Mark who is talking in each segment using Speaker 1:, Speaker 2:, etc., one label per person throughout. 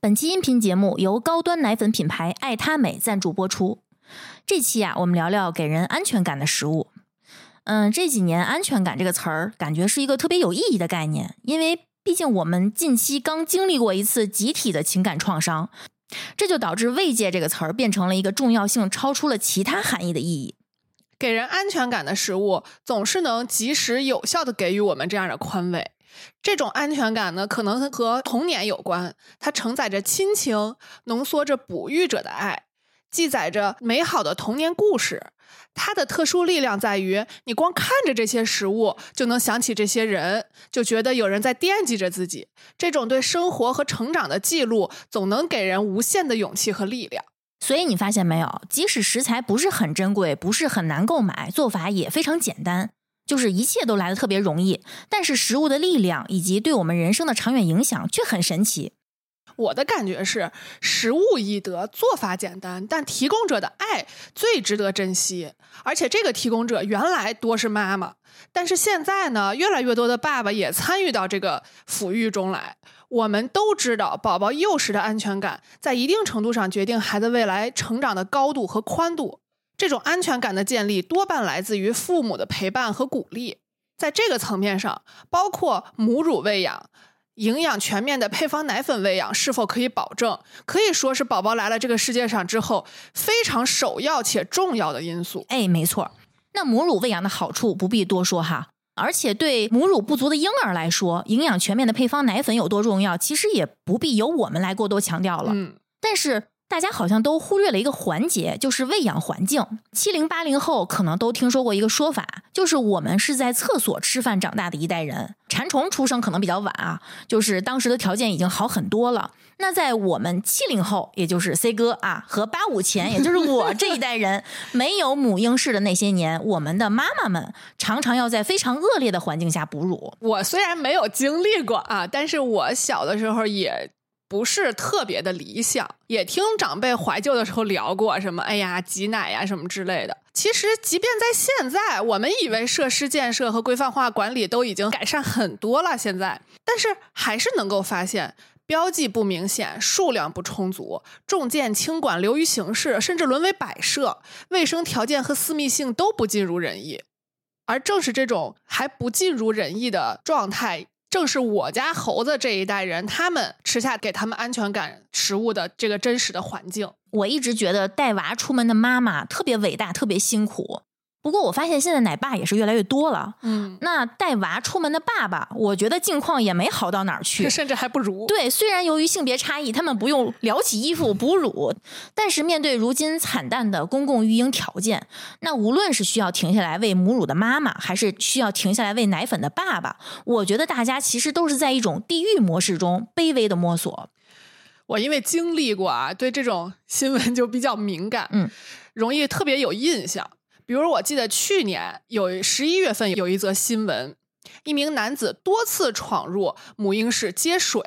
Speaker 1: 本期音频节目由高端奶粉品牌爱他美赞助播出。这期啊，我们聊聊给人安全感的食物。嗯，这几年“安全感”这个词儿，感觉是一个特别有意义的概念，因为毕竟我们近期刚经历过一次集体的情感创伤，这就导致“慰藉”这个词儿变成了一个重要性超出了其他含义的意义。
Speaker 2: 给人安全感的食物，总是能及时有效的给予我们这样的宽慰。这种安全感呢，可能和童年有关，它承载着亲情，浓缩着哺育者的爱，记载着美好的童年故事。它的特殊力量在于，你光看着这些食物，就能想起这些人，就觉得有人在惦记着自己。这种对生活和成长的记录，总能给人无限的勇气和力量。
Speaker 1: 所以你发现没有，即使食材不是很珍贵，不是很难购买，做法也非常简单，就是一切都来的特别容易。但是食物的力量以及对我们人生的长远影响却很神奇。
Speaker 2: 我的感觉是，食物易得，做法简单，但提供者的爱最值得珍惜。而且这个提供者原来多是妈妈，但是现在呢，越来越多的爸爸也参与到这个抚育中来。我们都知道，宝宝幼时的安全感在一定程度上决定孩子未来成长的高度和宽度。这种安全感的建立多半来自于父母的陪伴和鼓励。在这个层面上，包括母乳喂养。营养全面的配方奶粉喂养是否可以保证，可以说是宝宝来了这个世界上之后非常首要且重要的因素。
Speaker 1: 哎，没错，那母乳喂养的好处不必多说哈。而且对母乳不足的婴儿来说，营养全面的配方奶粉有多重要，其实也不必由我们来过多强调了。
Speaker 2: 嗯，
Speaker 1: 但是大家好像都忽略了一个环节，就是喂养环境。七零八零后可能都听说过一个说法，就是我们是在厕所吃饭长大的一代人。馋虫出生可能比较晚啊，就是当时的条件已经好很多了。那在我们七零后，也就是 C 哥啊和八五前，也就是我这一代人， 没有母婴室的那些年，我们的妈妈们常常要在非常恶劣的环境下哺乳。
Speaker 2: 我虽然没有经历过啊，但是我小的时候也。不是特别的理想，也听长辈怀旧的时候聊过什么，哎呀挤奶呀什么之类的。其实，即便在现在，我们以为设施建设和规范化管理都已经改善很多了，现在，但是还是能够发现标记不明显、数量不充足、重建轻管流于形式，甚至沦为摆设，卫生条件和私密性都不尽如人意。而正是这种还不尽如人意的状态。正是我家猴子这一代人，他们吃下给他们安全感食物的这个真实的环境。
Speaker 1: 我一直觉得带娃出门的妈妈特别伟大，特别辛苦。不过我发现现在奶爸也是越来越多了。
Speaker 2: 嗯，
Speaker 1: 那带娃出门的爸爸，我觉得境况也没好到哪儿去。
Speaker 2: 甚至还不如。
Speaker 1: 对，虽然由于性别差异，他们不用撩起衣服哺乳，但是面对如今惨淡的公共育婴条件，那无论是需要停下来喂母乳的妈妈，还是需要停下来喂奶粉的爸爸，我觉得大家其实都是在一种地狱模式中卑微的摸索。
Speaker 2: 我因为经历过啊，对这种新闻就比较敏感，
Speaker 1: 嗯，
Speaker 2: 容易特别有印象。比如我记得去年有十一月份有一则新闻，一名男子多次闯入母婴室接水，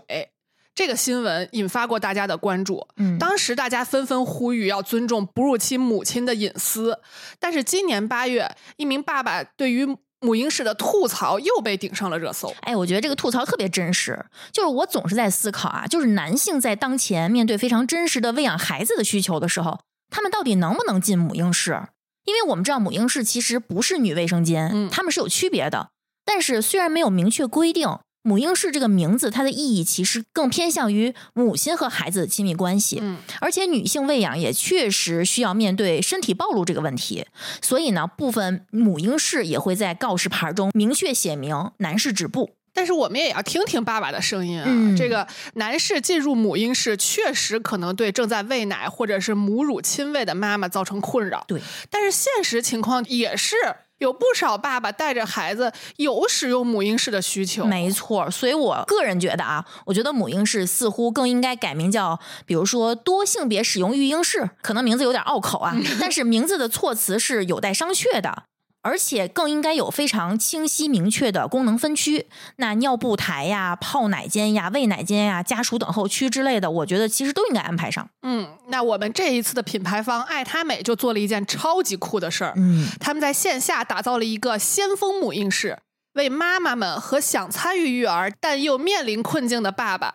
Speaker 2: 这个新闻引发过大家的关注。
Speaker 1: 嗯
Speaker 2: 当时大家纷纷呼吁要尊重哺乳期母亲的隐私，但是今年八月，一名爸爸对于母婴室的吐槽又被顶上了热搜。
Speaker 1: 哎，我觉得这个吐槽特别真实，就是我总是在思考啊，就是男性在当前面对非常真实的喂养孩子的需求的时候，他们到底能不能进母婴室？因为我们知道母婴室其实不是女卫生间，
Speaker 2: 嗯
Speaker 1: 他们是有区别的。但是虽然没有明确规定，母婴室这个名字它的意义其实更偏向于母亲和孩子的亲密关系。
Speaker 2: 嗯，
Speaker 1: 而且女性喂养也确实需要面对身体暴露这个问题，所以呢，部分母婴室也会在告示牌中明确写明男士止步。
Speaker 2: 但是我们也要听听爸爸的声音啊。
Speaker 1: 嗯
Speaker 2: 这个男士进入母婴室，确实可能对正在喂奶或者是母乳亲喂的妈妈造成困扰。
Speaker 1: 对，
Speaker 2: 但是现实情况也是有不少爸爸带着孩子有使用母婴室的需求。
Speaker 1: 没错，所以我个人觉得啊，我觉得母婴室似乎更应该改名叫，比如说多性别使用育婴室，可能名字有点拗口啊，但是名字的措辞是有待商榷的。而且更应该有非常清晰明确的功能分区，那尿布台呀、泡奶间呀、喂奶间呀、家属等候区之类的，我觉得其实都应该安排上。
Speaker 2: 嗯，那我们这一次的品牌方爱他美就做了一件超级酷的事儿，
Speaker 1: 嗯，
Speaker 2: 他们在线下打造了一个先锋母婴室，为妈妈们和想参与育儿但又面临困境的爸爸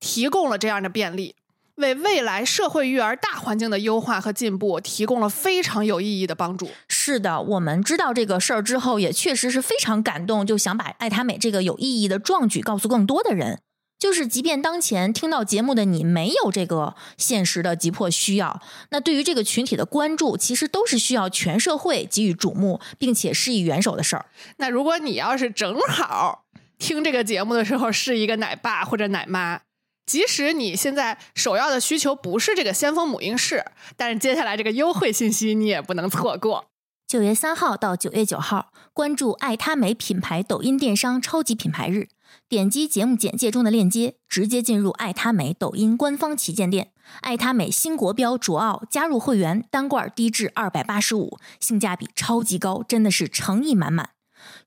Speaker 2: 提供了这样的便利，为未来社会育儿大环境的优化和进步提供了非常有意义的帮助。
Speaker 1: 是的，我们知道这个事儿之后，也确实是非常感动，就想把爱他美这个有意义的壮举告诉更多的人。就是，即便当前听到节目的你没有这个现实的急迫需要，那对于这个群体的关注，其实都是需要全社会给予瞩目，并且施以援手的事儿。
Speaker 2: 那如果你要是正好听这个节目的时候是一个奶爸或者奶妈，即使你现在首要的需求不是这个先锋母婴室，但是接下来这个优惠信息你也不能错过。
Speaker 1: 九月三号到九月九号，关注爱他美品牌抖音电商超级品牌日，点击节目简介中的链接，直接进入爱他美抖音官方旗舰店。爱他美新国标卓奥加入会员，单罐低至二百八十五，性价比超级高，真的是诚意满满。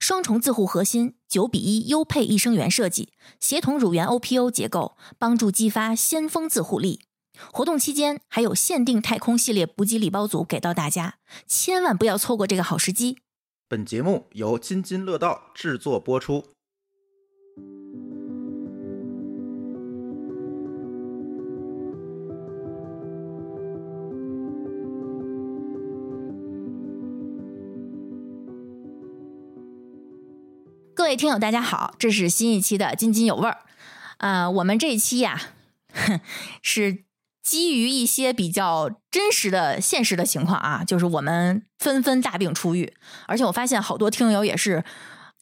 Speaker 1: 双重自护核心，九比一优配益生元设计，协同乳源 OPO 结构，帮助激发先锋自护力。活动期间还有限定太空系列补给礼包组给到大家，千万不要错过这个好时机。
Speaker 3: 本节目由津津乐道制作播出。
Speaker 1: 各位听友，大家好，这是新一期的津津有味儿。啊、我们这一期呀、 哼，是基于一些比较真实的、现实的情况啊，就是我们纷纷大病初愈，而且我发现好多听友也是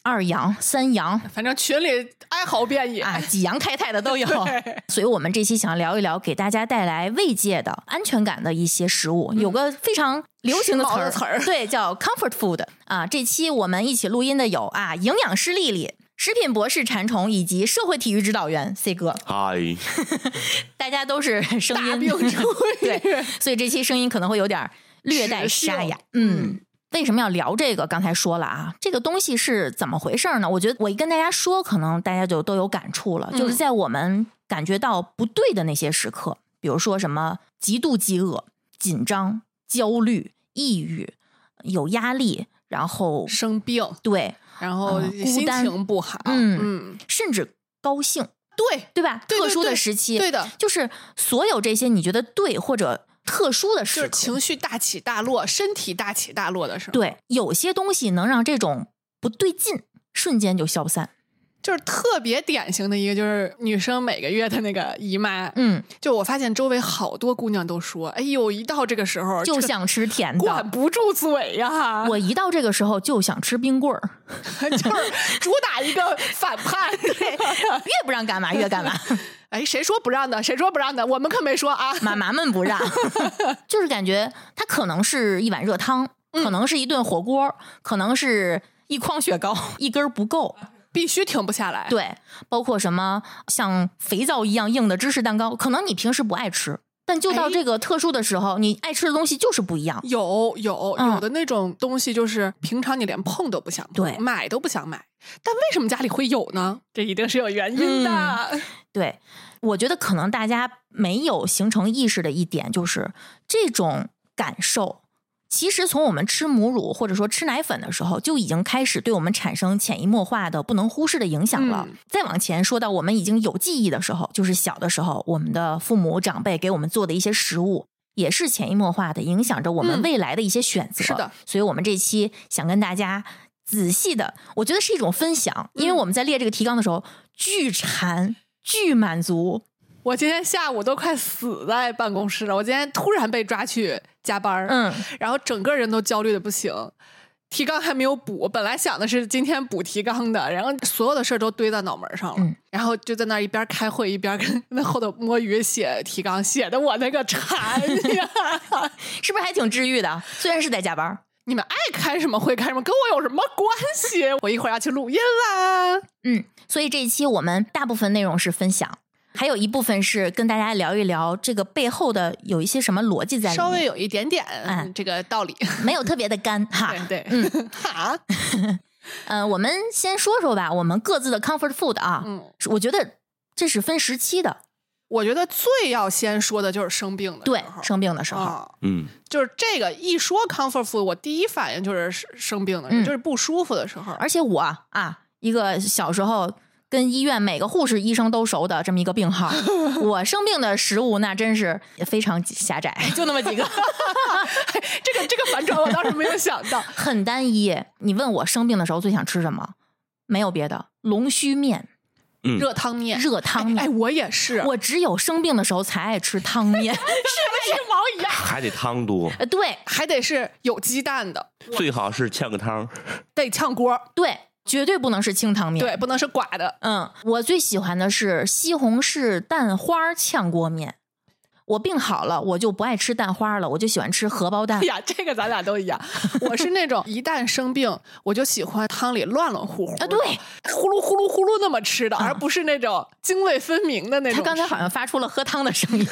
Speaker 1: 二阳、三阳
Speaker 2: 反正群里哀嚎遍野。。
Speaker 1: 啊，几阳开泰的都有
Speaker 2: 对
Speaker 1: 所以，我们这期想聊一聊给大家带来慰藉的安全感的一些食物，有个非常流行的词
Speaker 2: 嗯时髦
Speaker 1: 儿，
Speaker 2: 的词儿
Speaker 1: 对，叫 comfort food 啊。这期我们一起录音的有啊，营养师丽丽、食品博士馋虫以及社会体育指导员 C 哥，
Speaker 4: 嗨，
Speaker 1: 大家都是声
Speaker 2: 大
Speaker 1: 音
Speaker 2: 病初
Speaker 1: 对
Speaker 2: 愈，
Speaker 1: 所以这期声音可能会有点儿略带沙哑。嗯，为什么要聊这个？刚才说了啊，这个东西是怎么回事儿呢？我觉得我一跟大家说，可能大家就都有感触了，
Speaker 2: 嗯
Speaker 1: 就是在我们感觉到不对的那些时刻，比如说什么极度饥饿、紧张、焦虑、抑郁、有压力，然后
Speaker 2: 生病，
Speaker 1: 对，
Speaker 2: 然后
Speaker 1: 嗯
Speaker 2: 心
Speaker 1: 孤单
Speaker 2: 情不好。
Speaker 1: 嗯
Speaker 2: 嗯，
Speaker 1: 甚至高兴，
Speaker 2: 对
Speaker 1: 对吧？
Speaker 2: 对对
Speaker 1: 特殊的
Speaker 2: 对
Speaker 1: 时期，
Speaker 2: 对的，
Speaker 1: 就是所有这些你觉得对或者特殊的
Speaker 2: 就
Speaker 1: 时
Speaker 2: 是
Speaker 1: 刻，
Speaker 2: 情绪大起大落，身体大起大落的时候。
Speaker 1: 对，有些东西能让这种不对劲瞬间就消散。
Speaker 2: 就是特别典型的一个，就是女生每个月的那个姨妈。
Speaker 1: 嗯，
Speaker 2: 就我发现周围好多姑娘都说：“哎呦，一到这个时候
Speaker 1: 就
Speaker 2: 这个
Speaker 1: 想吃甜的
Speaker 2: 管。不住嘴呀、
Speaker 1: 我一到这个时候就想吃冰棍儿，
Speaker 2: 就是主打一个反 叛。对，
Speaker 1: 越不让干嘛越 干嘛，
Speaker 2: 哎，谁说不让的？谁说不让的？我们可没说啊。
Speaker 1: 妈妈们不让，就是感觉它可能是一碗热汤，可能是一顿火锅，可能是嗯一筐 雪糕，一根儿不够，
Speaker 2: 必须停不下来。
Speaker 1: 对，包括什么像肥皂一样硬的芝士蛋糕，可能你平时不爱吃，但就到
Speaker 2: 哎
Speaker 1: 这个特殊的时候，你爱吃的东西就是不一样。
Speaker 2: 有有
Speaker 1: 嗯
Speaker 2: 有的那种东西，就是平常你连碰都不想碰，
Speaker 1: 对
Speaker 2: 买都不想买，但为什么家里会有呢？这一定是有原因的。
Speaker 1: 嗯对，我觉得可能大家没有形成意识的一点就是这种感受。其实从我们吃母乳或者说吃奶粉的时候，就已经开始对我们产生潜移默化的、不能忽视的影响了。
Speaker 2: 嗯
Speaker 1: 再往前说到我们已经有记忆的时候，就是小的时候，我们的父母长辈给我们做的一些食物，也是潜移默化的影响着我们
Speaker 2: 嗯
Speaker 1: 未来的一些选择。
Speaker 2: 是的，
Speaker 1: 所以我们这期想跟大家仔细的，我觉得是一种分享，因为
Speaker 2: 嗯
Speaker 1: 我们在列这个提纲的时候，巨馋、巨满足，
Speaker 2: 我今天下午都快死在办公室了，我今天突然被抓去加班儿，
Speaker 1: 嗯，
Speaker 2: 然后整个人都焦虑的不行。提纲还没有补，我本来想的是今天补提纲的，然后所有的事儿都堆到脑门儿上了，
Speaker 1: 嗯
Speaker 2: 然后就在那儿一边开会一边跟 那后头摸鱼写提纲，写的我那个馋呀！
Speaker 1: 是不是还挺治愈的？虽然是在加班儿，
Speaker 2: 你们爱开什么会开什么，跟我有什么关 系？我一会儿要去录音啦。
Speaker 1: 嗯，所以这一期我们大部分内容是分享。还有一部分是跟大家聊一聊这个背后的有一些什么逻辑在里面，
Speaker 2: 稍微有一点点、
Speaker 1: 嗯
Speaker 2: 这个道理，
Speaker 1: 没有特别的干哈。
Speaker 2: 对对，
Speaker 1: 嗯
Speaker 2: 哈，
Speaker 1: 呃，我们先说说吧，我们各自的 comfort food 啊，
Speaker 2: 嗯，
Speaker 1: 是我觉得这是分时期的，
Speaker 2: 我觉得最要先说的就是生病的时
Speaker 1: 对
Speaker 2: 候，
Speaker 1: 生病的时候，
Speaker 2: 啊
Speaker 4: 嗯，
Speaker 2: 就是这个一说 comfort food，我第一反应就是生生病的时候，
Speaker 1: 嗯
Speaker 2: 就是不舒服的时候。
Speaker 1: 啊而且我啊，一个小时候跟医院每个护士、医生都熟的这么一个病 号。我生病的食物那真是非常狭窄，就那么 几个，。
Speaker 2: 这个这个反转我倒是没有想到
Speaker 1: 很单一。你问我生病的时候最想吃什么？没有别的，龙须面、
Speaker 4: 嗯，
Speaker 2: 热汤面，
Speaker 1: 热汤
Speaker 2: 哎，
Speaker 1: 面。
Speaker 2: 我也是，
Speaker 1: 我只有生病的时候才爱吃汤 面。
Speaker 2: 是毛一样，
Speaker 4: 还得汤多，
Speaker 1: 呃，对
Speaker 2: 还得是有鸡蛋的，
Speaker 4: 最好是呛个汤。
Speaker 2: 得炝锅儿，
Speaker 1: 对，绝对不能是清汤面。
Speaker 2: 对，不能是寡的。
Speaker 1: 嗯，我最喜欢的是西红柿蛋花炝锅面。我病好了，我就不爱吃蛋花了，我就喜欢吃荷包蛋
Speaker 2: 哎。呀，这个咱俩都一样。 我是那种一旦生病，我就喜欢汤里乱乱乎乎的
Speaker 1: 啊，对
Speaker 2: 呼噜呼噜呼噜那么吃的，
Speaker 1: 嗯
Speaker 2: 而不是那种泾渭分明的那
Speaker 1: 他
Speaker 2: 种吃。
Speaker 1: 刚才好像发出了喝汤的 声音，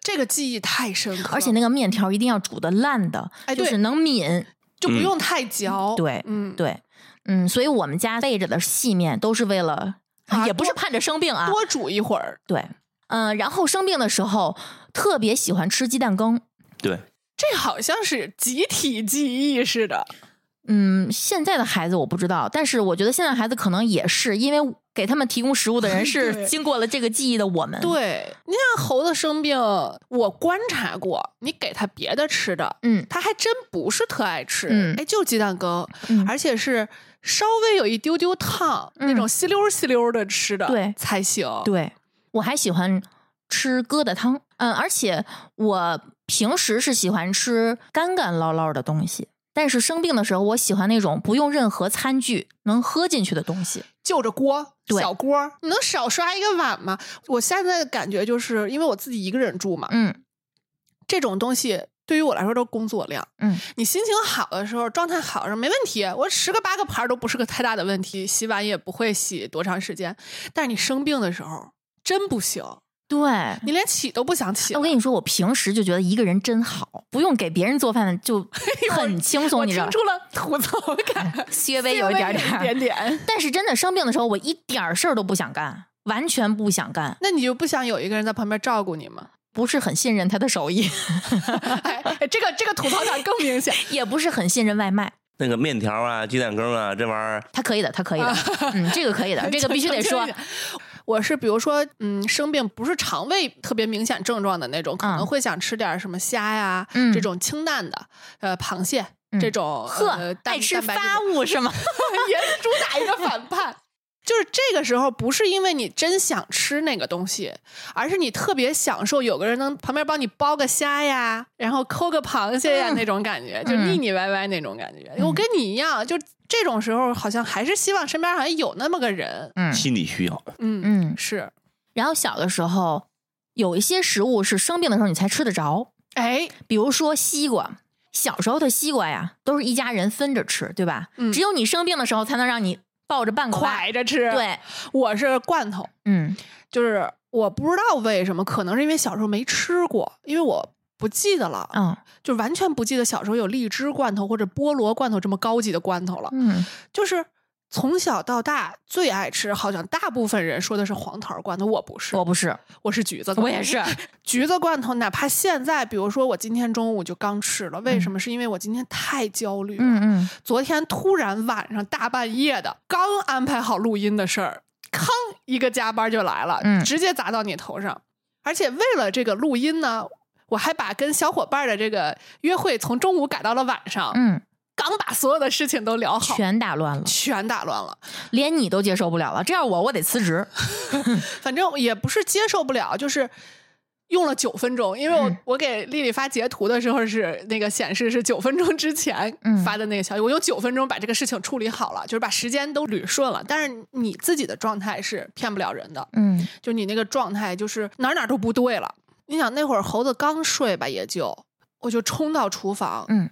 Speaker 2: 这个记忆太深刻了，
Speaker 1: 而且那个面条一定要煮的烂的，
Speaker 2: 哎
Speaker 1: 就
Speaker 2: 对
Speaker 1: 是能抿。
Speaker 2: 就不用太嚼。
Speaker 1: 对
Speaker 2: 嗯，
Speaker 1: 对，嗯，所以我们家备着的细面都是为了，呃
Speaker 2: 啊
Speaker 1: 也不是
Speaker 2: 多
Speaker 1: 盼着生病啊。
Speaker 2: 多煮一会儿。
Speaker 1: 对，嗯、然后生病的时候特别喜欢吃鸡蛋羹。
Speaker 4: 对，
Speaker 2: 这好像是集体记忆似的，
Speaker 1: 嗯，现在的孩子我不知道，但是我觉得现在孩子可能也是，因为给他们提供食物的人是
Speaker 2: 对
Speaker 1: 经过了这个记忆的我们。，
Speaker 2: 对，你看猴子生病，我观察过，你给它别的吃的，
Speaker 1: 嗯
Speaker 2: 它还真不是特爱吃，
Speaker 1: 嗯
Speaker 2: 哎，就鸡蛋羹，
Speaker 1: 嗯
Speaker 2: 而且是稍微有一丢丢烫，那
Speaker 1: 嗯
Speaker 2: 种吸溜儿吸溜儿的吃的，
Speaker 1: 对
Speaker 2: 才行。
Speaker 1: 对，我还喜欢吃疙瘩汤，嗯，而且我平时是喜欢吃干干捞捞的东西，但是生病的时候，我喜欢那种不用任何餐具能喝进去的东西。
Speaker 2: 就着锅，
Speaker 1: 对
Speaker 2: 小锅儿，你能少刷一个碗吗？我现在的感觉就是，因为我自己一个人住嘛，
Speaker 1: 嗯
Speaker 2: 这种东西对于我来说都是工作量。
Speaker 1: 嗯，
Speaker 2: 你心情好的时候，状态好的时候没问题，我十个八个盘儿都不是个太大的问题，洗碗也不会洗多长时间。但是你生病的时候，真不行，
Speaker 1: 对。
Speaker 2: 你连起都不想起。
Speaker 1: 我跟你说，我平时就觉得一个人真好，不用给别人做饭 就很轻松，
Speaker 2: 哎我
Speaker 1: 你知道
Speaker 2: 听
Speaker 1: 吧？
Speaker 2: 出了吐槽感，
Speaker 1: 稍微
Speaker 2: 微
Speaker 1: 有一点
Speaker 2: 有
Speaker 1: 点
Speaker 2: 一
Speaker 1: 儿，
Speaker 2: 点点。
Speaker 1: 但是真的生病的时候，我一点儿事儿都不想干，完全不想干，
Speaker 2: 那你就不想有一个人在旁边照顾你吗？
Speaker 1: 不是很信任他的手艺，
Speaker 2: 哎，哎这个这个吐槽感更明显。
Speaker 1: 也不是很信任外卖。
Speaker 4: 那个面条啊，鸡蛋羹啊，这玩意儿
Speaker 1: 他可以的，他可以
Speaker 2: 啊
Speaker 1: 的，嗯，这个可 以的， 这个必须得说。
Speaker 2: 我是比如说，嗯，生病不是肠胃特别明显症状的那种，可能
Speaker 1: 嗯
Speaker 2: 会想吃点什么虾呀，
Speaker 1: 嗯
Speaker 2: 这种清淡的，呃，螃蟹、
Speaker 1: 嗯
Speaker 2: 这种，呃
Speaker 1: 呵，，
Speaker 2: 蛋
Speaker 1: 爱吃
Speaker 2: 蛋白质
Speaker 1: 发
Speaker 2: 的
Speaker 1: 物是吗？
Speaker 2: 也是主打一个反叛。 就是这个时候，不是因为你真想吃那个东西，而是你特别享受有个人能旁边帮你剥个虾呀，然后抠个螃蟹呀、
Speaker 1: 嗯
Speaker 2: 那种感觉，
Speaker 1: 嗯
Speaker 2: 就腻腻歪歪那种感觉。
Speaker 1: 嗯
Speaker 2: 我跟你一样，就这种时候，好像还是希望身边好像有那么个人。
Speaker 1: 嗯
Speaker 4: 心理需要。
Speaker 2: 嗯，
Speaker 1: 嗯。
Speaker 2: 是，
Speaker 1: 然后小的时候，有一些食物是生病的时候你才吃得着，
Speaker 2: 哎，
Speaker 1: 比如说西瓜。小时候的西瓜呀，都是一家人分着吃，对吧？
Speaker 2: 嗯
Speaker 1: 只有你生病的时候，才能让你抱着半个吧。
Speaker 2: 蒯着吃。，
Speaker 1: 对，
Speaker 2: 我是罐头，
Speaker 1: 嗯
Speaker 2: 就是我不知道为什么，可能是因为小时候没吃过，因为我不记得了，
Speaker 1: 嗯
Speaker 2: 就完全不记得小时候有荔枝罐头或者菠萝罐头这么高级的罐头了。
Speaker 1: 嗯，
Speaker 2: 就是从小到大最爱吃，好像大部分人说的是黄桃罐头，我不是，
Speaker 1: 我不是，
Speaker 2: 我是橘子罐头，
Speaker 1: 我也是。
Speaker 2: 橘子罐头。哪怕现在，比如说我今天中午就刚吃了，为什么？是因为我今天太焦虑了。
Speaker 1: 嗯嗯，
Speaker 2: 昨天突然晚上大半夜的，刚安排好录音的事儿，吭一个加班就来了，
Speaker 1: 嗯
Speaker 2: 直接砸到你头上。而且为了这个录音呢，我还把跟小伙伴的这个约会从中午改到了晚上，
Speaker 1: 嗯，
Speaker 2: 刚把所有的事情都聊好，
Speaker 1: 全打乱了，
Speaker 2: 全打乱了。
Speaker 1: 连你都接受不了了。这样我我得辞职。
Speaker 2: 反正也不是接受不了，就是。用了九分钟，因为我、
Speaker 1: 嗯
Speaker 2: 我给丽丽发截图的时候是那个显示是九分钟之前
Speaker 1: 嗯
Speaker 2: 发的那个消息，我用九分钟把这个事情处理好了，就是把时间都捋顺了。但是你自己的状态是骗不了人的，
Speaker 1: 嗯
Speaker 2: 就你那个状态就是哪儿哪儿都不对了。你想那会儿猴子刚睡吧，也就我就冲到厨房，
Speaker 1: 嗯，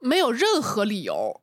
Speaker 2: 没有任何理由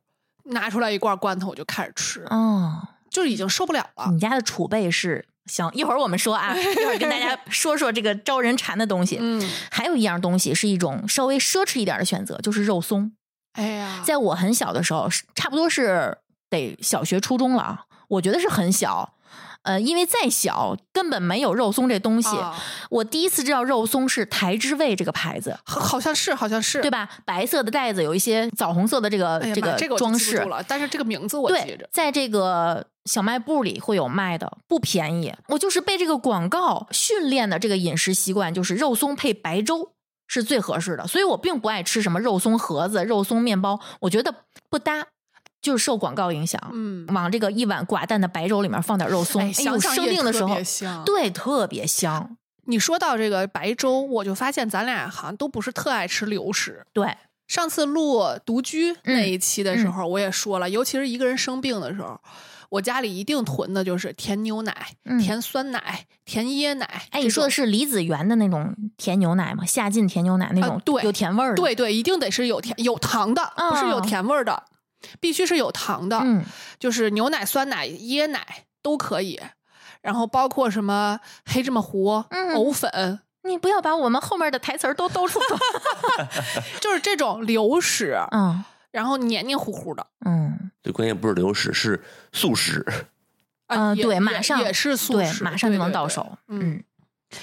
Speaker 2: 拿出来一罐罐头我就开始吃，
Speaker 1: 哦，
Speaker 2: 就已经受不了了。
Speaker 1: 你家的储备是行，一会儿我们说啊，一会儿跟大 家说说这个招人馋的东西。
Speaker 2: 嗯，
Speaker 1: 还有一样东西是一种稍微奢侈一点的选择，就是肉松。
Speaker 2: 哎呀，
Speaker 1: 在我很小的时候，是差不多是得小学初中了啊，我觉得是很小。呃，因为再小根本没有肉松这东西。
Speaker 2: 哦
Speaker 1: 我第一次知道肉松是台之味这个牌子，
Speaker 2: 好好像是，好像是
Speaker 1: 对吧？白色的袋子有一些枣红色的这个、
Speaker 2: 哎呀
Speaker 1: 这
Speaker 2: 妈
Speaker 1: 个
Speaker 2: 这个我就
Speaker 1: 装
Speaker 2: 记不
Speaker 1: 饰
Speaker 2: 住，了，但是这个名字我记
Speaker 1: 对
Speaker 2: 着，。
Speaker 1: 在这个小卖部里会有卖的，不便宜。我就是被这个广告训练的这个饮食习惯，就是肉松配白粥是最合适的。所以我并不爱吃什么肉松盒子、肉松面包，我觉得不搭，就是受广告影响。
Speaker 2: 嗯，
Speaker 1: 往这个一碗寡淡的白粥里面放点肉松，
Speaker 2: 哎
Speaker 1: 哎呦，
Speaker 2: 想想
Speaker 1: 生
Speaker 2: 也
Speaker 1: 病的时
Speaker 2: 特
Speaker 1: 候
Speaker 2: 别，香。
Speaker 1: 对，特别香。
Speaker 2: 你说到这个白粥，我就发现咱俩好像都不是特爱吃流食。
Speaker 1: 对，
Speaker 2: 上次录独居
Speaker 1: 嗯
Speaker 2: 那一期的时候，我也说了，尤其是一个人生病的时候，我家里一定囤的就是甜牛奶、
Speaker 1: 嗯
Speaker 2: 甜酸奶、甜椰奶。
Speaker 1: 哎，你说的
Speaker 2: 是
Speaker 1: 是李子园的那种甜牛奶吗？夏进甜牛奶那
Speaker 2: 啊
Speaker 1: 种，
Speaker 2: 对
Speaker 1: 有甜味儿的。，
Speaker 2: 对对，一定得是有甜有糖的，不是有
Speaker 1: 啊
Speaker 2: 甜味儿的，必须是有糖的。
Speaker 1: 嗯，
Speaker 2: 就是牛奶、酸奶、椰奶都可以，然后包括什么黑芝麻糊、
Speaker 1: 嗯
Speaker 2: 藕粉，
Speaker 1: 你不要把我们后面的台词儿都兜 出来。
Speaker 2: 就是这种流食，
Speaker 1: 嗯
Speaker 2: 然后黏黏糊糊的
Speaker 1: 嗯，
Speaker 4: 对，关键不是流食，是速食。
Speaker 2: 啊，
Speaker 1: 呃
Speaker 2: 也
Speaker 1: 对，
Speaker 2: 也
Speaker 1: 马上
Speaker 2: 也是速
Speaker 1: 对，
Speaker 2: 食，
Speaker 1: 马上就
Speaker 2: 对
Speaker 1: 能
Speaker 2: 对
Speaker 1: 到
Speaker 2: 对
Speaker 1: 手。
Speaker 2: 嗯
Speaker 1: 嗯，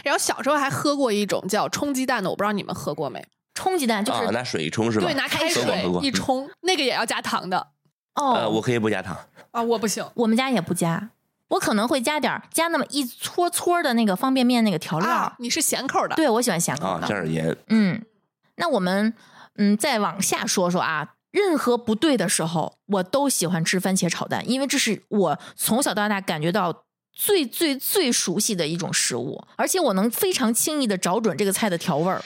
Speaker 2: 然后小时候还喝过一种叫冲鸡蛋的，我不知道你们喝过没？
Speaker 1: 冲鸡蛋就
Speaker 4: 啊，
Speaker 1: 是
Speaker 4: 拿水一冲是吧？
Speaker 2: 对，拿开
Speaker 1: 喝
Speaker 2: 水
Speaker 1: 过
Speaker 4: 喝过嗯
Speaker 2: 一冲，那个也要加糖的
Speaker 4: 呃，我
Speaker 1: 哦，
Speaker 4: 可以不加糖。
Speaker 2: 啊，我不行。
Speaker 1: 我们家也不加，我可能会加点儿，加那么一撮撮儿的那个方便面那个调料
Speaker 2: 啊
Speaker 1: 儿。，
Speaker 2: 你是咸口的，
Speaker 1: 对，我喜欢咸口
Speaker 4: 啊，
Speaker 1: 的。
Speaker 4: 加点盐。
Speaker 1: 嗯，那我们嗯再往下说说啊，任何不对的时候，我都喜欢吃番茄炒蛋，因为这是我从小到大感觉到最最最熟悉的一种食物，而且我能非常轻易的找准这个菜的调味儿。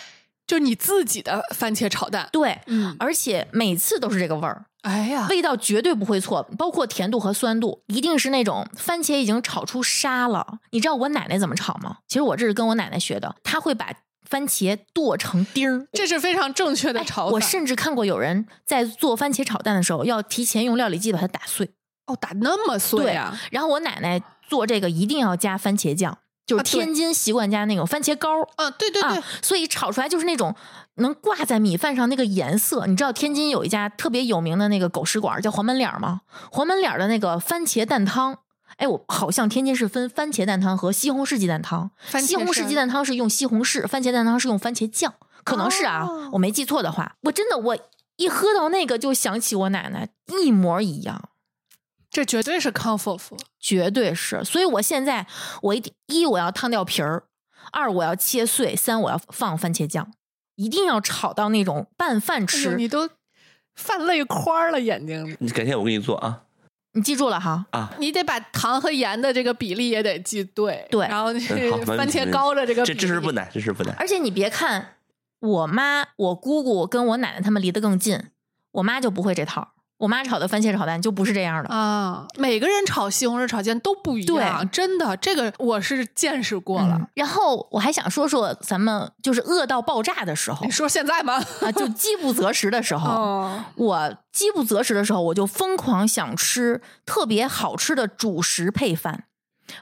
Speaker 2: 就是你自己的番茄炒蛋。
Speaker 1: 对，
Speaker 2: 嗯，
Speaker 1: 而且每次都是这个味儿，
Speaker 2: 哎呀，
Speaker 1: 味道绝对不会错，包括甜度和酸度，一定是那种番茄已经炒出沙了。你知道我奶奶怎么炒吗？其实我这是跟我奶奶学的，她会把番茄剁成丁儿。
Speaker 2: 这是非常正确的
Speaker 1: 哎
Speaker 2: 炒法。
Speaker 1: 我甚至看过有人在做番茄炒蛋的时候，要提前用料理机把它打碎。
Speaker 2: 哦，打那么碎
Speaker 1: 对
Speaker 2: 啊！
Speaker 1: 然后我奶奶做这个一定要加番茄酱，就是
Speaker 2: 啊对
Speaker 1: 天津习惯加那种番茄膏儿。
Speaker 2: 啊，对对对
Speaker 1: 啊，，所以炒出来就是那种能挂在米饭上那个颜色。你知道天津有一家特别有名的那个狗食馆儿叫黄焖脸儿吗？黄焖脸儿的那个番茄蛋汤，哎，我好像天津是分番茄蛋汤和西红柿鸡蛋汤。
Speaker 2: 番
Speaker 1: 西
Speaker 2: 茄
Speaker 1: 红
Speaker 2: 是
Speaker 1: 柿鸡蛋汤是用西红柿，番茄蛋汤是用番茄酱，可能是啊，
Speaker 2: 哦
Speaker 1: 我没记错的话，我真的我一喝到那个就想起我奶奶，一模一样，
Speaker 2: 这绝对是康夫妇。
Speaker 1: 绝对是。所以我现在我一定一我要烫掉皮儿，二我要切碎，三我要放番茄酱，一定要炒到那种拌饭
Speaker 2: 哎呦
Speaker 1: 吃。
Speaker 2: 你
Speaker 1: 你
Speaker 2: 都泛泪花儿了，眼睛里。
Speaker 4: 你改天我给你做啊
Speaker 1: 记住了哈，
Speaker 4: 啊！
Speaker 2: 你得把糖和盐的这个比例也得记对，
Speaker 1: 对
Speaker 2: 然后
Speaker 4: 嗯
Speaker 2: 这
Speaker 4: 好，没问题
Speaker 2: 番
Speaker 4: 没问
Speaker 2: 茄
Speaker 4: 题
Speaker 2: 膏的这个比
Speaker 4: 这
Speaker 2: 例
Speaker 4: 这是不难，这是不难。
Speaker 1: 而且你别看我妈、我姑姑跟我奶奶他们离得更近，我妈就不会这套儿，我妈炒的番茄炒蛋就不是这样的。
Speaker 2: 啊。每个人炒西红柿炒煎都不一样，真的，这个我是见识过
Speaker 1: 嗯
Speaker 2: 了。
Speaker 1: 然后我还想说说咱们就是饿到爆炸的时候
Speaker 2: 你说现在吗？
Speaker 1: 啊，就饥不择食的时 候。
Speaker 2: 哦，
Speaker 1: 我饥不择食的时候，我就疯狂想吃特别好吃的主食配饭，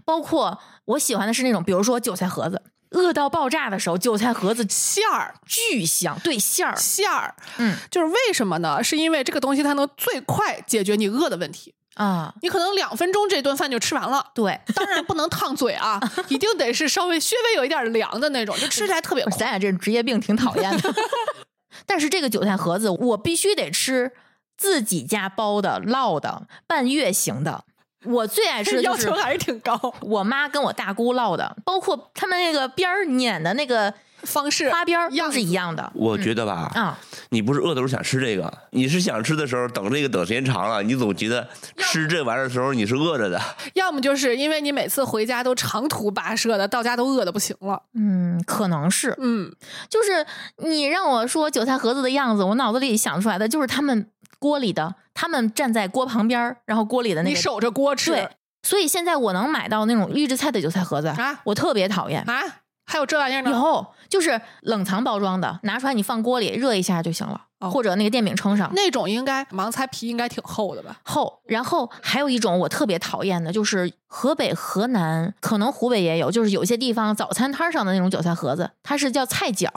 Speaker 1: 包括我喜欢的是那种，比如说韭菜盒子。饿到爆炸的时候，韭菜盒子
Speaker 2: 馅儿
Speaker 1: 巨香，对馅 儿，
Speaker 2: 馅儿
Speaker 1: 嗯
Speaker 2: 就是为什么呢？是因为这个东西它能最快解决你饿的问题。
Speaker 1: 啊，
Speaker 2: 你可能两分钟这顿饭就吃完了，
Speaker 1: 对，
Speaker 2: 当然不能烫 嘴啊，一定得是稍微稍微有一点凉的那种，就吃起来特别
Speaker 1: 不是
Speaker 2: 快。
Speaker 1: 咱俩这职业病挺讨厌的。 但是这个韭菜盒子，我必须得吃自己家包的、烙的、半月形的。我最爱 吃的
Speaker 2: 要
Speaker 1: 就是
Speaker 2: 求还是挺高，
Speaker 1: 我妈跟我大姑烙的，包括他们那个边儿捻的那个
Speaker 2: 方式
Speaker 1: 花边儿
Speaker 2: 样
Speaker 1: 都是一样的
Speaker 4: 我觉得吧，
Speaker 2: 嗯
Speaker 1: 啊。
Speaker 4: 你不是饿的时候想吃这个，你是想吃的时候等这个等时间长了，你总觉得吃这玩意儿的时候你是饿着的。
Speaker 2: 要么就是因为你每次回家都长途跋涉的，到家都饿的不行了。
Speaker 1: 嗯，可能是，
Speaker 2: 嗯，
Speaker 1: 就是你让我说韭菜盒子的样子，我脑子里想出来的就是他们锅里的，他们站在锅旁边儿，然后锅里的那
Speaker 2: 你
Speaker 1: 个
Speaker 2: 守着锅吃
Speaker 1: 对。所以现在我能买到那种预制菜的韭菜盒子
Speaker 2: 啊
Speaker 1: 我特别讨厌。
Speaker 2: 啊，还有这玩意儿呢？
Speaker 1: 有，就是冷藏包装的，拿出来你放锅里热一下就行了，
Speaker 2: 哦
Speaker 1: 或者那个电饼铛上
Speaker 2: 那种应该盲猜皮应该挺厚的吧？
Speaker 1: 厚。然后还有一种我特别讨厌的，就是河北、河南，可能湖北也有，就是有些地方早餐摊上的那种韭菜盒子，它是叫菜饺，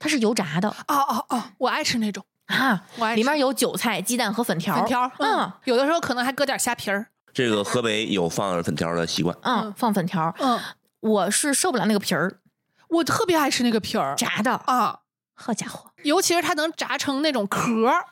Speaker 1: 它是油炸的
Speaker 2: 哦哦哦，我爱吃那种，
Speaker 1: 啊，
Speaker 2: 我爱吃
Speaker 1: 里面有韭菜、鸡蛋和粉条。
Speaker 2: 粉条，
Speaker 1: 嗯
Speaker 2: 嗯，有的时候可能还搁点虾皮儿。
Speaker 4: 这个河北有放粉条的习惯，
Speaker 1: 嗯
Speaker 2: 嗯，
Speaker 1: 放粉条儿，
Speaker 2: 嗯，
Speaker 1: 我是受不了那个皮儿，
Speaker 2: 我特别爱吃那个皮儿
Speaker 1: 炸的，
Speaker 2: 啊，
Speaker 1: 好家伙，
Speaker 2: 尤其是它能炸成那种壳儿。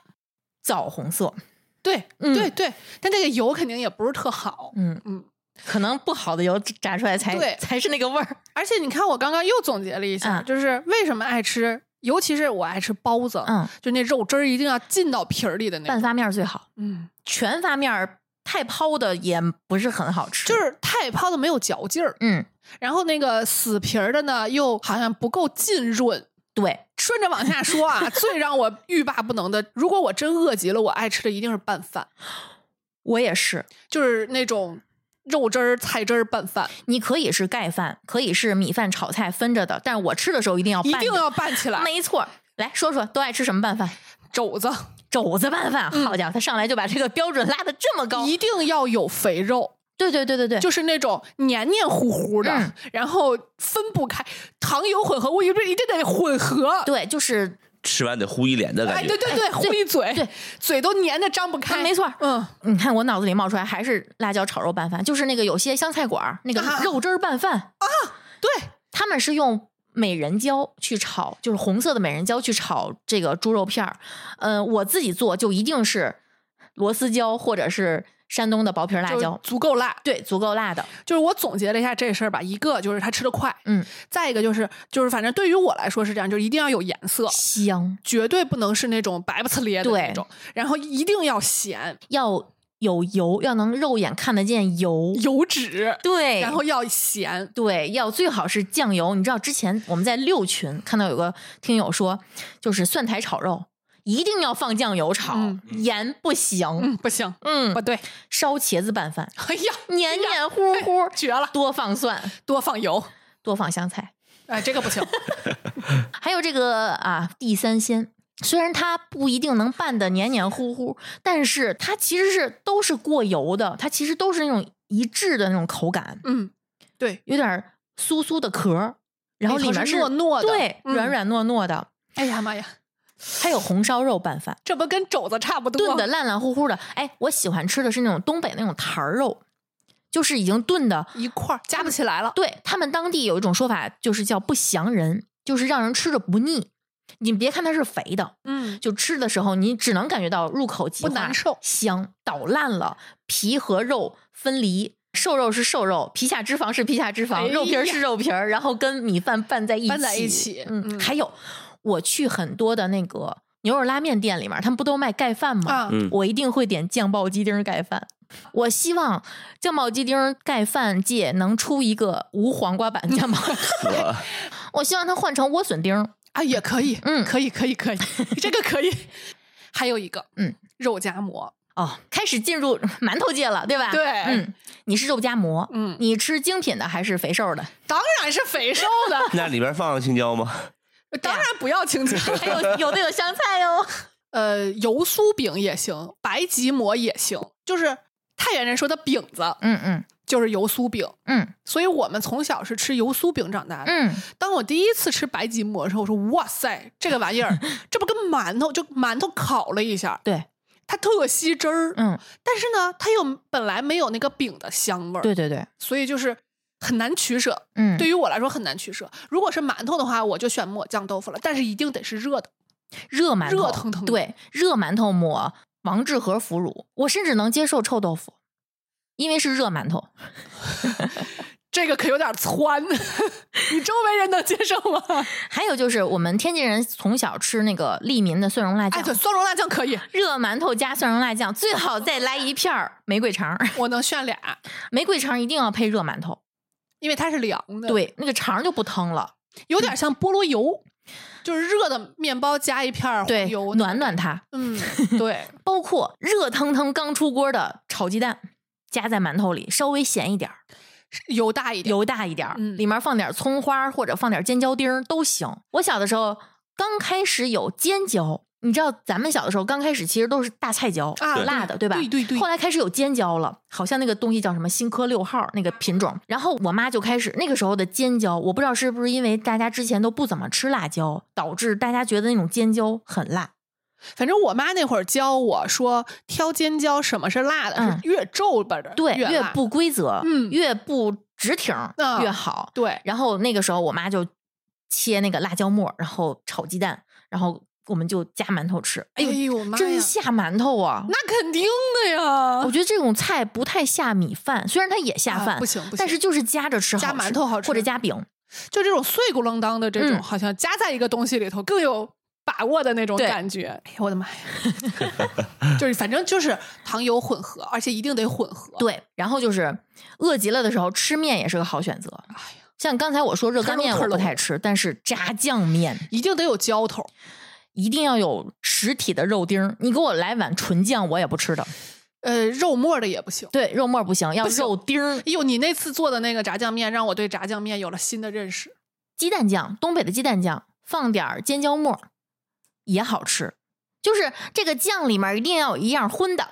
Speaker 1: 枣红色，
Speaker 2: 对，
Speaker 1: 嗯
Speaker 2: 对对，但这个油肯定也不是特好。
Speaker 1: 嗯
Speaker 2: 嗯，
Speaker 1: 可能不好的油炸出来才
Speaker 2: 对
Speaker 1: 才是那个味儿，
Speaker 2: 而且你看，我刚刚又总结了一下，
Speaker 1: 嗯
Speaker 2: 就是为什么爱吃，尤其是我爱吃包子，
Speaker 1: 嗯，
Speaker 2: 就那肉汁儿一定要进到皮儿里哦的那
Speaker 1: 半
Speaker 2: 种。
Speaker 1: 发面儿最好，
Speaker 2: 嗯，
Speaker 1: 全发面儿太泡的也不是很好吃，
Speaker 2: 就是太泡的没有嚼劲儿，
Speaker 1: 嗯，
Speaker 2: 然后那个死皮儿的呢，又好像不够浸润。
Speaker 1: 对，
Speaker 2: 顺着往下说啊， 最让我欲罢不能的，如果我真饿极了，我爱吃的一定是拌饭，
Speaker 1: 我也是，
Speaker 2: 就是那种肉汁儿、菜汁儿拌饭，
Speaker 1: 你可以是盖饭，可以是米饭炒菜分着的，但是我吃的时候一定要
Speaker 2: 一
Speaker 1: 拌
Speaker 2: 定
Speaker 1: 着
Speaker 2: 要拌起来。
Speaker 1: 没错儿。来说说都爱吃什么拌饭？
Speaker 2: 肘子
Speaker 1: 肘子拌饭，
Speaker 2: 嗯
Speaker 1: 好家伙，他上来就把这个标准拉的这么高。
Speaker 2: 一定要有肥肉，
Speaker 1: 对对对对对，
Speaker 2: 就是那种黏黏糊糊的，
Speaker 1: 嗯
Speaker 2: 然后分不开，糖油混合物一定一定得混合。
Speaker 1: 对，就是
Speaker 4: 吃完得糊一脸的
Speaker 2: 哎，
Speaker 4: 感
Speaker 2: 对
Speaker 4: 觉。
Speaker 2: 对对，
Speaker 1: 哎
Speaker 2: 糊
Speaker 1: 对
Speaker 2: 一嘴，
Speaker 1: 对
Speaker 2: 嘴都粘的张不开。
Speaker 1: 嗯没错儿
Speaker 2: 嗯，
Speaker 1: 你看我脑子里冒出来还是辣椒炒肉拌饭，就是那个有些湘菜馆儿那个
Speaker 2: 啊
Speaker 1: 肉汁儿拌饭，
Speaker 2: 对，
Speaker 1: 他们是用美人椒去炒，就是红色的美人椒去炒这个猪肉片儿。呃，我自己做就一定是螺丝椒或者是山东的薄皮儿辣
Speaker 2: 就
Speaker 1: 椒，
Speaker 2: 足够辣。
Speaker 1: 对，足够辣的。
Speaker 2: 就是我总结了一下这事儿吧，一个就是它吃的快，
Speaker 1: 嗯，
Speaker 2: 再一个就是就是反正对于我来说是这样，就是一定要有颜色。
Speaker 1: 香，
Speaker 2: 绝对不能是那种白不呲咧的
Speaker 1: 对
Speaker 2: 那种，然后一定要咸
Speaker 1: 要有油，要能肉眼看得见油，
Speaker 2: 油脂，
Speaker 1: 对，
Speaker 2: 然后要咸，
Speaker 1: 对，要最好是酱油。你知道之前我们在六群看到有个听友说，就是蒜苔炒肉一定要放酱油炒，
Speaker 2: 嗯
Speaker 1: 盐不行。
Speaker 2: 嗯，不行，
Speaker 1: 嗯
Speaker 2: 不对，
Speaker 1: 烧茄子拌饭
Speaker 2: 哎呀，
Speaker 1: 黏黏糊糊，
Speaker 2: 绝了，
Speaker 1: 多放蒜，
Speaker 2: 多放油，
Speaker 1: 多放香菜。
Speaker 2: 哎，这个不行，
Speaker 1: 还有这个啊，地三鲜，虽然它不一定能拌的黏黏糊糊，但是它其实是都是过油的，它其实都是那种一致的那种口感，
Speaker 2: 嗯，对，
Speaker 1: 有点儿酥酥的壳儿，然后
Speaker 2: 里
Speaker 1: 里
Speaker 2: 头
Speaker 1: 面
Speaker 2: 是
Speaker 1: 是
Speaker 2: 糯糯的
Speaker 1: 对，
Speaker 2: 嗯
Speaker 1: 软软糯糯的。
Speaker 2: 哎呀妈呀，
Speaker 1: 还有红烧肉拌饭，
Speaker 2: 这不跟肘子差不多？
Speaker 1: 炖的烂烂乎乎的。哎，我喜欢吃的是那种东北那种坛儿肉，就是已经炖的。
Speaker 2: 一块儿加不起来了，
Speaker 1: 对他们当地有一种说法，就是叫不祥人，就是让人吃着不腻。你别看它是肥的，
Speaker 2: 嗯，
Speaker 1: 就吃的时候你只能感觉到入口即化，
Speaker 2: 不难受
Speaker 1: 香，捣烂了，皮和肉分离。瘦肉是瘦肉，皮下脂肪是皮下脂肪，
Speaker 2: 哎呀
Speaker 1: 肉皮儿是肉皮儿，然后跟米饭拌在一起。
Speaker 2: 拌在一起
Speaker 1: 嗯，
Speaker 2: 嗯
Speaker 1: 还有我去很多的那个牛肉拉面店里面，他们不都卖盖饭吗？
Speaker 2: 啊，
Speaker 4: 嗯
Speaker 1: 我一定会点酱爆鸡丁盖饭。我希望酱爆鸡丁盖饭界能出一个无黄瓜版酱爆，
Speaker 4: 我
Speaker 1: 我希望它换成莴笋丁儿。
Speaker 2: 啊，也可以，
Speaker 1: 嗯
Speaker 2: 可以，可以，可以，这个 可以。还有一个，
Speaker 1: 嗯，
Speaker 2: 肉夹馍，
Speaker 1: 哦，开始进入 馒头界了，对吧？
Speaker 2: 对
Speaker 1: 嗯，你是肉夹馍，
Speaker 2: 嗯
Speaker 1: 你吃精品的还是肥瘦的？
Speaker 2: 当然是肥瘦 的，
Speaker 4: 那里边放青椒吗？
Speaker 2: 当然不要青椒。
Speaker 1: 还有有的有香菜哟、
Speaker 2: 呃，油酥饼也行，白吉馍也行，就是太原人说的饼子
Speaker 1: 嗯嗯
Speaker 2: 就是油酥饼，
Speaker 1: 嗯
Speaker 2: 所以我们从小是吃油酥饼长大的。
Speaker 1: 嗯，
Speaker 2: 当我第一次吃白吉馍的时候，我说哇塞，这个玩 意儿，这不跟馒头就馒头烤了一下，
Speaker 1: 对，
Speaker 2: 它特吸汁儿，
Speaker 1: 嗯
Speaker 2: 但是呢，它又本来没有那个饼的香味儿，
Speaker 1: 对对对，
Speaker 2: 所以就是很难取舍。
Speaker 1: 嗯
Speaker 2: 对于我来说很难取舍。如果是馒头的话，我就选抹酱豆腐了，但是一定得是热的。
Speaker 1: 热馒头，
Speaker 2: 热腾腾的
Speaker 1: 对，热馒头抹王致和腐乳，我甚至能接受臭豆腐，因为是热馒头。
Speaker 2: 这个可有点 窜，你周围人能接受吗？
Speaker 1: 还有就是我们天津人从小吃那个利民的蒜蓉辣
Speaker 2: 哎，
Speaker 1: 酱，
Speaker 2: 对，蒜蓉辣酱可以，
Speaker 1: 热馒头加蒜蓉辣酱，最好再来一片儿玫瑰肠儿，
Speaker 2: 我能炫俩，
Speaker 1: 玫瑰肠儿一定要配热馒头，
Speaker 2: 因为它是凉的，，
Speaker 1: 对，那个肠儿就不疼了。
Speaker 2: 有点像菠萝油，就是热的面包加一片儿红
Speaker 1: 对，
Speaker 2: 油，
Speaker 1: 暖暖它。
Speaker 2: 嗯，对，
Speaker 1: 包括热腾腾刚出锅的炒鸡蛋，加在馒头里，稍微咸一点儿，
Speaker 2: 油大一点，
Speaker 1: 油大一点儿，
Speaker 2: 嗯
Speaker 1: 里面放点葱花儿或者放点尖椒丁儿都行。我小的时候刚开始有尖椒。你知道咱们小的时候刚开始其实都是大菜椒，
Speaker 2: 啊
Speaker 1: 辣的，对吧？
Speaker 2: 对对对
Speaker 1: 后来开始有尖椒了，好像那个东西叫什么新科六号那个品种。然后我妈就开始那个时候的尖椒，我不知道是不是因为大家之前都不怎么吃辣椒，导致大家觉得那种尖椒很辣。
Speaker 2: 反正我妈那会儿教我说，挑尖椒什么是辣的，
Speaker 1: 嗯
Speaker 2: 是越皱巴的，
Speaker 1: 对，
Speaker 2: 越
Speaker 1: 越
Speaker 2: 辣
Speaker 1: 不规则，
Speaker 2: 嗯
Speaker 1: 越不直挺儿
Speaker 2: 嗯
Speaker 1: 越好。
Speaker 2: 对，
Speaker 1: 然后那个时候我妈就切那个辣椒末儿，然后炒鸡蛋，然后我们就夹馒头吃。哎
Speaker 2: 哎
Speaker 1: 呦，
Speaker 2: 呦妈
Speaker 1: 真
Speaker 2: 呀，
Speaker 1: 下馒头啊！
Speaker 2: 那肯定的呀，
Speaker 1: 我觉得这种菜不太下米饭，虽然它也哦下
Speaker 2: 啊
Speaker 1: 饭，
Speaker 2: 不行不行，
Speaker 1: 但是就是夹着吃好吃，
Speaker 2: 加馒头好吃
Speaker 1: 或者加饼。
Speaker 2: 就这种碎骨愣当的这种，
Speaker 1: 嗯
Speaker 2: 好像夹在一个东西里头更有把握的那种
Speaker 1: 对
Speaker 2: 感觉。哎呀，我的妈呀！ 就是反正就是糖油混合，而且一定得混合。，
Speaker 1: 对，然后就是饿极了的时候吃面也是个好选择。
Speaker 2: 哎呀，
Speaker 1: 像刚才我说热干面
Speaker 2: 特
Speaker 1: 我
Speaker 2: 儿
Speaker 1: 不
Speaker 2: 都特儿
Speaker 1: 太
Speaker 2: 都
Speaker 1: 吃，但是炸酱面
Speaker 2: 一定得有浇头。
Speaker 1: 一定要有实体的肉丁儿，你给我来碗纯酱我也不吃的。
Speaker 2: 呃，肉末的也不行。
Speaker 1: 对，肉末儿不行，要
Speaker 2: 不行
Speaker 1: 肉丁儿、
Speaker 2: 哎呦，你那次做的那个炸酱面，让我对炸酱面有了新的认识。
Speaker 1: 鸡蛋酱，东北的鸡蛋酱，放点儿尖椒末儿也好吃。就是这个酱里面一定要有一样荤的、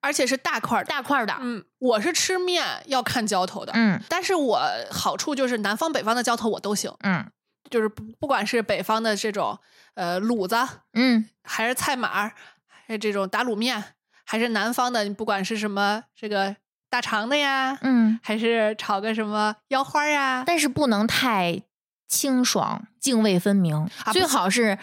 Speaker 2: 而且是大块儿的，
Speaker 1: 大块儿的。
Speaker 2: 嗯，我是吃面要看浇头的，
Speaker 1: 嗯
Speaker 2: 但是我好处就是南方北方的浇头我都行，
Speaker 1: 嗯
Speaker 2: 就是不不管是北方的这种呃卤子，
Speaker 1: 嗯
Speaker 2: 还是菜码儿，还是这种打卤面，还是南方的，你不管是什么这个大肠的呀，
Speaker 1: 嗯，
Speaker 2: 还是炒个什么腰花儿呀，
Speaker 1: 但是不能太清爽，泾渭分明，
Speaker 2: 啊不
Speaker 1: 最
Speaker 2: 行
Speaker 1: 好是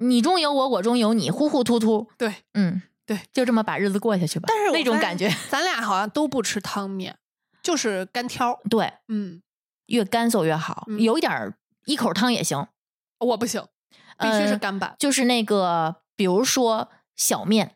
Speaker 1: 你中有我，我中有你，糊糊涂涂。
Speaker 2: 对，
Speaker 1: 嗯，
Speaker 2: 对，
Speaker 1: 就这么把日子过下去吧。
Speaker 2: 但是我
Speaker 1: 那种
Speaker 2: 发
Speaker 1: 感觉
Speaker 2: 现，咱俩好像都不吃汤面，就是干挑儿。
Speaker 1: 对，
Speaker 2: 嗯，
Speaker 1: 越干瘦越好，
Speaker 2: 嗯
Speaker 1: 有一点儿一口汤也行，
Speaker 2: 我不行，必须是
Speaker 1: 呃
Speaker 2: 干拌，
Speaker 1: 就是那个，比如说小面，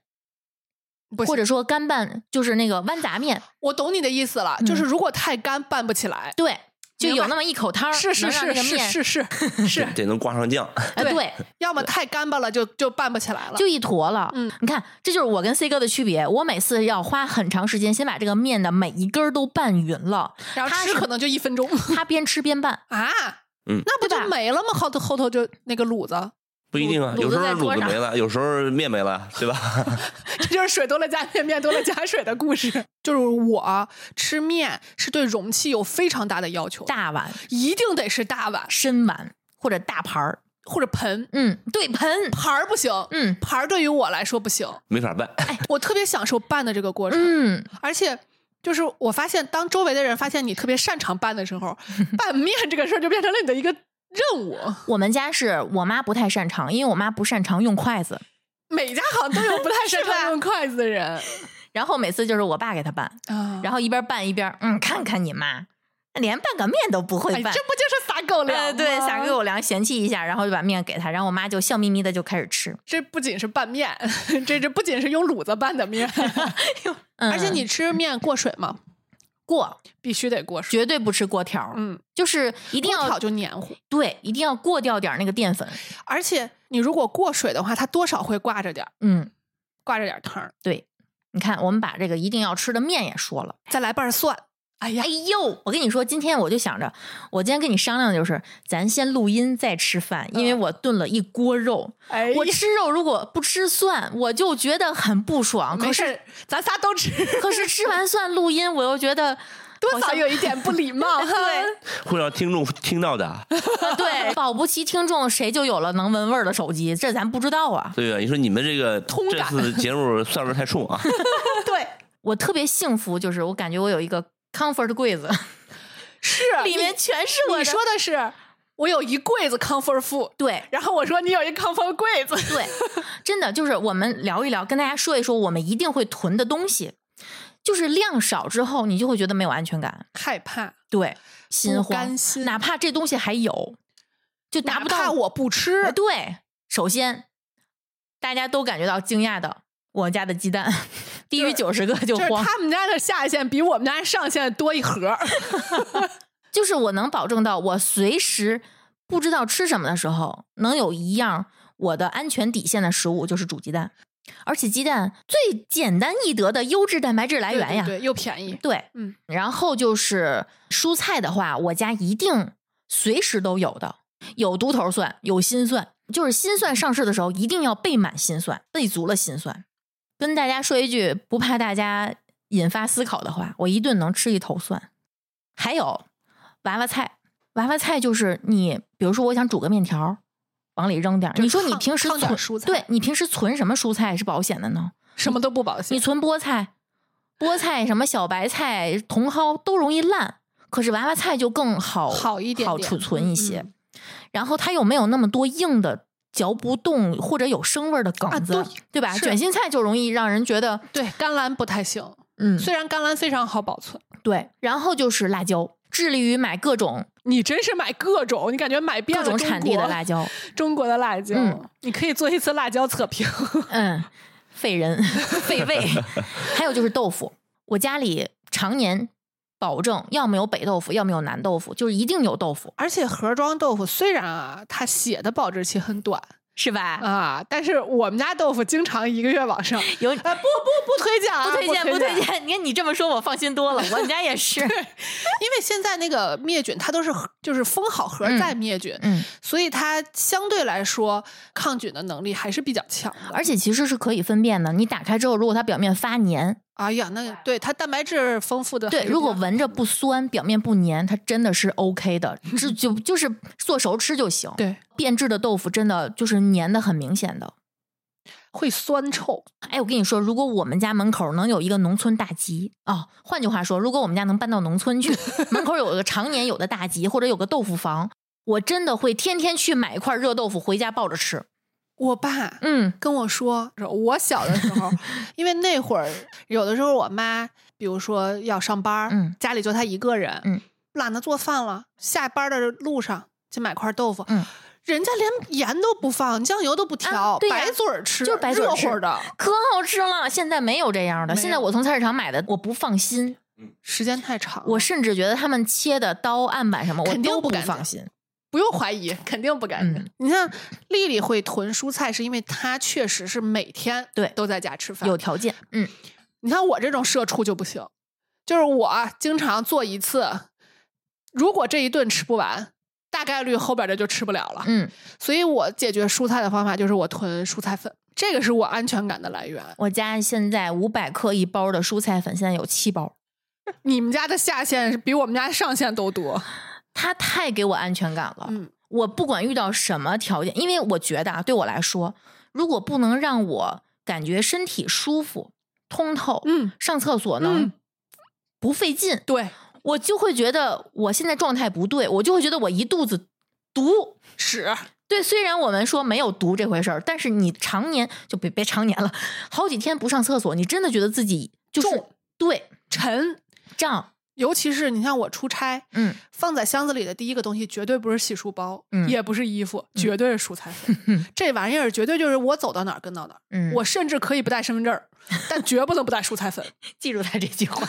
Speaker 2: 不行
Speaker 1: 或者说干拌，就是那个豌杂面，
Speaker 2: 我懂你的意思了，
Speaker 1: 嗯
Speaker 2: 就是如果太干拌不起来。
Speaker 1: 对，就
Speaker 2: 明
Speaker 1: 有
Speaker 2: 白
Speaker 1: 那么一口汤儿，
Speaker 2: 是是
Speaker 1: 能让那
Speaker 2: 是
Speaker 1: 个面，
Speaker 2: 是是是是，
Speaker 4: 得能挂上酱。
Speaker 1: 哎
Speaker 2: 对
Speaker 1: 对，
Speaker 2: 要么太干巴了就就拌不起来了。
Speaker 1: 就一坨了。
Speaker 2: 嗯，
Speaker 1: 你看，这就是我跟 C 哥的区别。我每次要花很长时间，先把这个面的每一根儿都拌匀了，
Speaker 2: 然后
Speaker 1: 它
Speaker 2: 吃
Speaker 1: 是
Speaker 2: 可能就一分钟
Speaker 1: 他边吃边拌。
Speaker 2: 啊，
Speaker 4: 嗯
Speaker 2: 那不
Speaker 1: 对吧
Speaker 2: 就没了吗？后头后头就那个卤子，
Speaker 4: 不一定啊，
Speaker 1: 卤
Speaker 4: 有时候
Speaker 1: 卤子在桌
Speaker 4: 卤子
Speaker 1: 上
Speaker 4: 没了，有时候面没了，对吧？
Speaker 2: 这就是水多了加面，面多了 加水的故事。就是我吃面是对容器有非常大的要求，
Speaker 1: 大碗、
Speaker 2: 一定得是大碗
Speaker 1: 深碗或者大盘儿，
Speaker 2: 或者盆，
Speaker 1: 嗯，对盆，
Speaker 2: 盘儿不行，
Speaker 1: 嗯
Speaker 2: 盘儿对于我来说不 行。
Speaker 4: 没法办。
Speaker 2: 我特别享受拌的这个过程，
Speaker 1: 嗯，
Speaker 2: 而且就是我发现，当周围的人发现你特别擅长拌的时 候，拌面这个事儿就变成了你的一个任务。
Speaker 1: 我们家是我妈不太擅长，因为我妈不擅长用筷子，
Speaker 2: 每家好像都有不太 擅
Speaker 1: 吧
Speaker 2: 长用筷子的人
Speaker 1: 然后每次就是我爸给她拌，
Speaker 2: 啊
Speaker 1: 然后一边拌一边，嗯，看看你妈，连拌个面都不会
Speaker 2: 哎，
Speaker 1: 拌。
Speaker 2: 这不就是撒狗粮吗、
Speaker 1: 呃，对，撒给我粮嫌弃一下，然后就把面给她，然后我妈就笑眯眯的就开始吃。
Speaker 2: 这不仅是拌面， 这这不仅是用卤子拌的面，
Speaker 1: 嗯、
Speaker 2: 而且你吃面过水吗？
Speaker 1: 过
Speaker 2: 必须得过水，
Speaker 1: 绝对不吃锅条儿，
Speaker 2: 嗯，
Speaker 1: 就是一定
Speaker 2: 过
Speaker 1: 要
Speaker 2: 炒就黏糊。
Speaker 1: 对，一定要过掉点儿那个淀粉。
Speaker 2: 而且你如果过水的话，它多少会挂着点儿，
Speaker 1: 嗯，
Speaker 2: 挂着点儿汤儿，
Speaker 1: 对，你看，我们把这个一定要吃的面也说了。
Speaker 2: 再来瓣儿蒜。哎呀
Speaker 1: 哎，呦，我跟你说，今天我就想着，我今天跟你商量的就是，咱先录音再吃饭，因为我炖了一锅肉。
Speaker 2: 哎呀
Speaker 1: 我吃肉如果不吃蒜，我就觉得很不爽。可
Speaker 2: 没事
Speaker 1: 是，
Speaker 2: 儿，咱仨都 吃，
Speaker 1: 可是吃完蒜录音，我又觉得
Speaker 2: 多少有一点不礼貌 哈。
Speaker 1: 对
Speaker 4: 会让听众听到的。
Speaker 1: 啊对，保不齐听众谁就有了能闻味儿的手机，这咱不知道啊。
Speaker 4: 对啊，你说你们这个
Speaker 2: 通
Speaker 4: 这
Speaker 2: 感
Speaker 4: 次节目算不太冲啊？
Speaker 2: 对，
Speaker 1: 我特别幸福，就是我感觉我有一个 comfort 柜子，
Speaker 2: 是啊
Speaker 1: 里面全是我的。
Speaker 2: 你 说的是我有一柜子康复富，
Speaker 1: 对，
Speaker 2: 然后我说你有一康复柜子，
Speaker 1: 对，真的就是我们聊一聊，跟大家说一说我们一定会囤的东西，就是量少之后，你就会觉得没有安全感，
Speaker 2: 害怕
Speaker 1: 对，心
Speaker 2: 不甘
Speaker 1: 慌，
Speaker 2: 心，
Speaker 1: 哪怕这东西还有，就达
Speaker 2: 哪
Speaker 1: 不
Speaker 2: 怕
Speaker 1: 到。呃哎
Speaker 2: 我不吃，
Speaker 1: 对，首先大家都感觉到惊讶的，我家的鸡蛋 低于九十个就
Speaker 2: 就是
Speaker 1: 慌，
Speaker 2: 他们家的下限比我们家上限多一盒儿，
Speaker 1: 就是我能保证到我随时不知道吃什么的时候，能有一样我的安全底线的食物就是煮鸡蛋。而且鸡蛋最简单易得的优质蛋白质来源呀，
Speaker 2: 对对对，又便宜，
Speaker 1: 对，
Speaker 2: 嗯，
Speaker 1: 然后就是蔬菜的话，我家一定随时都有的，有独头蒜，有新蒜，就是新蒜上市的时候一定要备满新蒜，备足了新蒜。跟大家说一句不怕大家引发思考的话，我一顿能吃一头蒜。还有娃娃菜，娃娃菜就是你，比如说我想煮个面条儿，往里扔点儿。
Speaker 2: 就
Speaker 1: 你说你
Speaker 2: 烫
Speaker 1: 平时
Speaker 2: 烫点
Speaker 1: 存
Speaker 2: 蔬菜
Speaker 1: 对你平时存什么蔬菜是保险的呢？
Speaker 2: 什么都不保
Speaker 1: 你
Speaker 2: 险。
Speaker 1: 存菠菜、菠菜什么小白菜、茼蒿都容易烂，可是娃娃菜就更好
Speaker 2: 好一点点
Speaker 1: 好储存一些。
Speaker 2: 嗯
Speaker 1: 然后它又没有那么多硬的嚼不动或者有生味儿的
Speaker 2: 啊
Speaker 1: 梗子，
Speaker 2: 对
Speaker 1: 吧？
Speaker 2: 是
Speaker 1: 卷心菜就容易让人觉得
Speaker 2: 对，甘蓝不太行，
Speaker 1: 嗯，
Speaker 2: 虽然甘蓝非常好保存。
Speaker 1: 对。然后就是辣椒，致力于买各种
Speaker 2: 你真是买各种，你感觉买遍
Speaker 1: 各
Speaker 2: 了
Speaker 1: 种
Speaker 2: 中
Speaker 1: 产地的
Speaker 2: 国
Speaker 1: 辣 椒，
Speaker 2: 中国的辣椒，
Speaker 1: 嗯
Speaker 2: 你可以做一次辣椒测评。
Speaker 1: 嗯，费人费胃。还有就是豆腐，我家里常年保证要么有北豆腐，要么有南豆腐，就是一定有豆腐，
Speaker 2: 而且盒装豆腐虽然啊，它写的保质期很短
Speaker 1: 是吧？
Speaker 2: 啊，但是我们家豆腐经常一个月往上。
Speaker 1: 有
Speaker 2: 啊，不不不推荐啊，
Speaker 1: 不推荐，
Speaker 2: 不
Speaker 1: 不推。荐。你 看你这么说，我放心多了。我们家也是，
Speaker 2: 因为现在那个灭菌，它都是盒就是封好盒
Speaker 1: 嗯
Speaker 2: 再灭菌，
Speaker 1: 嗯，
Speaker 2: 所以它相对来说抗菌的能力还是比较强的。
Speaker 1: 而且其实是可以分辨的。你打开之后，如果它表面发黏，
Speaker 2: 哎呀，那个对它蛋白质丰富的还
Speaker 1: 对，
Speaker 2: 是比较，
Speaker 1: 如果闻着不酸，表面不黏，它真的是 OK 的，这就就是做熟吃就行。
Speaker 2: 对
Speaker 1: 变质的豆腐真的就是黏的很明显的。
Speaker 2: 会酸臭，
Speaker 1: 哎，我跟你说，如果我们家门口能有一个农村大集啊、哦换句话说，如果我们家能搬到农村去，门口有个常年有的大集，或者有个豆腐房，我真的会天天去买一块热豆腐回家抱着吃。
Speaker 2: 我爸
Speaker 1: 嗯，
Speaker 2: 跟我说，我小的时 候，因为那会儿有的时候我妈，比如说要上班儿，
Speaker 1: 嗯
Speaker 2: 家里就她一个人，
Speaker 1: 嗯
Speaker 2: 懒得做饭了，下班的路上就买块豆腐，
Speaker 1: 嗯
Speaker 2: 人家连盐都不放，酱油都不调，
Speaker 1: 啊对呀
Speaker 2: 白嘴儿吃，
Speaker 1: 就是白嘴儿
Speaker 2: 热
Speaker 1: 吃
Speaker 2: 乎儿的，
Speaker 1: 可好吃了，现在没有这样的。
Speaker 2: 没有
Speaker 1: 现在我从菜市场买的，我不放心，
Speaker 2: 时间太长了，
Speaker 1: 我甚至觉得他们切的刀、案板什么，我
Speaker 2: 哦肯定
Speaker 1: 都
Speaker 2: 不哎干净
Speaker 1: 放心。
Speaker 2: 不用怀疑，肯定不干净。
Speaker 1: 嗯
Speaker 2: 你像丽丽会囤蔬菜，是因为她确实是每天
Speaker 1: 对
Speaker 2: 都在家吃饭，
Speaker 1: 有条件，嗯，
Speaker 2: 你看我这种社畜就不行，就是我经常做一次，如果这一顿吃不完，大概率后边的就吃不了了。
Speaker 1: 嗯，
Speaker 2: 所以我解决蔬菜的方法就是我囤蔬菜粉，这个是我安全感的来源。
Speaker 1: 我家现在五百克一包的蔬菜粉，现在有七包，
Speaker 2: 你们家的下限是比我们家上限都多，
Speaker 1: 它太给我安全感了。
Speaker 2: 嗯，
Speaker 1: 我不管遇到什么条件，因为我觉得啊，对我来说，如果不能让我感觉身体舒服、通透，
Speaker 2: 嗯，
Speaker 1: 上厕所能
Speaker 2: 嗯
Speaker 1: 不费劲，
Speaker 2: 对，
Speaker 1: 我就会觉得我现在状态不对，我就会觉得我一肚子毒。
Speaker 2: 屎，
Speaker 1: 对，虽然我们说没有毒这回事儿，但是你常年就别别常年了，好几天不上厕所，你真的觉得自己就是
Speaker 2: 重
Speaker 1: 对
Speaker 2: 沉。
Speaker 1: 胀，
Speaker 2: 尤其是你像我出差，
Speaker 1: 嗯，
Speaker 2: 放在箱子里的第一个东西绝对不是洗漱包，
Speaker 1: 嗯
Speaker 2: 也不是衣服，绝对是蔬菜粉。 这玩意儿绝对就是我走到哪儿跟到哪儿。
Speaker 1: 嗯，
Speaker 2: 我甚至可以不带身份证儿，但绝不能不带蔬 菜粉
Speaker 1: 记住他这句话，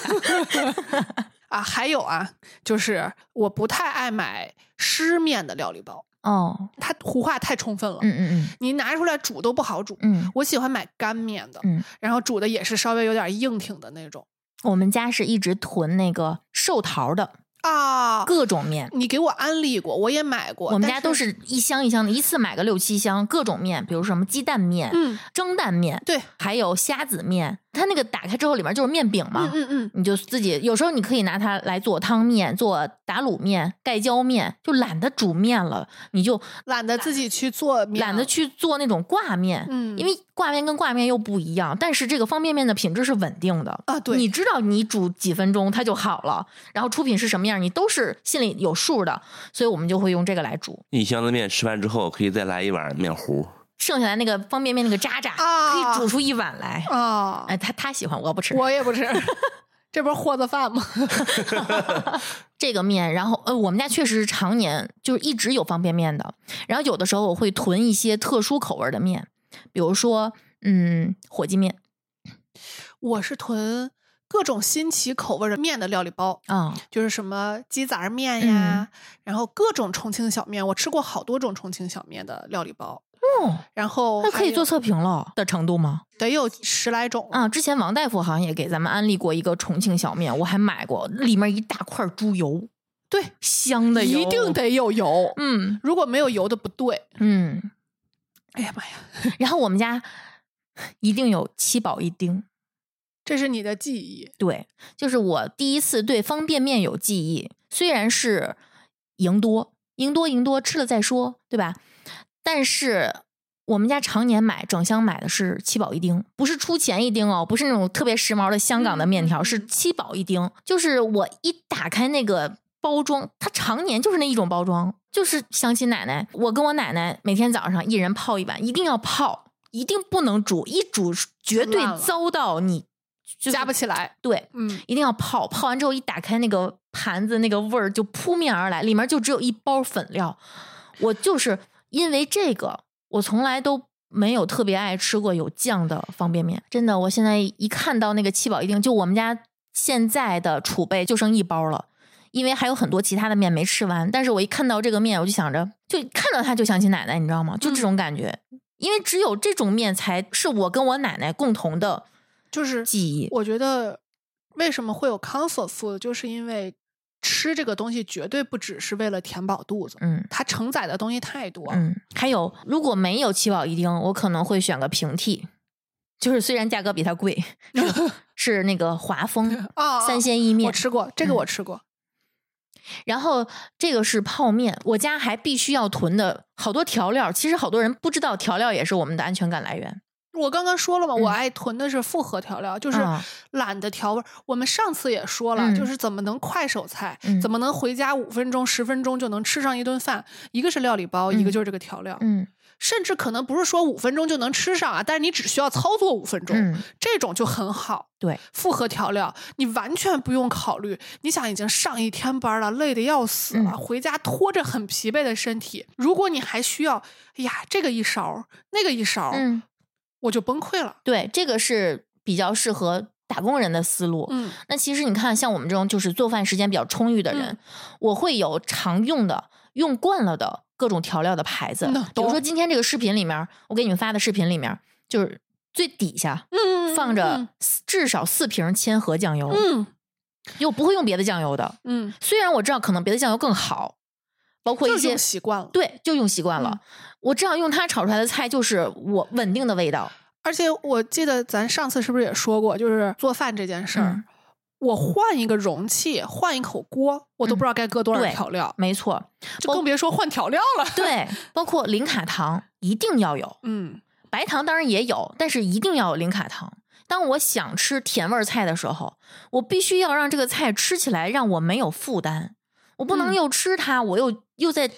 Speaker 2: 啊！还有啊，就是我不太爱买湿面的料理包，
Speaker 1: 哦，
Speaker 2: 它糊化太充分了，
Speaker 1: 嗯嗯
Speaker 2: 你拿出来煮都不好煮。
Speaker 1: 嗯嗯，
Speaker 2: 我喜欢买干面的，
Speaker 1: 嗯
Speaker 2: 然后煮的也是稍微有点硬挺的那种
Speaker 1: 我们家是一直囤那个寿桃的
Speaker 2: 啊。
Speaker 1: 各种面。
Speaker 2: 你给我安利过，我也买过，
Speaker 1: 我们
Speaker 2: 但
Speaker 1: 家都
Speaker 2: 是
Speaker 1: 是一箱一箱的，一次买个六七箱，各种面，比如什么鸡蛋面、
Speaker 2: 嗯，
Speaker 1: 蒸蛋面，
Speaker 2: 对，
Speaker 1: 还有虾子面。它那个打开之后里面就是面饼嘛，
Speaker 2: 嗯嗯嗯，
Speaker 1: 你就自己有时候你可以拿它来做汤面、做打卤面、盖浇面，就懒得煮面了，你就
Speaker 2: 懒得自己去做面，
Speaker 1: 懒得，去做那种挂面，
Speaker 2: 嗯，
Speaker 1: 因为挂面跟挂面又不一样。但是这个方便面的品质是稳定的
Speaker 2: 啊对
Speaker 1: 你知道你煮几分钟它就好了，然后出品是什么样你都是心里有数的，所以我们就会用这个来煮。
Speaker 4: 一箱子面吃完之后，可以再来一碗面糊。
Speaker 1: 剩下来那个方便面那个渣渣、
Speaker 2: 啊
Speaker 1: 可以煮出一碗来。
Speaker 2: 啊，
Speaker 1: 哎，他他喜欢，我不吃
Speaker 2: 我也不吃， 这不是和的饭吗？
Speaker 1: 这个面。然后，呃，我们家确实是常年就是一直有方便面的。然后有的时候我会囤一些特殊口味的面，比如说，嗯，火鸡面
Speaker 2: 我是囤各种新奇口味儿的面的料理包，
Speaker 1: 啊、
Speaker 2: 就是什么鸡杂儿面呀，
Speaker 1: 嗯
Speaker 2: 然后各种重庆小面，我吃过好多种重庆小面的料理包，
Speaker 1: 哦，
Speaker 2: 然后
Speaker 1: 那可
Speaker 2: 还
Speaker 1: 以
Speaker 2: 有
Speaker 1: 做测评了的程度吗？
Speaker 2: 得有十来种
Speaker 1: 啊，之前王大夫好像也给咱们安利过一个重庆小面，我还买过，里面一大块猪油，
Speaker 2: 对，
Speaker 1: 香的油，
Speaker 2: 一定，得有油，
Speaker 1: 嗯
Speaker 2: 如果没有油的不对。
Speaker 1: 嗯。
Speaker 2: 哎呀妈呀，
Speaker 1: 然后我们家一定有七宝一丁。
Speaker 2: 这是你的记忆，
Speaker 1: 对，就是我第一次对方便面有记忆，虽然是赢多，赢多赢多吃了再说，对吧？但是我们家常年买整箱买的是七宝一丁，不是出前一丁哦，不是那种特别时髦的香港的面条，
Speaker 2: 嗯嗯
Speaker 1: 是七宝一丁。就是我一打开那个包装，它常年就是那一种包装，就是相亲奶奶。我跟我奶奶每天早上一人泡一碗，一定要泡，一定不能煮，一煮绝对
Speaker 2: 烂了
Speaker 1: 糟到你。就是
Speaker 2: 加不起来。
Speaker 1: 对，
Speaker 2: 嗯，
Speaker 1: 一定要泡，泡完之后一打开那个盘子，那个味儿就扑面而来，里面就只有一包粉料。我就是因为这个，我从来都没有特别爱吃过有酱的方便面。真的，我现在一看到那个七宝一定，就我们家现在的储备就剩一包了。因为还有很多其他的面没吃完，但是我一看到这个面，我就想着，就看到它就想起奶奶，你知道吗？就这种感觉，因为只有这种面才是我跟我奶奶共同的
Speaker 2: 就是
Speaker 1: 记忆。
Speaker 2: 我觉得为什么会有康索素，就是因为吃这个东西绝对不只是为了填饱肚子，
Speaker 1: 嗯，
Speaker 2: 它承载的东西太多。
Speaker 1: 嗯，还有，如果没有七宝一丁，我可能会选个平替，就是虽然价格比它贵，是是那个华丰
Speaker 2: 啊、
Speaker 1: 三鲜意面
Speaker 2: 我，吃过这个，
Speaker 1: 嗯
Speaker 2: 我吃过。
Speaker 1: 然后这个是泡面，我家还必须要囤的好多调料。其实好多人不知道，调料也是我们的安全感来源。
Speaker 2: 我刚刚说了嘛，我
Speaker 1: 嗯
Speaker 2: 爱囤的是复合调料，就是
Speaker 1: 啊
Speaker 2: 懒得调味儿。我们上次也说了，
Speaker 1: 嗯
Speaker 2: 就是怎么能快手菜，
Speaker 1: 嗯
Speaker 2: 怎么能回家五分钟、十分钟就能吃上一顿饭？一个是料理包，一个
Speaker 1: 嗯
Speaker 2: 就是这个调料，
Speaker 1: 嗯
Speaker 2: 甚至可能不是说五分钟就能吃上啊，但是你只需要操作五分钟，
Speaker 1: 嗯，
Speaker 2: 这种就很好。
Speaker 1: 对，
Speaker 2: 复合调料，你完全不用考虑。你想，已经上一天班了，累得要死了，
Speaker 1: 嗯
Speaker 2: 回家拖着很疲惫的身体，如果你还需要，哎呀，这个一勺，那个一勺，
Speaker 1: 嗯，
Speaker 2: 我就崩溃了。
Speaker 1: 对，这个是比较适合打工人的思路。
Speaker 2: 嗯
Speaker 1: 那其实你看，像我们这种就是做饭时间比较充裕的人，
Speaker 2: 嗯
Speaker 1: 我会有常用的、用惯了的各种调料的牌子。
Speaker 2: 那
Speaker 1: 比如
Speaker 2: 懂
Speaker 1: 说今天这个视频里面，我给你们发的视频里面，就是最底下
Speaker 2: 嗯，
Speaker 1: 放着四至少四瓶千和酱油，
Speaker 2: 嗯，
Speaker 1: 因为我不会用别的酱油的。
Speaker 2: 嗯，嗯，
Speaker 1: 虽然我知道可能别的酱油更好，包括
Speaker 2: 就
Speaker 1: 一
Speaker 2: 是
Speaker 1: 些
Speaker 2: 用习嗯惯了。
Speaker 1: 对，就用习惯了。我知道用它炒出来的菜就是我稳定的味道。
Speaker 2: 而且我记得咱上次是不是也说过，就是做饭这件事儿，
Speaker 1: 嗯
Speaker 2: 我换一个容器，换一口锅，我都不知道该搁多少
Speaker 1: 嗯对
Speaker 2: 调料，
Speaker 1: 没 错，
Speaker 2: 就更别说换调料了。
Speaker 1: 对，包括零卡糖一定要有。
Speaker 2: 嗯，
Speaker 1: 白糖当然也有，但是一定要有零卡糖。当我想吃甜味儿菜的时候，我必须要让这个菜吃起来让我没有负担，我不能
Speaker 2: 嗯
Speaker 1: 又吃它，我又又在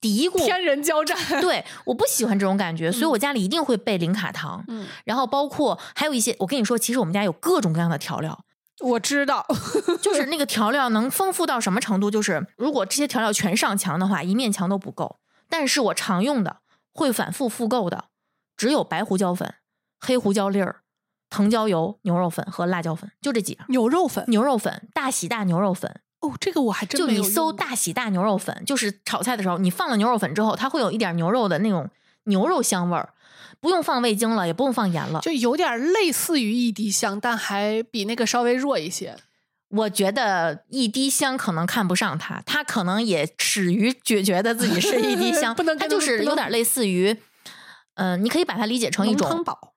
Speaker 1: 嘀咕。
Speaker 2: 天人 交战。
Speaker 1: 对，我不喜欢这种感觉，所以我家里一定会备零卡糖。
Speaker 2: 嗯，
Speaker 1: 然后包括还有一些，我跟你说，其实我们家有各种各样的调料，
Speaker 2: 我知道。
Speaker 1: 就是那个调料能丰富到什么程度？就是如果这些调料全上墙的话，一面墙都不够。但是我常用的、会反复复购的，只有白胡椒粉、黑胡椒粒儿、藤椒油、牛肉粉和辣椒粉，就这几样。
Speaker 2: 牛肉粉
Speaker 1: 牛肉粉，大喜大牛肉粉，
Speaker 2: 哦，这个我还真
Speaker 1: 就
Speaker 2: 没有
Speaker 1: 你搜
Speaker 2: 用过
Speaker 1: 大喜大牛肉粉，就是炒菜的时候，你放了牛肉粉之后，它会有一点牛肉的那种牛肉香味儿，不用放味精了，也不用放盐了。
Speaker 2: 就有点类似于一滴香，但还比那个稍微弱一些。
Speaker 1: 我觉得一滴香可能看不上它，它可能也始于觉觉得自己是一滴香，
Speaker 2: 不能
Speaker 1: 它
Speaker 2: 跟
Speaker 1: 就是
Speaker 2: 不
Speaker 1: 有
Speaker 2: 能
Speaker 1: 点类似于，嗯、你可以把它理解成一
Speaker 2: 浓汤
Speaker 1: 种，
Speaker 2: 宝，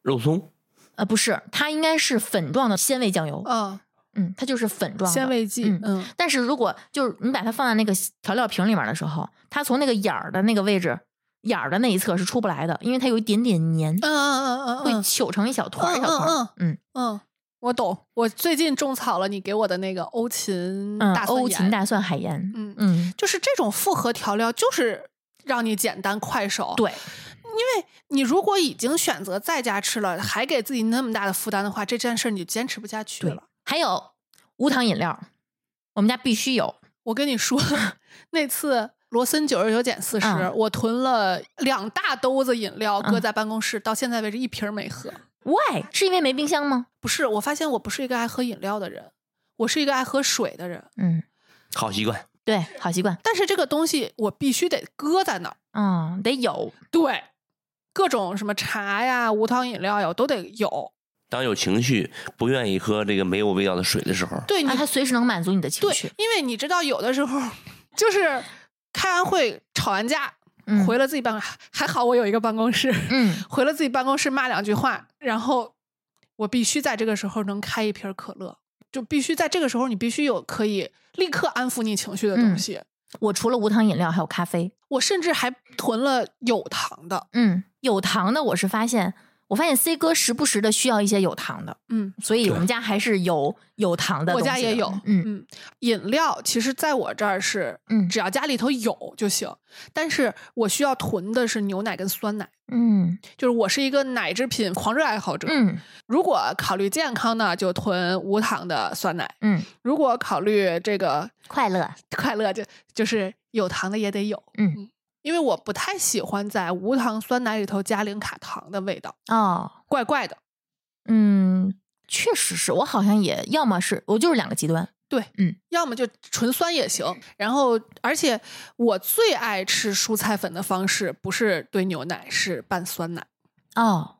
Speaker 4: 肉松，
Speaker 1: 呃，不是，它应该是粉状的鲜味酱油，
Speaker 2: 嗯，
Speaker 1: 嗯，它就是粉状的
Speaker 2: 鲜味剂
Speaker 1: 嗯，
Speaker 2: 嗯，
Speaker 1: 但是如果就是你把它放在那个调料瓶里面的时候，它从那个眼儿的那个位置，眼儿的那一侧是出不来的，因为它有一点点黏，
Speaker 2: 嗯嗯嗯嗯
Speaker 1: 会
Speaker 2: 嗯
Speaker 1: 揪成一小团儿一小团儿，嗯
Speaker 2: 嗯，我懂。我最近种草了你给我的那个欧芹
Speaker 1: 嗯，
Speaker 2: 大蒜
Speaker 1: 欧
Speaker 2: 盐
Speaker 1: 芹大蒜海盐，
Speaker 2: 嗯
Speaker 1: 嗯，
Speaker 2: 就是这种复合调料，就是让你简单快手。，
Speaker 1: 对，
Speaker 2: 因为你如果已经选择在家吃了，还给自己那么大的负担的话，这件事儿你就坚持不下去
Speaker 1: 对
Speaker 2: 了。
Speaker 1: 还有无糖饮料，我们家必须有。
Speaker 2: 我跟 你说，那次罗森九十九减四十
Speaker 1: 嗯，
Speaker 2: 我囤了两大兜子饮料，搁
Speaker 1: 嗯
Speaker 2: 在办公室，到现在为止一瓶儿没喝。
Speaker 1: Why？是因为没冰箱吗？
Speaker 2: 不是，我发现我不是一个爱喝饮料的人，我是一个爱喝水的人。
Speaker 1: 嗯，
Speaker 4: 好习惯。
Speaker 1: 对，好习惯。
Speaker 2: 但是这个东西我必须得搁在那儿，
Speaker 1: 嗯，得有。
Speaker 2: 对，各种什么茶呀、无糖饮料呀，我都得有。
Speaker 4: 当有情绪不愿意喝这个没有味道的水的时候，
Speaker 2: 对你、
Speaker 1: 啊，它随时能满足你的情
Speaker 2: 对
Speaker 1: 绪，。
Speaker 2: 因为你知道，有的时候 就是开完会、吵完架，
Speaker 1: 嗯
Speaker 2: 回了自己办公，还好我有一个办公室，
Speaker 1: 嗯，
Speaker 2: 回了自己办公室骂两句话，然后我必须在这个时候能开一瓶可乐，就必须在这个时候，你必须有可以立刻安抚你情绪的东
Speaker 1: 嗯
Speaker 2: 西。
Speaker 1: 我除了无糖饮料，还有咖啡。
Speaker 2: 我甚至还囤了有糖的，
Speaker 1: 嗯，有糖的我是发现，我发现 C 哥时不时的需要一些有糖的，
Speaker 2: 嗯，
Speaker 1: 所以我们家还是有有糖的
Speaker 2: 我
Speaker 1: 东西的。
Speaker 2: 家也有，
Speaker 1: 嗯
Speaker 2: 嗯，饮料其实在我这儿是，
Speaker 1: 嗯
Speaker 2: 只要家里头有就行，但是我需要囤的是牛奶跟酸奶，
Speaker 1: 嗯
Speaker 2: 就是我是一个奶制品狂热爱好者，
Speaker 1: 嗯
Speaker 2: 如果考虑健康呢，就囤无糖的酸奶；
Speaker 1: 嗯，
Speaker 2: 如果考虑这个
Speaker 1: 快乐。
Speaker 2: 快乐，就就是有糖的也得有。
Speaker 1: 嗯
Speaker 2: 因为我不太喜欢在无糖酸奶里头加零卡糖的味道，
Speaker 1: 哦，
Speaker 2: 怪怪的。
Speaker 1: 嗯，确实是我好像也要么是我就是两个极端。
Speaker 2: 对，
Speaker 1: 嗯，
Speaker 2: 要么就纯酸也行。然后，而且我最爱吃蔬菜粉的方式不是兑牛奶，是拌酸奶。
Speaker 1: 哦，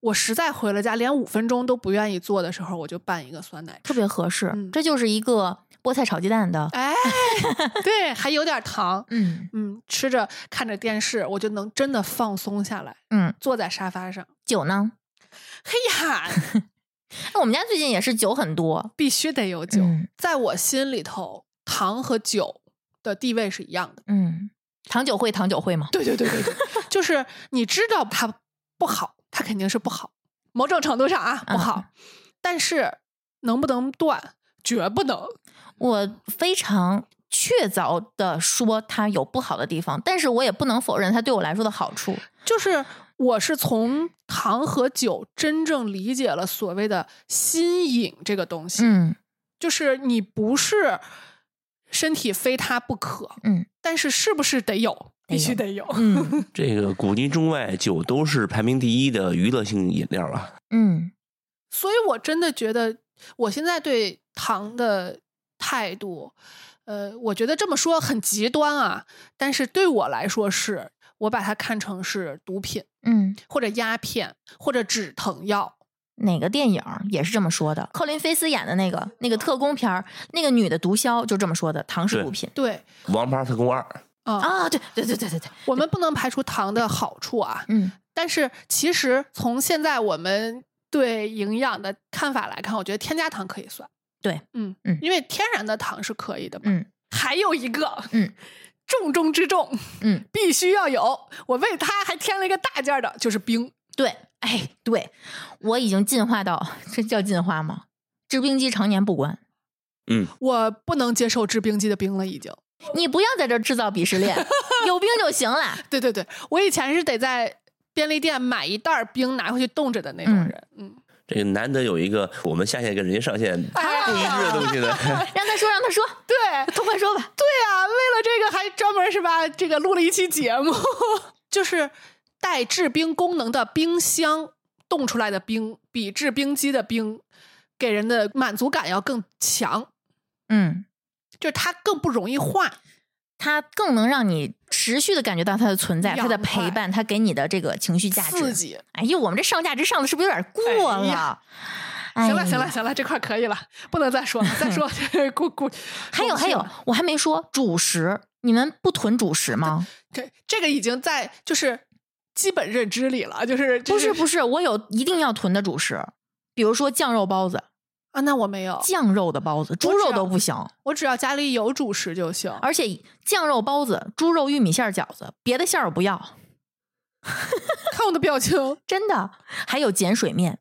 Speaker 2: 我实在回了家，连五分钟都不愿意做的时候，我就拌一个酸奶吃，
Speaker 1: 特别合适，
Speaker 2: 嗯
Speaker 1: 这就是一个菠菜炒鸡蛋的。
Speaker 2: 哎，对，还有点糖，
Speaker 1: 嗯
Speaker 2: 嗯，吃着看着电视，我就能真的放松下来，
Speaker 1: 嗯，
Speaker 2: 坐在沙发上。
Speaker 1: 酒呢？
Speaker 2: 嘿呀，
Speaker 1: 那我们家最近也是酒很多。
Speaker 2: 必须得有酒，
Speaker 1: 嗯
Speaker 2: 在我心里头，糖和酒的地位是一样的。
Speaker 1: 嗯，糖酒会糖酒会吗？
Speaker 2: 对对对对对， 就是你知道它不好，它肯定是不好，某种程度上啊不好，但是能不能断，绝不能。
Speaker 1: 我非常确凿的说它有不好的地方，但是我也不能否认它对我来说的好处。
Speaker 2: 就是我是从糖和酒真正理解了所谓的新颖这个东西。
Speaker 1: 嗯
Speaker 2: 就是你不是身体非它不可，
Speaker 1: 嗯，
Speaker 2: 但是是不是得有？
Speaker 1: 得
Speaker 2: 必须
Speaker 1: 有
Speaker 2: 得有。
Speaker 1: 嗯
Speaker 4: 这个古今中外酒都是排名第一的娱乐性饮料啊，
Speaker 1: 嗯
Speaker 2: 所以我真的觉得，我现在对糖的态度，呃，我觉得这么说很极端啊，但是对我来说是，我把它看成是毒品
Speaker 1: 嗯，
Speaker 2: 或者鸦片或者止疼药。
Speaker 1: 哪个电影儿也是这么说的？寇林菲斯演的那个那个特工片儿，那个女的毒枭就这么说的，糖是
Speaker 4: 对
Speaker 1: 毒品。
Speaker 2: 对
Speaker 4: 《王牌特工二》嗯
Speaker 2: 啊，
Speaker 1: 啊，对对对对对对，
Speaker 2: 我们不能排除糖的好处啊，
Speaker 1: 嗯
Speaker 2: 但是其实从现在我们对营养的看法来看，我觉得添加糖可以算。
Speaker 1: 对，
Speaker 2: 嗯
Speaker 1: 嗯
Speaker 2: 因为天然的糖是可以的嘛。
Speaker 1: 嗯
Speaker 2: 还有一个，
Speaker 1: 嗯，
Speaker 2: 重中之重，
Speaker 1: 嗯，
Speaker 2: 必须要有。我为它还添了一个大件儿的，就是冰。
Speaker 1: 对，哎，对，我已经进化到这叫进化吗？制冰机常年不关，
Speaker 2: 我不能接受制冰机的冰了，已经。
Speaker 1: 你不要在这儿制造鄙视链，有冰就行了。
Speaker 2: 对对对，我以前是得在便利店买一袋儿冰拿回去冻着的那种
Speaker 1: 嗯
Speaker 2: 人。嗯，
Speaker 4: 这个难得有一个我们下线跟人家上线
Speaker 2: 哎
Speaker 4: 不一致的 东西呢。
Speaker 1: 让他说，让他说，
Speaker 2: 对
Speaker 1: 痛快说吧。
Speaker 2: 对啊呀、为了这个还专门是吧？这个录了一期节目， 就是带制冰功能的冰箱冻出来的冰，比制冰机的冰给人的满足感要更强，
Speaker 1: 嗯，
Speaker 2: 就是它更不容易化。
Speaker 1: 它更能让你持续的感觉到它的存在，它的
Speaker 2: 养
Speaker 1: 陪
Speaker 2: 坏
Speaker 1: 伴，它给你的这个情绪价值。
Speaker 2: 刺激。
Speaker 1: 哎呦，我们这上价值上的是不是有点过
Speaker 2: 哎呀
Speaker 1: 了？哎
Speaker 2: 行了，行
Speaker 1: 呀
Speaker 2: 了，行了，这块可以了，不能再 说了，再说 咕咕。
Speaker 1: 还有
Speaker 2: 过不
Speaker 1: 还
Speaker 2: 去
Speaker 1: 有
Speaker 2: 了，，
Speaker 1: 我还没说主食，你们不囤主食吗？
Speaker 2: 这这个已经在就是基本认知里了，就是
Speaker 1: 不是不
Speaker 2: 是
Speaker 1: 是，我有一定要囤的主食，比如说酱肉包子，
Speaker 2: 啊，那我没有，
Speaker 1: 酱肉的包子，猪
Speaker 2: 知
Speaker 1: 肉
Speaker 2: 道
Speaker 1: 都不行，
Speaker 2: 我只要家里有主食就行。
Speaker 1: 而且酱肉包子、猪肉玉米馅儿饺子，别的馅儿我不要，
Speaker 2: 看我的表情，
Speaker 1: 真的。还有碱水面，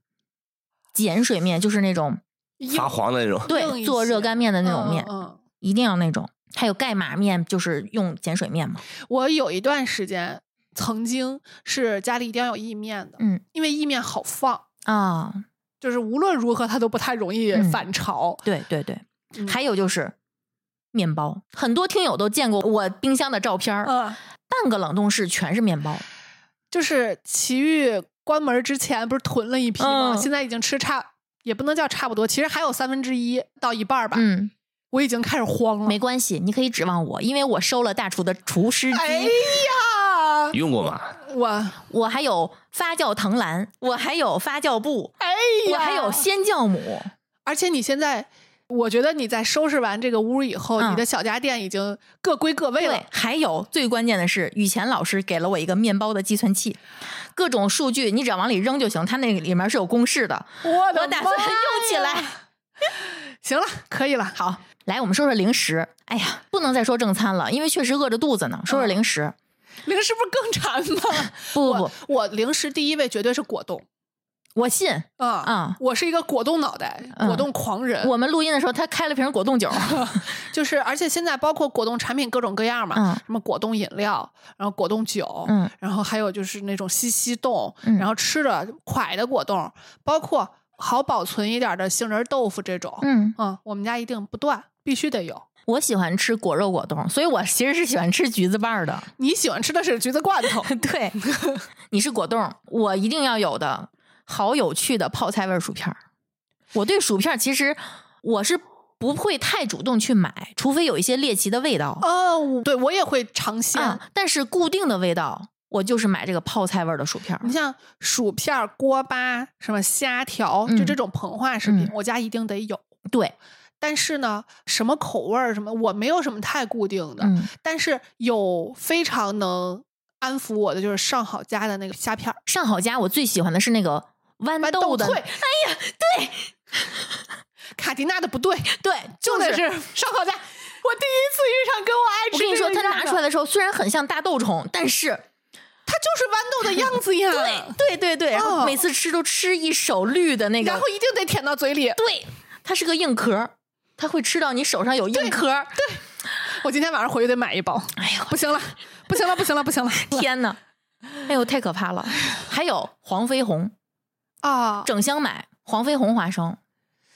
Speaker 1: 碱水面就是那种
Speaker 2: 硬
Speaker 4: 发黄的那种。
Speaker 2: 硬
Speaker 1: 对
Speaker 2: 一
Speaker 1: 做热
Speaker 2: 些
Speaker 1: 干面的那种
Speaker 2: 嗯
Speaker 1: 面，
Speaker 2: 嗯嗯
Speaker 1: 一定要那种。还有盖码面，就是用碱水面嘛。
Speaker 2: 我有一段时间曾经是家里一定要有意面的，
Speaker 1: 嗯
Speaker 2: 因为意面好放，
Speaker 1: 啊，
Speaker 2: 就是无论如何它都不太容易
Speaker 1: 嗯
Speaker 2: 反潮。
Speaker 1: 对对对，
Speaker 2: 嗯
Speaker 1: 还有就是。面包，很多听友都见过我冰箱的照片儿，
Speaker 2: 嗯，
Speaker 1: 半个冷冻室全是面包。
Speaker 2: 就是奇遇关门之前不是囤了一批吗？
Speaker 1: 嗯
Speaker 2: 现在已经吃差，也不能叫差不多，其实还有三分之一到一半儿吧。
Speaker 1: 嗯，
Speaker 2: 我已经开始慌了。
Speaker 1: 没关系，你可以指望我，因为我收了大厨的厨师机，
Speaker 2: 哎呀，
Speaker 4: 用过吗？
Speaker 2: 我哎
Speaker 1: 我还有发酵藤兰，我还有发酵布，
Speaker 2: 哎呀，
Speaker 1: 我还有鲜酵母。
Speaker 2: 而且你现在。我觉得你在收拾完这个屋以后，
Speaker 1: 嗯
Speaker 2: 你的小家电已经各归各位
Speaker 1: 对
Speaker 2: 了，。
Speaker 1: 还有最关键的是，雨前老师给了我一个面包的计算器，各种数据你只要往里扔就行，它那里面是有公式的，
Speaker 2: 我
Speaker 1: 我打算用起来。
Speaker 2: 行了，可以了。
Speaker 1: 好，来，我们说说零食。哎呀，不能再说正餐了，因为确实饿着肚子呢。
Speaker 2: 嗯
Speaker 1: 说说零食，
Speaker 2: 零食不是更 馋吗？
Speaker 1: 不不
Speaker 2: 我
Speaker 1: 不，
Speaker 2: 我零食第一位绝对是果冻
Speaker 1: 我信。
Speaker 2: 啊
Speaker 1: 啊
Speaker 2: 我是一个果冻脑袋，
Speaker 1: 嗯
Speaker 2: 果冻狂人。
Speaker 1: 我们录音的时候，他开了瓶果 冻酒。
Speaker 2: 就是，而且现在包括果冻产品各种各样嘛，
Speaker 1: 嗯
Speaker 2: 什么果冻饮料，然后果冻酒，
Speaker 1: 嗯
Speaker 2: 然后还有就是那种西西冻，
Speaker 1: 嗯
Speaker 2: 然后吃的快的果冻，包括好保存一点的杏仁豆腐这种，
Speaker 1: 嗯，
Speaker 2: 嗯我们家一定不断，必须得有。
Speaker 1: 我喜欢吃果肉果冻，所以我其实是喜欢吃橘子瓣儿的。
Speaker 2: 你喜欢吃的是橘子罐 头
Speaker 1: 对，你是果冻，我一定要有的，好有趣的泡菜味儿薯片儿。我对薯片儿其实我是不会太主动去买，除非有一些猎奇的味道
Speaker 2: 哦，我对我也会尝鲜。
Speaker 1: 啊、但是固定的味道，我就是买这个泡菜味儿的薯片儿。
Speaker 2: 你像薯片儿、锅巴、什么虾条，就
Speaker 1: 嗯
Speaker 2: 这种膨化食品，
Speaker 1: 嗯
Speaker 2: 我家一定得有。
Speaker 1: 对，
Speaker 2: 但是呢，什么口味儿什么，我没有什么太固定的。
Speaker 1: 嗯，
Speaker 2: 但是有非常能安抚我的，就是上好佳的那个虾片儿，
Speaker 1: 上好佳我最喜欢的是那个豌豆的，
Speaker 2: 脆。哎呀，对，卡迪娜的不对，
Speaker 1: 对，
Speaker 2: 就
Speaker 1: 就
Speaker 2: 得是上好佳。我第一次遇上跟我爱吃，
Speaker 1: 我跟你说，它拿出来
Speaker 2: 的，
Speaker 1: 的时候虽然很像大豆虫，但是
Speaker 2: 它就是豌豆的样子呀。
Speaker 1: 对
Speaker 2: 对，
Speaker 1: 对对，然
Speaker 2: 哦
Speaker 1: 后每次吃都吃一手绿的那个，
Speaker 2: 然后一定得舔到嘴里。
Speaker 1: 对，它是个硬壳儿，它会吃到你手上有硬壳儿。
Speaker 2: 我今天晚上回去得买一包。
Speaker 1: 哎呦，
Speaker 2: 不行了，不行了，不行了，不行了！
Speaker 1: 天呐，哎呦，太可怕了！ 还有黄飞鸿，
Speaker 2: 啊，
Speaker 1: 整箱买黄飞鸿花生。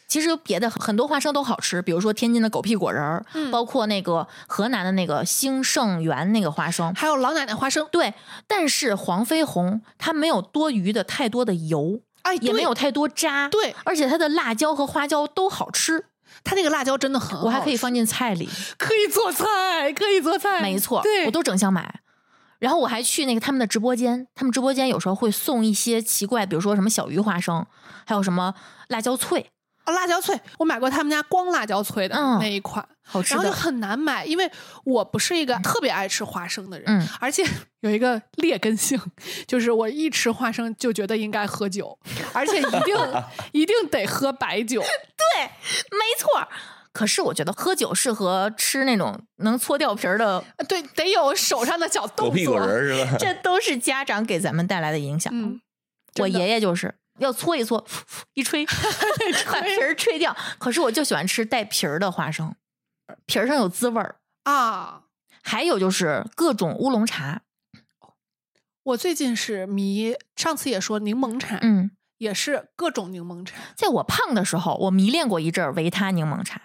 Speaker 1: 其实别的很多花生都好吃，比如说天津的狗屁果仁儿，
Speaker 2: 嗯
Speaker 1: 包括那个河南的那个兴盛园那个花生。
Speaker 2: 还有老奶奶花生，
Speaker 1: 对，但是黄飞鸿它没有多余的太多的油，
Speaker 2: 哎，
Speaker 1: 也
Speaker 2: 对
Speaker 1: 没有太多渣，
Speaker 2: 对
Speaker 1: 而且它的辣椒和花椒都好吃，
Speaker 2: 它那个辣椒真的很好吃，
Speaker 1: 我还可以放进菜里。
Speaker 2: 可以做菜，可以做菜，
Speaker 1: 没错，
Speaker 2: 对，
Speaker 1: 我都整箱买。然后我还去那个他们的直播间，他们直播间有时候会送一些奇怪，比如说什么小鱼花生，还有什么辣椒脆，
Speaker 2: 啊辣椒脆，我买过他们家光辣椒脆的
Speaker 1: 嗯
Speaker 2: 那一款，
Speaker 1: 好吃
Speaker 2: 然后就
Speaker 1: 的。
Speaker 2: 很难买，因为我不是一个特别爱吃花生的人，
Speaker 1: 嗯
Speaker 2: 而且有一个劣根性，就是我一吃花生就觉得应该喝 酒，而且一定一定得喝白酒，
Speaker 1: 没错儿。可是我觉得喝酒适合吃那种能搓掉皮儿 的，
Speaker 2: 对，得有手上的小动作，
Speaker 4: 狗屁股人儿是吧？
Speaker 1: 这都是家长给咱们带来的影响。
Speaker 2: 嗯，
Speaker 1: 我
Speaker 2: 真的
Speaker 1: 爷爷就是要搓一搓，一 吹，把皮儿吹掉。可是我就喜欢吃带皮儿的花生，皮儿上有滋味儿。
Speaker 2: 啊。
Speaker 1: 还有就是各种乌龙茶，
Speaker 2: 我最近是迷，上次也说柠檬茶，
Speaker 1: 嗯，
Speaker 2: 也是各种柠檬茶。
Speaker 1: 在我胖的时候，我迷恋过一阵儿维他柠檬茶，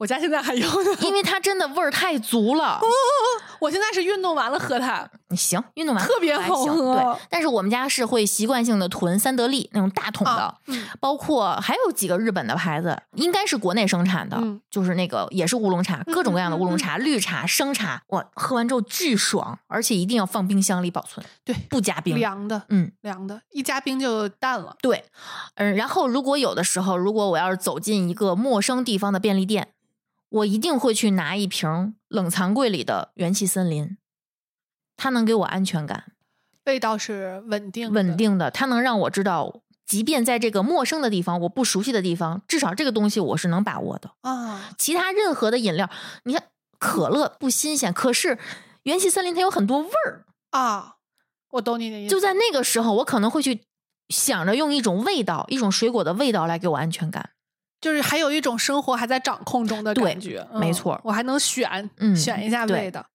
Speaker 2: 我家现在还有呢，
Speaker 1: 因为它真的味儿太足
Speaker 2: 哦
Speaker 1: 了。
Speaker 2: 我现在是运动完了喝它，
Speaker 1: 行，运 动完
Speaker 2: 特别
Speaker 1: 还
Speaker 2: 好
Speaker 1: 行
Speaker 2: 喝啊
Speaker 1: 对，但是我们家是会习惯性的囤三得利那种大桶的，
Speaker 2: 啊嗯
Speaker 1: 包括还有几个日本的牌子，应该是国内生产的，
Speaker 2: 嗯
Speaker 1: 就是那个也是乌龙茶，
Speaker 2: 嗯
Speaker 1: 各种各样的乌龙茶，绿茶、生茶，哇，喝完之后巨爽，而且一定要放冰箱里保存，
Speaker 2: 对
Speaker 1: 不加冰。
Speaker 2: 凉的，
Speaker 1: 嗯，
Speaker 2: 凉的，一加冰就淡了。
Speaker 1: 对，嗯，然后如果有的时候，如果我要是走进一个陌生地方的便利店，我一定会去拿一瓶冷藏柜里的元气森林，它能给我安全感，
Speaker 2: 味道是稳定，
Speaker 1: 稳。定的，它能让我知道，即便在这个陌生的地方，我不熟悉的地方，至少这个东西我是能把握的。
Speaker 2: 啊，
Speaker 1: 其他任何的饮料，你看可乐不新鲜，可是元气森林它有很多味儿，
Speaker 2: 啊，我懂你的意思。
Speaker 1: 就在那个时候，我可能会去想着用一种味道，一种水果的味道来给我安全感。
Speaker 2: 就是还有一种生活还在掌控中的
Speaker 1: 对
Speaker 2: 感觉，
Speaker 1: 没
Speaker 2: 嗯
Speaker 1: 错
Speaker 2: 我还能选，
Speaker 1: 嗯
Speaker 2: 选一下
Speaker 1: 对
Speaker 2: 味道。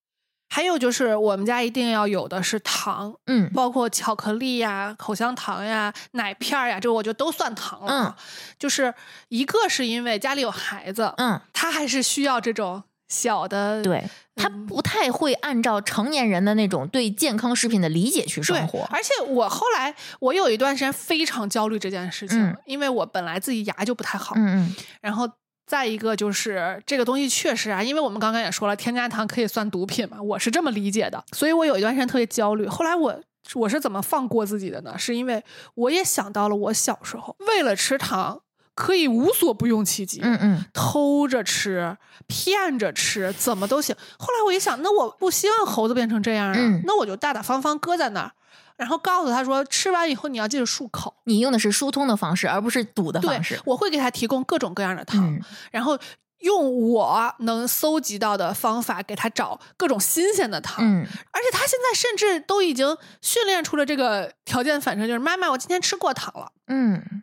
Speaker 2: 还有就是我们家一定要有的是糖，
Speaker 1: 嗯，
Speaker 2: 包括巧克力呀、口香糖呀、奶片儿呀，这我就都算糖了。啊
Speaker 1: 嗯，
Speaker 2: 就是一个是因为家里有孩子，
Speaker 1: 嗯，
Speaker 2: 他还是需要这种小的，
Speaker 1: 对，他
Speaker 2: 嗯
Speaker 1: 不太会按照成年人的那种对健康食品的理解去
Speaker 2: 对
Speaker 1: 生活。
Speaker 2: 而且我后来我有一段时间非常焦虑这件事情，
Speaker 1: 嗯
Speaker 2: 因为我本来自己牙就不太好，
Speaker 1: 嗯嗯，
Speaker 2: 然后。再一个就是这个东西确实啊，因为我们刚刚也说了，添加糖可以算毒品嘛，我是这么理解的，所以我有一段时间特别焦虑。后来我我是怎么放过自己的呢？是因为我也想到了我小时候为了吃糖可以无所不用其极，
Speaker 1: 嗯嗯，
Speaker 2: 偷着吃、骗着吃，怎么都行。后来我一想，那我不希望猴子变成这样啊，
Speaker 1: 嗯
Speaker 2: 那我就大大方方搁在那儿，然后告诉他说，吃完以后你要记得漱口。
Speaker 1: 你用的是疏通的方式，而不是堵的嗯
Speaker 2: 对
Speaker 1: 方式，。
Speaker 2: 我会给他提供各种各样的糖，
Speaker 1: 嗯
Speaker 2: 然后用我能搜集到的方法给他找各种新鲜的糖。
Speaker 1: 嗯，
Speaker 2: 而且他现在甚至都已经训练出了这个条件反射，就是妈妈，我今天吃过糖了。
Speaker 1: 嗯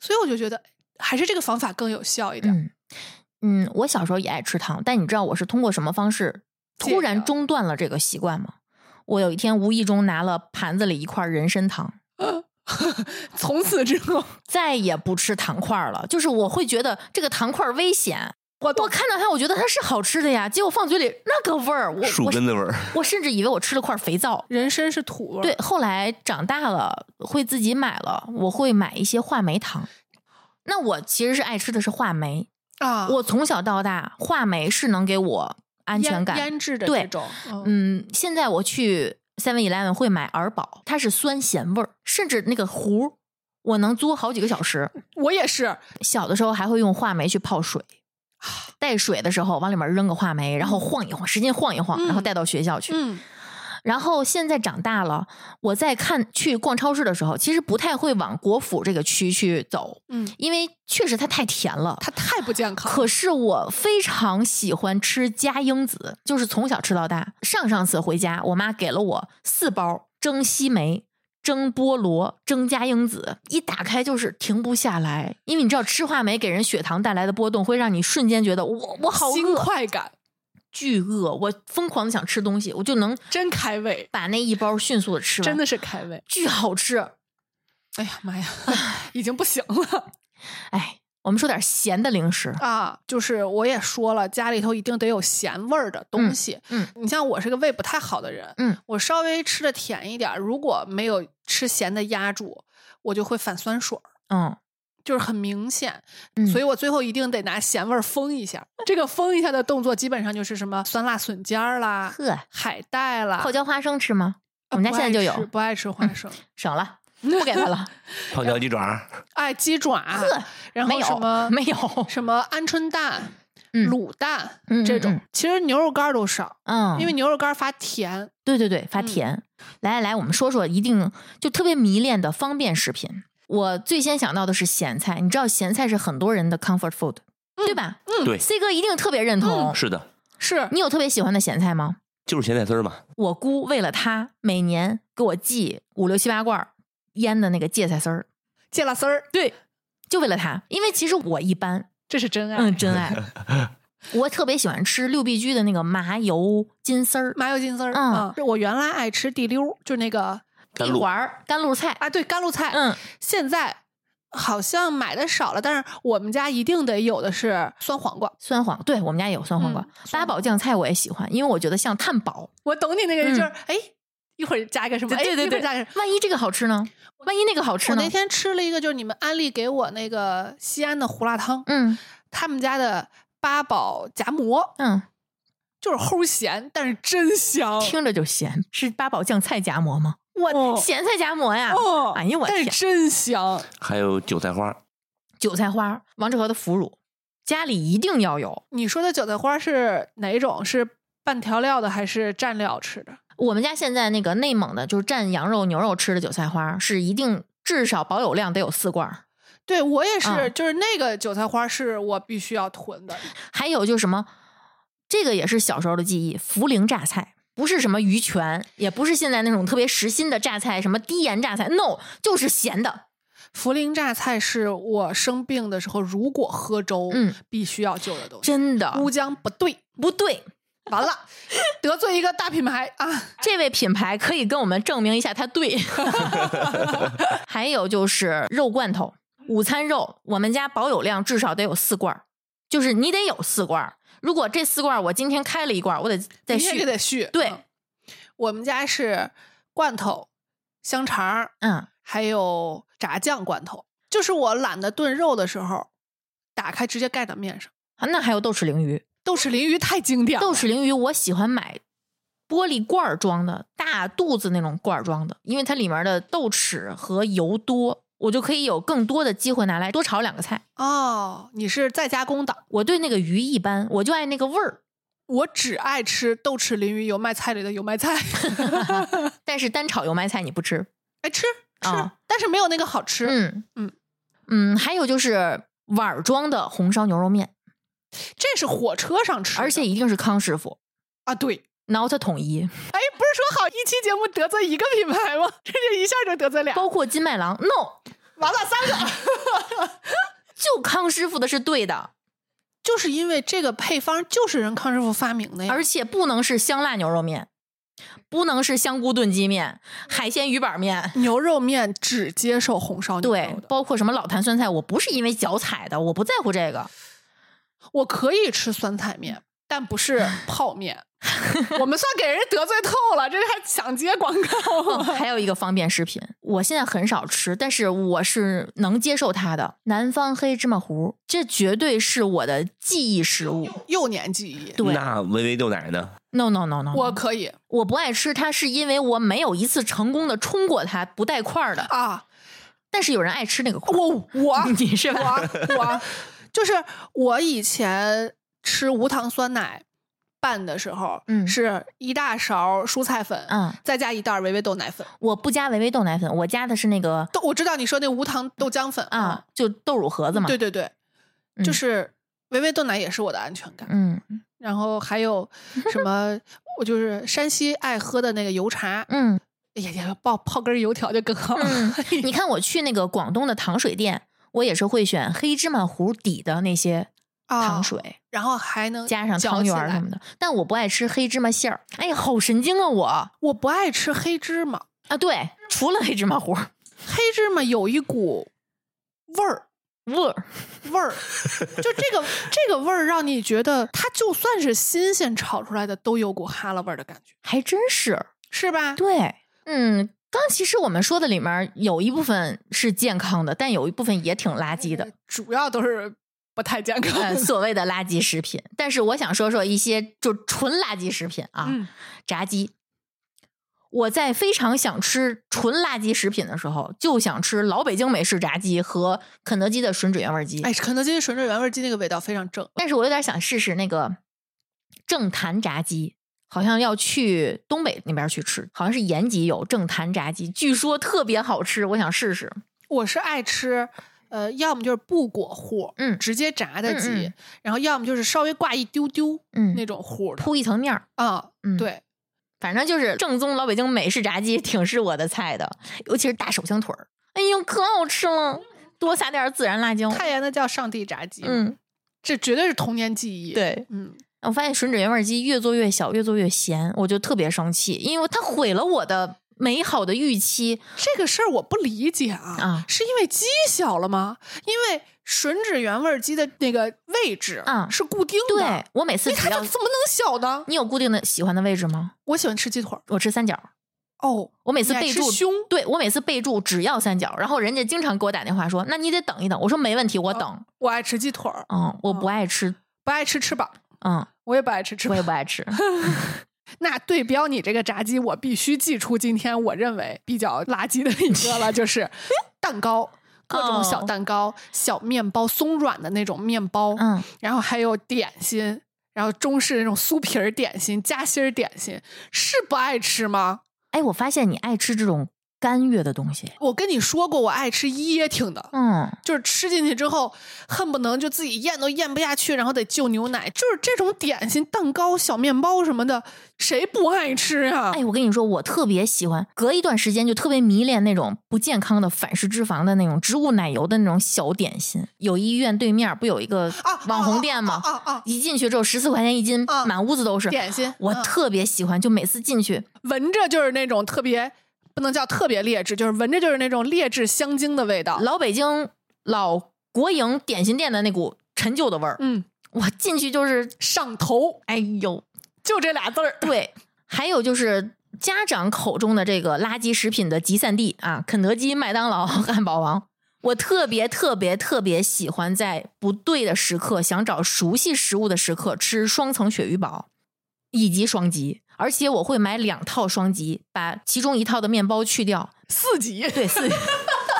Speaker 2: 所以我就觉得哎还是这个方法更有效一点。
Speaker 1: 嗯嗯，我小时候也爱吃糖，但你知道我是通过什么方式
Speaker 2: 戒
Speaker 1: 突然
Speaker 2: 掉
Speaker 1: 中断了这个习惯吗？我有一天无意中拿了盘子里一块人参糖，
Speaker 2: 嗯 从此之后，
Speaker 1: 再也不吃糖块儿了。就是我会觉得这个糖块儿危险，
Speaker 2: 我
Speaker 1: 我看到它，我觉得它是好吃的呀，结果放嘴里那个味儿，我
Speaker 4: 树
Speaker 1: 我
Speaker 4: 根的味 儿。
Speaker 1: 我甚至以为我吃了块肥皂。
Speaker 2: 人参是土味儿，
Speaker 1: 对，后来长大了会自己买了，我会买一些话梅糖。那我其实是爱吃的是话梅，
Speaker 2: 啊，
Speaker 1: 我从小到大话梅是能给我安全
Speaker 2: 腌
Speaker 1: 感。
Speaker 2: 腌制的
Speaker 1: 对
Speaker 2: 这种，嗯
Speaker 1: 嗯，现在我去 Seven Eleven 会买儿宝，它是酸咸味儿，甚至那个糊儿我能嘬好几个小时。
Speaker 2: 我也是，
Speaker 1: 小的时候还会用话梅去泡水，带水的时候往里面扔个话梅，然后晃一晃，使劲晃一晃，然后
Speaker 2: 嗯
Speaker 1: 带到学校去。
Speaker 2: 嗯
Speaker 1: 然后现在长大了，我在看去逛超市的时候，其实不太会往国府这个区去走，
Speaker 2: 嗯，
Speaker 1: 因为确实它太甜了。
Speaker 2: 它太不健康了，
Speaker 1: 可是我非常喜欢吃嘉英子，就是从小吃到大。上上次回家，我妈给了我四包蒸西梅、蒸菠萝、蒸嘉英子，一打开就是停不下来，因为你知道吃话梅给人血糖带来的波动，会让你瞬间觉得我我好
Speaker 2: 新
Speaker 1: 饿，
Speaker 2: 快感
Speaker 1: 巨饿，我疯狂的想吃东西，我就能
Speaker 2: 真开胃，
Speaker 1: 把那一包迅速的吃完，
Speaker 2: 真的是开胃。
Speaker 1: 巨好吃。
Speaker 2: 哎呀 妈呀，已经不行了
Speaker 1: 哎，我们说点咸的零食，
Speaker 2: 啊！就是我也说了，家里头一定得有咸味儿的东西。
Speaker 1: 嗯
Speaker 2: 你像我是个胃不太好的人，
Speaker 1: 嗯，
Speaker 2: 我稍微吃的甜一点儿，如果没有吃咸的压住，我就会反酸水儿。
Speaker 1: 嗯
Speaker 2: 就是很明显，
Speaker 1: 嗯，
Speaker 2: 所以我最后一定得拿咸味儿封一下。这个封一下的动作，基本上就是什么酸辣笋尖儿啦、
Speaker 1: 呵，
Speaker 2: 海带啦。
Speaker 1: 泡椒花生吃吗？我
Speaker 2: 呃
Speaker 1: 们家
Speaker 2: 不
Speaker 1: 现在
Speaker 2: 爱
Speaker 1: 就有嗯
Speaker 2: 吃不爱吃花生，
Speaker 1: 省 了，不给他了。
Speaker 4: 泡椒鸡爪儿，
Speaker 2: 爱鸡爪，
Speaker 1: 呵，
Speaker 2: 然
Speaker 1: 没
Speaker 2: 后
Speaker 1: 有
Speaker 2: 什么
Speaker 1: 没 有
Speaker 2: 什么鹌鹑蛋、
Speaker 1: 嗯
Speaker 2: 卤蛋
Speaker 1: 嗯
Speaker 2: 这
Speaker 1: 嗯
Speaker 2: 种
Speaker 1: 嗯，
Speaker 2: 其实牛肉干儿都少，
Speaker 1: 嗯，
Speaker 2: 因为牛肉干儿发甜。
Speaker 1: 对对对，发
Speaker 2: 嗯
Speaker 1: 甜。来来来，我们说说一定就特别迷恋的方便食品。我最先想到的是咸菜，你知道咸菜是很多人的 comfort food，、对吧？
Speaker 4: 对，
Speaker 1: C 哥一定特别认同。
Speaker 4: 是的，
Speaker 2: 是
Speaker 1: 你有特别喜欢的咸菜吗？
Speaker 4: 就是咸菜丝儿嘛。
Speaker 1: 我姑为了他，每年给我寄五六七八罐儿腌的那个芥菜丝儿，
Speaker 2: 芥辣丝儿，对，
Speaker 1: 就为了他。因为其实我一般，
Speaker 2: 这是真爱。
Speaker 1: 嗯，真 爱。我特别喜欢吃六必居的那个麻油金丝儿、
Speaker 2: 麻油金丝儿，
Speaker 1: 嗯
Speaker 2: 啊，我原来爱吃地溜儿，就那个
Speaker 1: 地
Speaker 4: 甘露
Speaker 1: 环儿、甘露菜。
Speaker 2: 啊，对，甘露菜，
Speaker 1: 嗯，
Speaker 2: 现在好像买的少了，但是我们家一定得有的是酸黄瓜。
Speaker 1: 酸黄，对我们家也有酸黄瓜
Speaker 2: 嗯。
Speaker 1: 八
Speaker 2: 酸
Speaker 1: 宝酱菜我也喜欢，因为我觉得像汉堡。
Speaker 2: 我懂你那
Speaker 1: 嗯
Speaker 2: 个，就是哎、一会儿加一个什么，哎，一会儿加一个什么。
Speaker 1: 万一这个好吃呢？万一那个好吃
Speaker 2: 我
Speaker 1: 呢
Speaker 2: 那？天吃了一个，就是你们安利给我那个西安的胡辣汤，
Speaker 1: 嗯
Speaker 2: 他们家的八宝夹馍，
Speaker 1: 嗯，
Speaker 2: 就是齁咸，但是真香。
Speaker 1: 听着就咸，是八宝酱菜夹馍吗？
Speaker 2: 哦
Speaker 1: 我咸菜夹馍呀！
Speaker 2: 哦，
Speaker 1: 哎呦我
Speaker 2: 但是
Speaker 1: 天
Speaker 2: 真香。
Speaker 4: 还有韭菜花儿，
Speaker 1: 韭菜花儿、王致和的腐乳，家里一定要有。
Speaker 2: 你说的韭菜花是哪种？是拌调料的还是蘸料吃的？
Speaker 1: 我们家现在那个内蒙的，就是蘸羊肉、牛肉吃的韭菜花儿，是一定至少保有量得有四罐儿。
Speaker 2: 对我也是，
Speaker 1: 嗯
Speaker 2: 就是那个韭菜花是我必须要囤的。
Speaker 1: 还有就是什么，这个也是小时候的记忆，涪陵榨菜。不是什么鱼泉，也不是现在那种特别时新的榨菜，什么低盐榨菜，no，就是咸的。
Speaker 2: 涪陵榨菜是我生病的时候，如果喝粥，
Speaker 1: 嗯，
Speaker 2: 必须要救的东西。
Speaker 1: 真的
Speaker 2: 乌江不对，
Speaker 1: 不对。
Speaker 2: 完 了，得罪一个大品牌啊！
Speaker 1: 这位品牌可以跟我们证明一下，它对。还有就是肉罐头，午餐肉，我们家保有量至少得有四罐儿，就是你得有四罐儿。如果这四罐儿我今天开了一罐儿，我得再
Speaker 2: 明天
Speaker 1: 续
Speaker 2: 就。得续。
Speaker 1: 对
Speaker 2: 嗯我们家是罐头、香肠儿，
Speaker 1: 嗯，
Speaker 2: 还有炸酱罐头。就是我懒得炖肉的时候，打开直接盖到面上。
Speaker 1: 那还有豆豉鲮鱼。
Speaker 2: 豆豉鲮鱼太经典了，
Speaker 1: 豆豉鲮鱼我喜欢买玻璃罐儿装的，大肚子那种罐儿装的，因为它里面的豆豉和油多，我就可以有更多的机会拿来多炒两个菜。
Speaker 2: 哦，你是在加工党？
Speaker 1: 我对那个鱼一般，我就爱那个味儿，
Speaker 2: 我只爱吃豆豉鲮鱼油麦菜里的油麦菜，
Speaker 1: 但是单炒油麦菜你不吃。
Speaker 2: 哎，吃吃、
Speaker 1: 啊
Speaker 2: 但是没有那个好吃。
Speaker 1: 嗯
Speaker 2: 嗯
Speaker 1: 嗯，还有就是碗儿装的红烧牛肉面，
Speaker 2: 这是火车上吃的，
Speaker 1: 而且一定是康师傅
Speaker 2: 啊，对，
Speaker 1: ，not 统一，
Speaker 2: 哎，不是说好一期节目得罪一个品牌吗？这就一下就得罪俩，
Speaker 1: 包括金麦郎，no，
Speaker 2: 完了三个。
Speaker 1: 就康师傅的是对的，
Speaker 2: 就是因为这个配方就是人康师傅发明哎的呀，
Speaker 1: 而且不能是香辣牛肉面，不能是香菇炖鸡面、海鲜鱼板面。
Speaker 2: 牛肉面只接受红烧牛
Speaker 1: 对
Speaker 2: 肉的，
Speaker 1: 包括什么老坛酸菜，我不是因为脚踩的，我不在乎这个。
Speaker 2: 我可以吃酸菜面，但不 是泡面。我们算给人得罪透了，这还想接广告啊
Speaker 1: 哦，
Speaker 2: 吗？
Speaker 1: 还有一个方便食品，我现在很少吃，但是我是能接受它的南方黑芝麻糊，这绝对是我的记忆食物。
Speaker 2: 幼年记忆，
Speaker 1: 对
Speaker 4: 那维维豆奶呢？
Speaker 1: No no no no，no
Speaker 2: 我可以
Speaker 1: 我不爱吃它，是因为我没有一次成功的冲过它不带块儿的。
Speaker 2: 啊，
Speaker 1: 但是有人爱吃那个块儿，
Speaker 2: 我我
Speaker 1: 你是吧？
Speaker 2: 我我就是我以前吃无糖酸奶拌的时候，
Speaker 1: 嗯
Speaker 2: 是一大勺蔬菜粉，
Speaker 1: 嗯，
Speaker 2: 再加一袋维维豆奶粉。
Speaker 1: 我不加维维豆奶粉，我加的是那个
Speaker 2: 豆，我知道你说那无糖豆浆粉
Speaker 1: 啊，就豆乳盒子嘛。
Speaker 2: 对对对，
Speaker 1: 嗯
Speaker 2: 就是维维豆奶也是我的安全感。
Speaker 1: 嗯
Speaker 2: 然后还有什么，我就是山西爱喝的那个油茶，
Speaker 1: 嗯
Speaker 2: 也也泡泡根油条就更好了。
Speaker 1: 嗯，你看我去那个广东的糖水店，我也是会选黑芝麻糊底的那些
Speaker 2: 啊
Speaker 1: 糖水，
Speaker 2: 然后还能
Speaker 1: 加上
Speaker 2: 嚼
Speaker 1: 汤圆
Speaker 2: 起
Speaker 1: 儿
Speaker 2: 来
Speaker 1: 什么的。但我不爱吃黑芝麻馅儿。哎呀，好神经啊我啊！
Speaker 2: 我不爱吃黑芝麻，
Speaker 1: 对，除了黑芝麻糊
Speaker 2: 黑芝麻有一股味儿。
Speaker 1: 味儿，
Speaker 2: 味儿，就这个这个味儿，让你觉得它就算是新鲜炒出来的，都有股哈喇味儿的感觉，
Speaker 1: 还真是
Speaker 2: 是吧？
Speaker 1: 对。嗯，刚其实我们说的里面儿有一部分是健康的，但有一部分也挺垃 圾的。
Speaker 2: 哎主要都是不太健康
Speaker 1: 呃，
Speaker 2: 的。
Speaker 1: 所谓的垃圾食品。但是我想说说一些就纯垃圾食品啊，
Speaker 2: 嗯
Speaker 1: 炸鸡。我在非常想吃纯垃圾食品的时候，就想吃老北京美式炸鸡和肯德基的吮指原味鸡。
Speaker 2: 哎，肯德基的吮指原味鸡那个味道非常正，
Speaker 1: 但是我有点想试试那个正坛炸鸡，好像要去东北那边去吃，好像是延吉有正坛炸鸡，据说特别好吃，我想试试。
Speaker 2: 我是爱吃，呃，要么就是不裹糊，
Speaker 1: 嗯
Speaker 2: 直接炸的鸡，
Speaker 1: 嗯嗯
Speaker 2: 然后要么就是稍微挂一丢丢，
Speaker 1: 嗯
Speaker 2: 那种糊的
Speaker 1: 铺一层面儿，
Speaker 2: 啊，
Speaker 1: 嗯，。
Speaker 2: 对，
Speaker 1: 反正就是正宗老北京美式炸鸡， 挺是我的菜的，尤其是大手枪腿儿，哎呦，可好吃了，多撒点儿孜然辣椒。
Speaker 2: 太原的叫上帝炸鸡，，
Speaker 1: 嗯，
Speaker 2: 这绝对是童年记忆，，
Speaker 1: 对，
Speaker 2: 嗯，
Speaker 1: 我发现吮指原味鸡越做越小，越做越咸，我就特别生气，因为它毁了我的美好的预期。
Speaker 2: 这个事儿我不理解啊，
Speaker 1: 啊
Speaker 2: 是因为鸡小了吗？因为吮指原味鸡的那个位置
Speaker 1: 啊
Speaker 2: 是固定的，
Speaker 1: 对我每次
Speaker 2: 你
Speaker 1: 只
Speaker 2: 看它
Speaker 1: 要
Speaker 2: 怎么能小呢？
Speaker 1: 你有固定的喜欢的位置吗？
Speaker 2: 我喜欢吃鸡腿儿
Speaker 1: 我吃三角，
Speaker 2: 哦，
Speaker 1: 我每次
Speaker 2: 你爱
Speaker 1: 备
Speaker 2: 吃
Speaker 1: 注
Speaker 2: 胸
Speaker 1: 对我每次备注只要三角，然后人家经常给我打电话说，那你得等一等。我说没问题，
Speaker 2: 哦
Speaker 1: 我等。
Speaker 2: 我爱吃鸡腿儿，
Speaker 1: 嗯，我不爱吃，
Speaker 2: 不爱吃翅膀，
Speaker 1: 嗯，
Speaker 2: 我也不爱吃翅
Speaker 1: 我
Speaker 2: 膀
Speaker 1: 也。不爱吃。
Speaker 2: 那对标你这个炸鸡，我必须祭出今天我认为比较垃圾的一个 了，就是蛋糕，各种
Speaker 1: 哦
Speaker 2: 小蛋糕、小面包、松软的那种面包，
Speaker 1: 嗯，
Speaker 2: 然后还有点心，然后中式那种酥皮儿点心、夹心儿点心，是不爱吃吗？
Speaker 1: 哎，我发现你爱吃这种干越的东西。
Speaker 2: 我跟你说过，我爱吃噎挺的。
Speaker 1: 嗯，
Speaker 2: 就是吃进去之后，恨不能就自己咽都咽不下去，然后得就牛奶。就是这种点心、蛋糕、小面包什么的，谁不爱吃啊？
Speaker 1: 哎，我跟你说，我特别喜欢，隔一段时间就特别迷恋那种不健康的反式脂肪的那种植物奶油的那种小点心。有医院对面不有一个
Speaker 2: 啊
Speaker 1: 网红店吗？
Speaker 2: 啊啊啊啊！
Speaker 1: 一进去之后十四块钱一斤，
Speaker 2: 啊
Speaker 1: 满屋子都是
Speaker 2: 点心
Speaker 1: 我
Speaker 2: 嗯
Speaker 1: 特别喜欢，就每次进去，
Speaker 2: 闻着就是那种特别不能叫特别劣质，就是闻着就是那种劣质香精的味道。
Speaker 1: 老北京老国营点心店的那股陈旧的味儿，
Speaker 2: 嗯，
Speaker 1: 我进去就是，
Speaker 2: 上头
Speaker 1: 哎呦，
Speaker 2: 就这俩字儿。
Speaker 1: 对，还有就是家长口中的这个垃圾食品的集散地啊，肯德基、麦当劳、 汉堡王。我特别特别特别喜欢在不对的时刻，想找熟悉食物的时刻吃双层鳕鱼堡，以及双极，而且我会买两套双极，把其中一套的面包去掉。
Speaker 2: 四级，
Speaker 1: 对，四。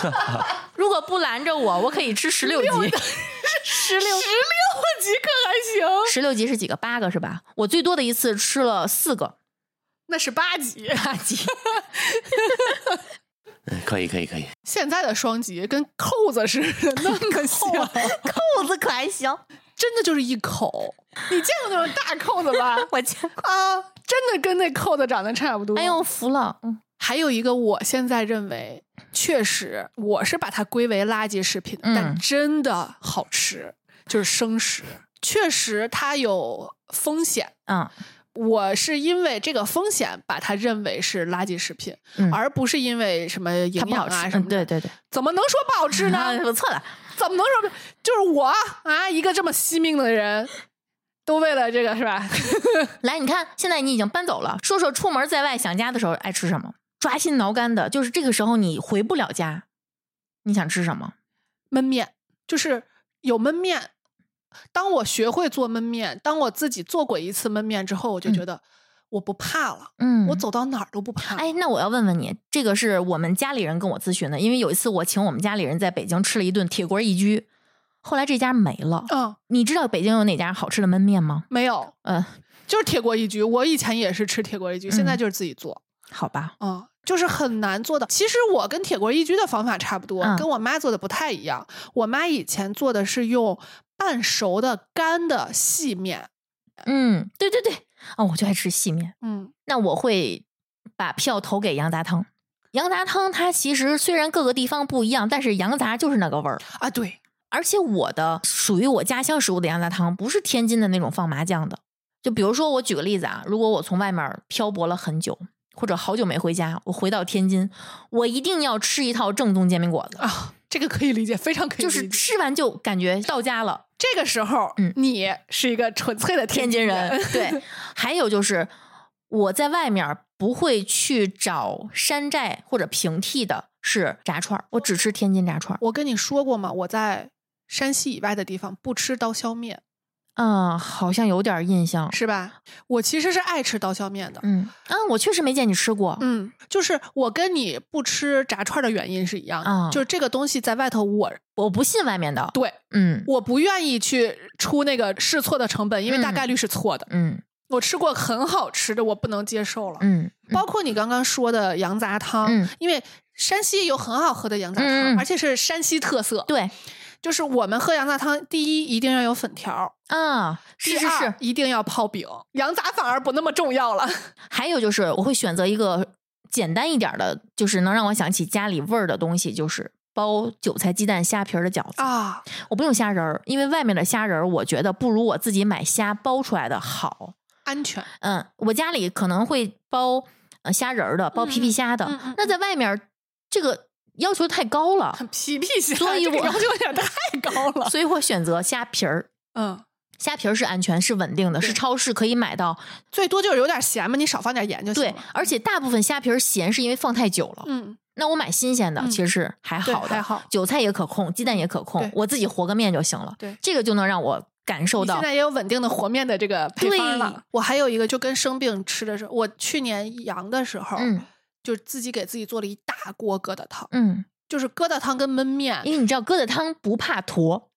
Speaker 1: 如果不拦着我，我可以吃十六级。
Speaker 2: 十六十六级可还行，
Speaker 1: 十六级是几个？八个是吧？我最多的一次吃了四个
Speaker 2: 那是八级。
Speaker 1: 八级。
Speaker 4: 哎可以可以可以，
Speaker 2: 现在的双级跟扣子似的，那么小，
Speaker 1: 扣子可还行。
Speaker 2: 真的就是一口。你见过那种大扣子 吧？
Speaker 1: 我见过，
Speaker 2: 啊，真的跟那扣子长得差不多。
Speaker 1: 哎呦，我服了，嗯
Speaker 2: 还有一个，我现在认为确实我是把它归为垃圾食品，
Speaker 1: 嗯
Speaker 2: 但真的好吃，就是生食。确实它有风险，
Speaker 1: 嗯
Speaker 2: 我是因为这个风险把它认为是垃圾食品，
Speaker 1: 嗯，
Speaker 2: 而不是因为什么营
Speaker 1: 它不
Speaker 2: 养
Speaker 1: 好
Speaker 2: 啊
Speaker 1: 吃，
Speaker 2: 什
Speaker 1: 嗯，
Speaker 2: 么
Speaker 1: 对
Speaker 2: 的。
Speaker 1: 对对，
Speaker 2: 怎么能说不好 吃呢？
Speaker 1: 啊我错了，
Speaker 2: 怎么能说不？就是我啊，一个这么惜命的人，都为了这个是吧？
Speaker 1: 来，你看，现在你已经搬走了，说说出门在外想家的时候爱吃什么？抓心挠肝的，就是这个时候你回不了家，你想吃什么？
Speaker 2: 焖面，就是有焖面。当我学会做焖面，当我自己做过一次焖面之后，我就觉得我不怕了，
Speaker 1: 嗯
Speaker 2: 我。走到哪儿都不怕。
Speaker 1: 哎，那我要问问你，这个是我们家里人跟我咨询的，因为有一次我请我们家里人在北京吃了一顿铁锅一居，后来这家没了。
Speaker 2: 嗯，
Speaker 1: 你知道北京有哪家好吃的焖面吗？
Speaker 2: 没有，
Speaker 1: 嗯，
Speaker 2: 就是铁锅一局。我以前也是吃铁锅一局，现在
Speaker 1: 嗯
Speaker 2: 就是自己做。
Speaker 1: 好吧，
Speaker 2: 嗯，就是很难做到。其实我跟铁锅一居的方法差不多，
Speaker 1: 嗯
Speaker 2: 跟我妈做的不太一样。我妈以前做的是用半熟的干的细面，
Speaker 1: 嗯，对对对，哦，我就爱吃细面。
Speaker 2: 嗯，
Speaker 1: 那我会把票投给羊杂汤。羊杂汤它其实虽然各个地方不一样，但是羊杂就是那个味儿。
Speaker 2: 啊，对，
Speaker 1: 而且我的属于我家乡食物的羊杂汤，不是天津的那种放麻酱的。就比如说，我举个例子啊，如果我从外面漂泊了很久，或者好久没回家，我回到天津，我一定要吃一套正宗煎饼果 子，
Speaker 2: 啊，这个可以理解，非常可以
Speaker 1: 就
Speaker 2: 理解。
Speaker 1: 是吃完就感觉到家了，
Speaker 2: 这个时候，
Speaker 1: 嗯
Speaker 2: 你是一个纯粹的
Speaker 1: 天津人。 对，还有就是我在外面不会去找山寨或者平替的，是炸串儿，我只吃天津炸串儿。
Speaker 2: 我跟你说过吗？我在山西以外的地方不吃刀削面，
Speaker 1: 嗯，好像有点印象。
Speaker 2: 是吧？我其实是爱吃刀削面的。
Speaker 1: 嗯啊，我确实没见你吃过。
Speaker 2: 嗯，就是我跟你不吃炸串的原因是一样的，
Speaker 1: 啊
Speaker 2: 就是这个东西在外头我
Speaker 1: 我不信外面的。
Speaker 2: 对
Speaker 1: 嗯
Speaker 2: 我不愿意去出那个试错的成本，因为大概率是错的。
Speaker 1: 嗯
Speaker 2: 我吃过很好吃的，我不能接受了。
Speaker 1: 嗯
Speaker 2: 包括你刚刚说的羊杂汤，
Speaker 1: 嗯
Speaker 2: 因为山西有很好喝的羊杂汤，
Speaker 1: 嗯嗯
Speaker 2: 而且是山西特色。
Speaker 1: 对
Speaker 2: 就是我们喝羊杂汤，第一一定要有粉条儿，
Speaker 1: 啊，
Speaker 2: 第
Speaker 1: 是是
Speaker 2: 二
Speaker 1: 是。
Speaker 2: 一定要泡饼。羊杂反而不那么重要了。
Speaker 1: 还有就是，我会选择一个简单一点的，就是能让我想起家里味儿的东西，就是包韭菜鸡蛋虾皮儿的饺子。
Speaker 2: 啊，
Speaker 1: 我不用虾仁儿，因为外面的虾仁儿，我觉得不如我自己买虾包出来的好。
Speaker 2: 安全。
Speaker 1: 嗯，我家里可能会包呃虾仁儿的，包皮皮虾的。
Speaker 2: 嗯嗯嗯嗯
Speaker 1: 那在外面儿这个要求太高了，
Speaker 2: 皮皮虾，
Speaker 1: 所以
Speaker 2: 这个
Speaker 1: 我
Speaker 2: 要求有点太高 了。
Speaker 1: 所以我选择虾皮儿。
Speaker 2: 嗯，
Speaker 1: 虾皮儿是安全、是稳定的，
Speaker 2: 对
Speaker 1: 是超市可以买到，
Speaker 2: 最多就是有点咸吧，你少放点盐就行
Speaker 1: 对嗯
Speaker 2: 了。，
Speaker 1: 而且大部分虾皮儿咸是因为放太久了。
Speaker 2: 嗯，
Speaker 1: 那我买新鲜的
Speaker 2: 嗯
Speaker 1: 其实是还
Speaker 2: 对
Speaker 1: 好的，
Speaker 2: 还好
Speaker 1: 韭菜也可控，鸡蛋也可控
Speaker 2: 对，
Speaker 1: 我自己和个面就行了。
Speaker 2: 对
Speaker 1: 这个就能让我感受
Speaker 2: 你现
Speaker 1: 到，
Speaker 2: 在也有稳定的和面的这个配方
Speaker 1: 对
Speaker 2: 了。我还有一个，就跟生病吃的时候，我去年阳的时候，
Speaker 1: 嗯
Speaker 2: 就自己给自己做了一大锅疙瘩汤，
Speaker 1: 嗯，
Speaker 2: 就是疙瘩汤跟焖面。疙
Speaker 1: 因为你知道疙瘩汤不怕坨，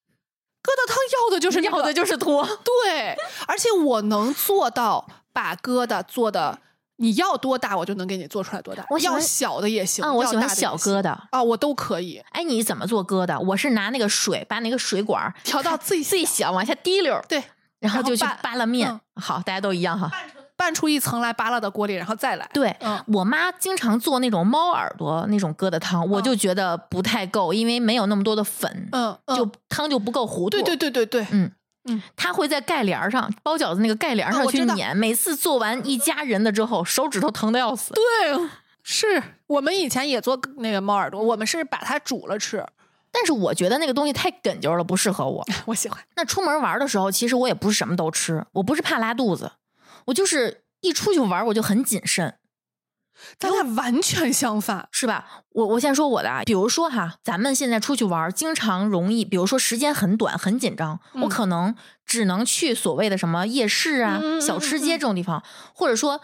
Speaker 2: 瘩汤要的就是那
Speaker 1: 要
Speaker 2: 个
Speaker 1: 的就是 坨。
Speaker 2: 对，而且我能做到把疙瘩做的，你要多大我就能给你做出来多大，
Speaker 1: 我喜
Speaker 2: 要
Speaker 1: 欢
Speaker 2: 小的也行，
Speaker 1: 嗯，我
Speaker 2: 要
Speaker 1: 喜欢
Speaker 2: 大的也
Speaker 1: 小
Speaker 2: 行
Speaker 1: 疙瘩。
Speaker 2: 啊，我都可以
Speaker 1: 哎，你怎么做疙瘩？我是拿那个水把那个水管儿
Speaker 2: 调到最
Speaker 1: 最小往下滴溜儿，
Speaker 2: 对，
Speaker 1: 然后
Speaker 2: 然后
Speaker 1: 就去
Speaker 2: 拌
Speaker 1: 扒拉面。
Speaker 2: 嗯
Speaker 1: 好，大家都一样哈。
Speaker 2: 拌出一层来，扒拉到锅里，然后再来。
Speaker 1: 对，
Speaker 2: 嗯，
Speaker 1: 我妈经常做那种猫耳朵那种疙瘩汤，我
Speaker 2: 嗯
Speaker 1: 就觉得不太够，因为没有那么多的粉，
Speaker 2: 嗯嗯，
Speaker 1: 就汤就不够糊涂。
Speaker 2: 对对对对对，
Speaker 1: 嗯
Speaker 2: 嗯，
Speaker 1: 他会在盖帘儿上包饺子那个盖帘儿
Speaker 2: 啊
Speaker 1: 上
Speaker 2: 我
Speaker 1: 去
Speaker 2: 知道
Speaker 1: 碾，每次做完一家人的之后，手指头疼的要死。
Speaker 2: 对，是我们以前也做那个猫耳朵，我们是把它煮了吃，
Speaker 1: 但是我觉得那个东西太哏啾了，不适合我。
Speaker 2: 我喜欢。
Speaker 1: 那出门玩的时候，其实我也不是什么都吃，我不是怕拉肚子，我就是一出去玩我就很谨慎，
Speaker 2: 咱俩完全相反，
Speaker 1: 是吧？我我先说我的啊，比如说哈，咱们现在出去玩，经常容易，比如说时间很短，很紧张，
Speaker 2: 嗯
Speaker 1: 我可能只能去所谓的什么夜市啊、
Speaker 2: 嗯嗯嗯
Speaker 1: 小吃
Speaker 2: 嗯
Speaker 1: 街这
Speaker 2: 嗯
Speaker 1: 种地方，或者说。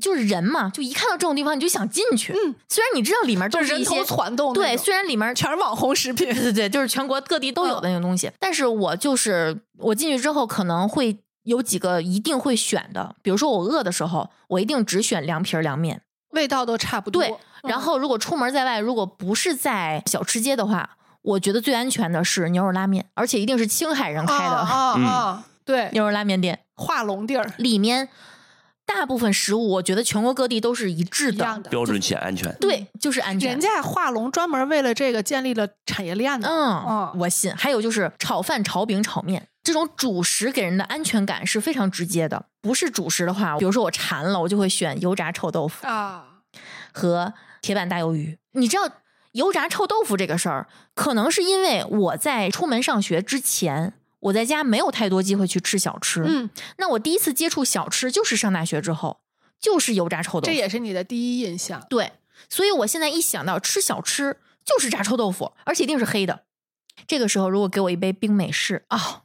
Speaker 1: 就是人嘛，就一看到这种地方你就想进去。
Speaker 2: 嗯，
Speaker 1: 虽然你知道里面
Speaker 2: 就
Speaker 1: 都是
Speaker 2: 人
Speaker 1: 一
Speaker 2: 头
Speaker 1: 些
Speaker 2: 攒动那种，
Speaker 1: 对，虽然里面
Speaker 2: 全是网红食品。嗯
Speaker 1: 对对对，就是全国各地都有的那种东西。但是我就是我进去之后，可能会有几个一定会选的，比如说我饿的时候，我一定只选凉皮儿凉面。
Speaker 2: 味道都差不多。嗯
Speaker 1: 对，然后如果出门在外，如果不是在小吃街的话，我觉得最安全的是牛肉拉面，而且一定是青海人开的、
Speaker 2: 啊啊啊！对，
Speaker 1: 牛肉拉面店，
Speaker 2: 画龙地儿
Speaker 1: 里面大部分食物我觉得全国各地都是一致
Speaker 2: 一
Speaker 1: 的，
Speaker 2: 样的，嗯
Speaker 4: 标准且安全。
Speaker 1: 对，就是安全。
Speaker 2: 人家画龙专门为了这个建立了产业链呢。
Speaker 1: 嗯，
Speaker 2: 哦
Speaker 1: 我信。还有就是炒饭、炒饼、炒面这种主食给人的安全感是非常直接的。不是主食的话，比如说我馋了，我就会选油炸臭豆腐
Speaker 2: 啊，
Speaker 1: 和铁板大鱿鱼。你知道油炸臭豆腐这个事儿，可能是因为我在出门上学之前。我在家没有太多机会去吃小吃，
Speaker 2: 嗯，
Speaker 1: 那我第一次接触小吃就是上大学之后，就是油炸臭豆
Speaker 2: 这
Speaker 1: 腐。
Speaker 2: 也是你的第一印象
Speaker 1: 对，所以我现在一想到吃小吃就是炸臭豆腐，而且一定是黑的。这个时候如果给我一杯冰美式啊、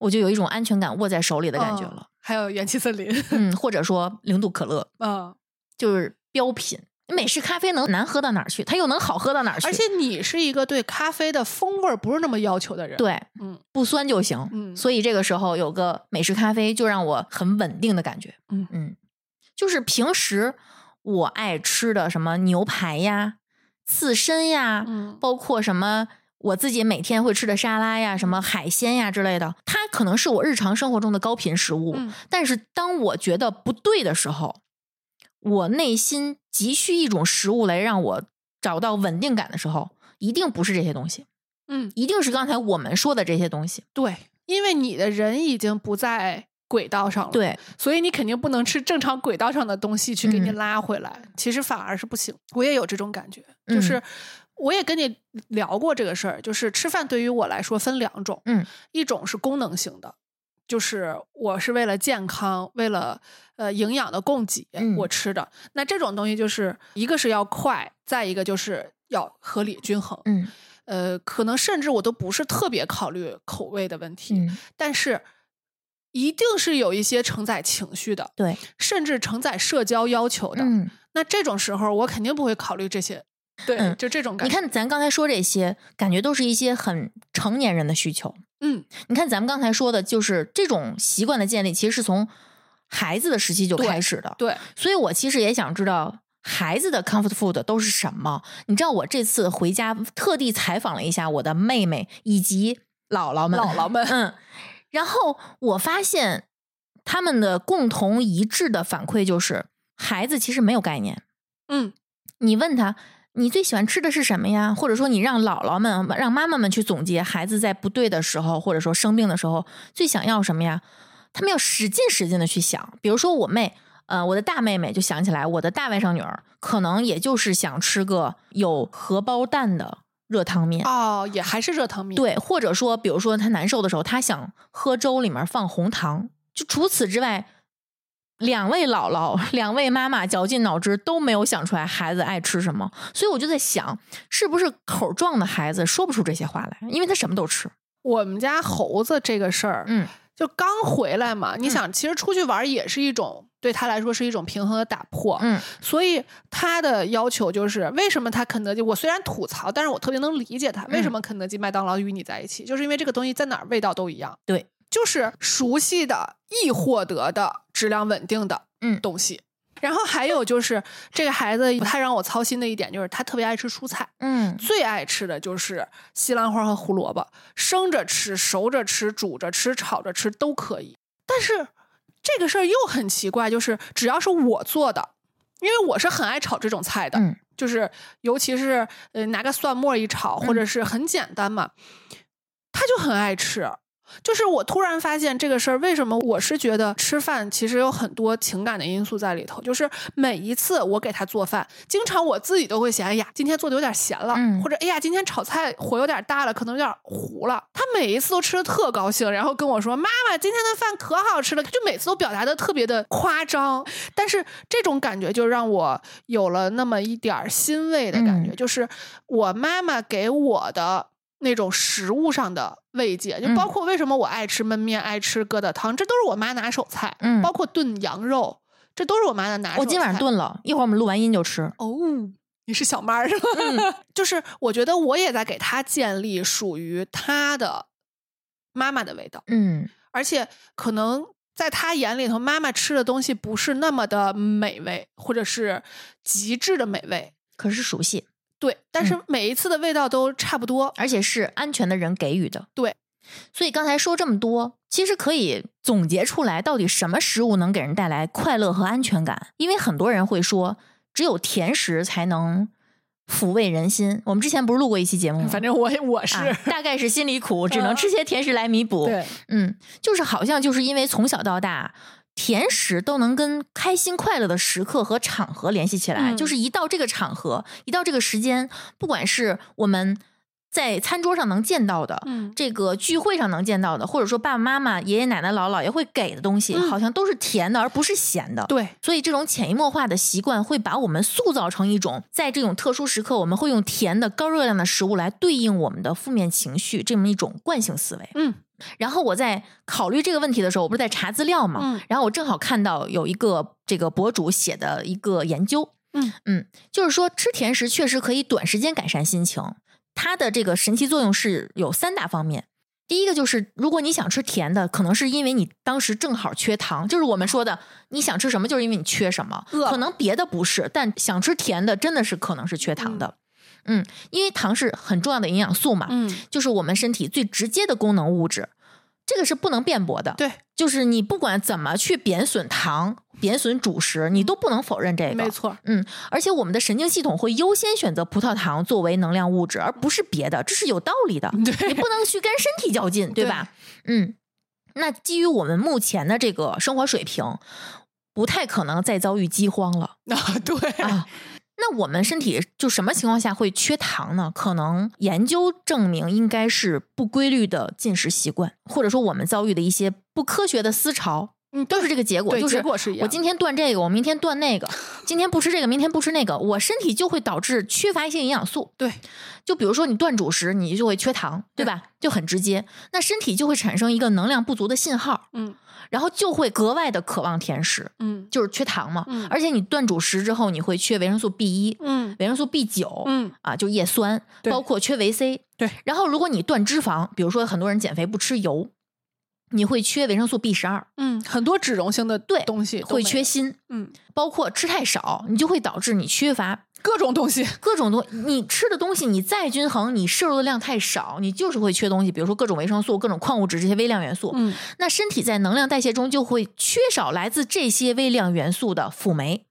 Speaker 1: 我就有一种安全感握在手里的感觉
Speaker 2: 嗯
Speaker 1: 了。
Speaker 2: 还有元气森林，
Speaker 1: 嗯，或者说零度可乐
Speaker 2: 嗯，
Speaker 1: 就是标品。美式咖啡能难喝到哪儿去？它又能好喝到哪儿去？
Speaker 2: 而且你是一个对咖啡的风味儿不是那么要求的人，，
Speaker 1: 对，
Speaker 2: 嗯
Speaker 1: 不酸就行。
Speaker 2: 嗯
Speaker 1: 所以这个时候有个美式咖啡，就让我很稳定的感觉。
Speaker 2: 嗯
Speaker 1: 就是平时我爱吃的什么牛排呀、刺身呀，
Speaker 2: 嗯，
Speaker 1: 包括什么我自己每天会吃的沙拉呀、
Speaker 2: 嗯
Speaker 1: 什么海鲜呀之类的，它可能是我日常生活中的高频食物。
Speaker 2: 嗯
Speaker 1: 但是当我觉得不对的时候，我内心急需一种食物来让我找到稳定感的时候，一定不是这些东西，
Speaker 2: 嗯，
Speaker 1: 一定是刚才我们说的这些东西。
Speaker 2: 对，因为你的人已经不在轨道上了，，
Speaker 1: 对，
Speaker 2: 所以你肯定不能吃正常轨道上的东西去给你
Speaker 1: 嗯
Speaker 2: 拉回来，其实反而是不行。我也有这种感觉，
Speaker 1: 嗯
Speaker 2: 就是我也跟你聊过这个事儿，就是吃饭对于我来说分两种，
Speaker 1: 嗯，
Speaker 2: 一种是功能性的。就是我是为了健康，为了呃营养的供给，
Speaker 1: 嗯
Speaker 2: 我吃的。那这种东西就是一个是要快，再一个就是要合理均衡。
Speaker 1: 嗯
Speaker 2: 呃，可能甚至我都不是特别考虑口味的问题，
Speaker 1: 嗯，
Speaker 2: 但是一定是有一些承载情绪的，
Speaker 1: 对，
Speaker 2: 甚至承载社交要求的。
Speaker 1: 嗯。
Speaker 2: 那这种时候，我肯定不会考虑这些。对，
Speaker 1: 嗯
Speaker 2: 就这种感
Speaker 1: 你
Speaker 2: 觉。，
Speaker 1: 看，咱刚才说这些，感觉都是一些很成年人的需求。
Speaker 2: 嗯，
Speaker 1: 你看，咱们刚才说的，就是这种习惯的建立，其实是从孩子的时期就
Speaker 2: 对
Speaker 1: 开始的。
Speaker 2: 对，
Speaker 1: 所以我其实也想知道孩子的 comfort food 都是什么。你知道，我这次回家特地采访了一下我的妹妹以及姥姥们，
Speaker 2: 姥姥们
Speaker 1: 嗯，然后我发现他们的共同一致的反馈就是，孩子其实没有概念。
Speaker 2: 嗯，
Speaker 1: 你问他你最喜欢吃的是什么呀？或者说你让姥姥们、让妈妈们去总结孩子在不对的时候，或者说生病的时候最想要什么呀？他们要使劲使劲的去想。比如说我妹，呃，我的大妹妹就想起来，我的大外甥女儿可能也就是想吃个有荷包蛋的热汤面。
Speaker 2: 哦，也还是热汤面。，
Speaker 1: 对，或者说，比如说她难受的时候，她想喝粥里面放红糖。就除此之外，两位姥姥、两位妈妈绞尽脑汁都没有想出来孩子爱吃什么，所以我就在想，是不是口壮的孩子说不出这些话来，因为他什么都吃。
Speaker 2: 我们家猴子这个事儿，
Speaker 1: 嗯
Speaker 2: 就刚回来嘛。你
Speaker 1: 嗯
Speaker 2: 想，其实出去玩儿也是一种对他来说是一种平衡的打破。
Speaker 1: 嗯
Speaker 2: 所以他的要求就是，为什么他肯德基？我虽然吐槽，但是我特别能理解
Speaker 1: 嗯
Speaker 2: 他为什么肯德基、麦当劳与你在一起，就是因为这个东西在哪儿味道都一样。
Speaker 1: 对，
Speaker 2: 就是熟悉的、易获得的、质量稳定的
Speaker 1: 嗯
Speaker 2: 东西。然后还有就是，这个孩子不太让我操心的一点就是，他特别爱吃蔬菜，
Speaker 1: 嗯
Speaker 2: 最爱吃的就是西兰花和胡萝卜，生着吃、熟着吃、煮着吃、炒着吃都可以。但是这个事儿又很奇怪，就是只要是我做的，因为我是很爱炒这种菜的，
Speaker 1: 嗯
Speaker 2: 就是尤其是呃拿个蒜末一炒，或
Speaker 1: 嗯
Speaker 2: 者是很简单嘛，他就很爱吃。就是我突然发现这个事儿，为什么我是觉得吃饭其实有很多情感的因素在里头。就是每一次我给他做饭，经常我自己都会嫌，哎呀，今天做的有点咸了，
Speaker 1: 嗯
Speaker 2: 或者哎呀，今天炒菜火有点大了，可能有点糊了。他每一次都吃的特高兴，然后跟我说：“妈妈，今天的饭可好吃了。”就每次都表达的特别的夸张，但是这种感觉就让我有了那么一点儿欣慰的感觉，
Speaker 1: 嗯
Speaker 2: 就是我妈妈给我的那种食物上的慰藉，就
Speaker 1: 嗯
Speaker 2: 包括为什么我爱吃焖面、爱吃疙瘩汤，这都是我妈拿手菜，
Speaker 1: 嗯
Speaker 2: 包括炖羊肉，这都是我妈的拿手菜。
Speaker 1: 我今晚上炖了，一会儿我们录完音就吃。
Speaker 2: 哦，你是小妈儿是吧？
Speaker 1: 嗯
Speaker 2: 就是我觉得我也在给她建立属于她的妈妈的味道，
Speaker 1: 嗯
Speaker 2: 而且可能在她眼里头，妈妈吃的东西不是那么的美味，或者是极致的美味。
Speaker 1: 可是熟悉，
Speaker 2: 对，但是每一次的味道都差不多。
Speaker 1: 而且是安全的人给予的。
Speaker 2: 对，
Speaker 1: 所以刚才说这么多，其实可以总结出来，到底什么食物能给人带来快乐和安全感？因为很多人会说，只有甜食才能抚慰人心。我们之前不是录过一期节目吗？
Speaker 2: 反正我我是、
Speaker 1: 嗯
Speaker 2: 嗯
Speaker 1: 啊大概是心里苦，只能吃些甜食来弥补。
Speaker 2: 对，
Speaker 1: 嗯，就是好像就是因为从小到大，甜食都能跟开心快乐的时刻和场合联系起来。
Speaker 2: 嗯
Speaker 1: 就是一到这个场合，一到这个时间，不管是我们在餐桌上能见到的，
Speaker 2: 嗯，
Speaker 1: 这个聚会上能见到的，或者说爸爸妈妈、爷爷奶奶、姥姥姥爷会给的东西，
Speaker 2: 嗯
Speaker 1: 好像都是甜的，而不是咸的。
Speaker 2: 对，
Speaker 1: 所以，这种潜移默化的习惯会把我们塑造成一种，在这种特殊时刻，我们会用甜的、高热量的食物来对应我们的负面情绪，这么一种惯性思维。
Speaker 2: 嗯
Speaker 1: 然后我在考虑这个问题的时候，我不是在查资料嘛，
Speaker 2: 嗯
Speaker 1: 然后我正好看到有一个这个博主写的一个研究，
Speaker 2: 嗯
Speaker 1: 就是说吃甜食确实可以短时间改善心情，它的这个神奇作用是有三大方面。第一个就是，如果你想吃甜的，可能是因为你当时正好缺糖，就是我们说的，你想吃什么，就是因为你缺什么。
Speaker 2: 饿了
Speaker 1: 可能别的不是，但想吃甜的真的是可能是缺糖的。嗯，因为糖是很重要的营养素嘛。
Speaker 2: 嗯，
Speaker 1: 就是我们身体最直接的功能物质，这个是不能辩驳的。
Speaker 2: 对，
Speaker 1: 就是你不管怎么去贬损糖、贬损主食，你都不能否认这
Speaker 2: 没
Speaker 1: 个。
Speaker 2: 错，
Speaker 1: 而且我们的神经系统会优先选择葡萄糖作为能量物质，而不是别的，这是有道理的。你
Speaker 2: 对，
Speaker 1: 不能去跟身体较劲，对吧？嗯，那基于我们目前的这个生活水平，不太可能再遭遇饥荒了。
Speaker 2: 啊对，
Speaker 1: 啊。那我们身体就什么情况下会缺糖呢？可能研究证明应该是不规律的进食习惯，或者说我们遭遇的一些不科学的思潮，
Speaker 2: 嗯，
Speaker 1: 都是这个结果。
Speaker 2: 对
Speaker 1: 就是
Speaker 2: 结果是一样
Speaker 1: 我今天断这个，我明天断那 个，今天不吃这个，明天不吃那个，我身体就会导致缺乏一些营养素。
Speaker 2: 对，
Speaker 1: 就比如说你断主食，你就会缺糖，对吧？就很直接，那身体就会产生一个能量不足的信号，
Speaker 2: 嗯
Speaker 1: 然后就会格外的渴望甜食，
Speaker 2: 嗯
Speaker 1: 就是缺糖嘛。
Speaker 2: 嗯
Speaker 1: 而且你断主食之后，你会缺维生素 B 一、
Speaker 2: 嗯
Speaker 1: 维生素 B 九、
Speaker 2: 嗯
Speaker 1: 啊，就叶酸，
Speaker 2: 对
Speaker 1: 包括缺维 C。
Speaker 2: 对，
Speaker 1: 然后如果你断脂肪，比如说很多人减肥不吃油，你会缺维生素 B 十二，
Speaker 2: 嗯，很多脂溶性的
Speaker 1: 对
Speaker 2: 东西都
Speaker 1: 会
Speaker 2: 没
Speaker 1: 缺
Speaker 2: 有，
Speaker 1: 锌，
Speaker 2: 嗯，
Speaker 1: 包括吃太少，你就会导致你缺乏
Speaker 2: 各种东西，
Speaker 1: 各种东。你吃的东西你再均衡，你摄入的量太少，你就是会缺东西，比如说各种维生素、各种矿物质这些微量元素。
Speaker 2: 嗯
Speaker 1: 那身体在能量代谢中就会缺少来自这些微量元素的辅酶，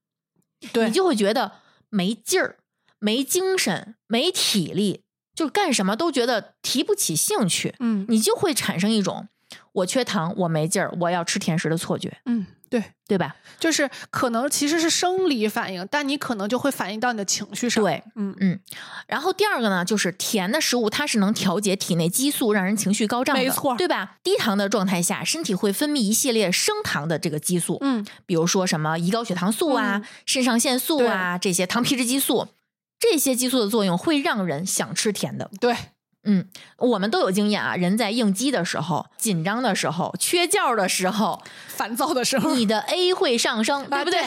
Speaker 2: 对
Speaker 1: 你就会觉得没劲儿、没精神、没体力，就是干什么都觉得提不起兴趣，
Speaker 2: 嗯
Speaker 1: 你就会产生一种我缺糖、我没劲儿、我要吃甜食的错觉，
Speaker 2: 嗯对，
Speaker 1: 对吧？
Speaker 2: 就是可能其实是生理反应，但你可能就会反映到你的情绪上，，
Speaker 1: 对，
Speaker 2: 嗯
Speaker 1: 然后第二个呢，就是甜的食物，它是能调节体内激素，让人情绪高涨的，
Speaker 2: 没错
Speaker 1: 对吧？低糖的状态下，身体会分泌一系列升糖的这个激素，
Speaker 2: 嗯
Speaker 1: 比如说什么胰高血糖素啊、
Speaker 2: 嗯
Speaker 1: 肾上腺素啊这些糖皮质激素，这些激素的作用会让人想吃甜的。
Speaker 2: 对，
Speaker 1: 嗯，我们都有经验啊，人在应激的时候、紧张的时候、缺觉的时 候，
Speaker 2: 烦躁的 时候，
Speaker 1: 你的 A 会上升，对
Speaker 2: 啊
Speaker 1: 不对？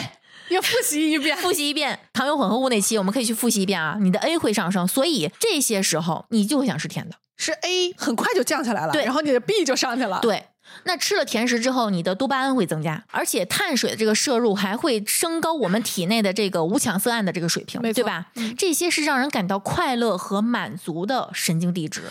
Speaker 2: 又复习一 遍，
Speaker 1: 复习一遍糖油混合物那期，我们可以去复习一遍啊。你的 A 会上升，所以这些时候你就会想吃甜的。
Speaker 2: 是 A 很快就降下来了，
Speaker 1: 对
Speaker 2: 然后你的 B 就上去了，，
Speaker 1: 对，那吃了甜食之后，你的多巴胺会增加，而且碳水的这个摄入还会升高我们体内的这个五羟色胺的这个水平，
Speaker 2: 没错嗯
Speaker 1: 对吧？这些是让人感到快乐和满足的神经递质。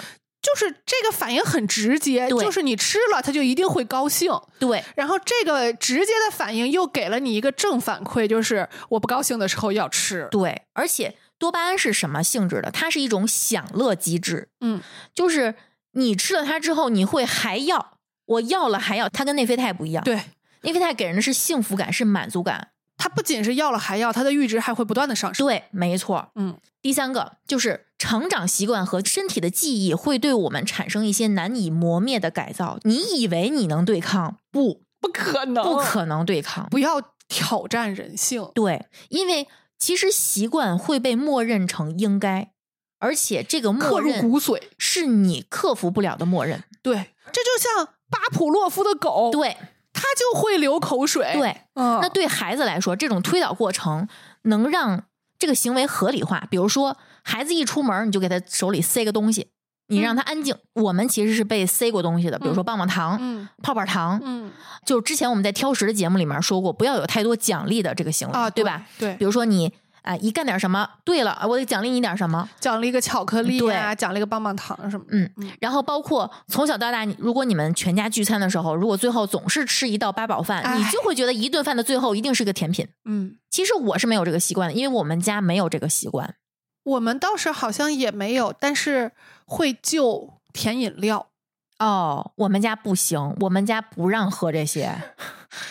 Speaker 2: 就是这个反应很直接，
Speaker 1: 对
Speaker 2: 就是你吃了它就一定会高兴，
Speaker 1: 对
Speaker 2: 然后这个直接的反应又给了你一个正反馈，就是我不高兴的时候要吃，
Speaker 1: 对，而且多巴胺是什么性质的？它是一种享乐机制，
Speaker 2: 嗯，
Speaker 1: 就是你吃了它之后，你会还要，我要了还要。它跟内啡肽不一样，
Speaker 2: 对，
Speaker 1: 内啡肽给人的是幸福感，是满足感。
Speaker 2: 它不仅是要了还要，它的阈值还会不断的上升。
Speaker 1: 对，没错。
Speaker 2: 嗯，
Speaker 1: 第三个就是成长习惯和身体的记忆会对我们产生一些难以磨灭的改造。你以为你能对抗，不，
Speaker 2: 不可能，
Speaker 1: 不可能对抗。
Speaker 2: 不要挑战人性。
Speaker 1: 对，因为其实习惯会被默认成应该，而且这个
Speaker 2: 刻
Speaker 1: 默
Speaker 2: 入
Speaker 1: 认
Speaker 2: 骨髓，
Speaker 1: 是你克服不了的默认。
Speaker 2: 对，这就像巴甫洛夫的狗，
Speaker 1: 对
Speaker 2: 它就会流口水。，
Speaker 1: 对，
Speaker 2: 嗯，
Speaker 1: 那对孩子来说，这种推导过程能让这个行为合理化。比如说，孩子一出门，你就给他手里塞个东西，你让他安静。我们其实是被塞过东西的，比如说棒棒糖、
Speaker 2: 嗯
Speaker 1: 泡泡糖。
Speaker 2: 嗯
Speaker 1: 就之前我们在挑食的节目里面说过，不要有太多奖励的这个行为，
Speaker 2: 啊，
Speaker 1: 对吧？？
Speaker 2: 对
Speaker 1: 比，如说你哎，一干点什么，对了，啊我得奖励你点什么。
Speaker 2: 奖励一个巧克力啊，奖励一个棒棒糖什么的。
Speaker 1: 嗯，然后包括从小到大，你如果你们全家聚餐的时候，如果最后总是吃一道八宝饭，你
Speaker 2: 哎
Speaker 1: 就会觉得一顿饭的最后一定是个甜品。
Speaker 2: 嗯，
Speaker 1: 其实我是没有这个习惯的，因为我们家没有这个习惯。
Speaker 2: 我们倒是好像也没有，但是会就甜饮料，
Speaker 1: 哦，我们家不行，我们家不让喝这些。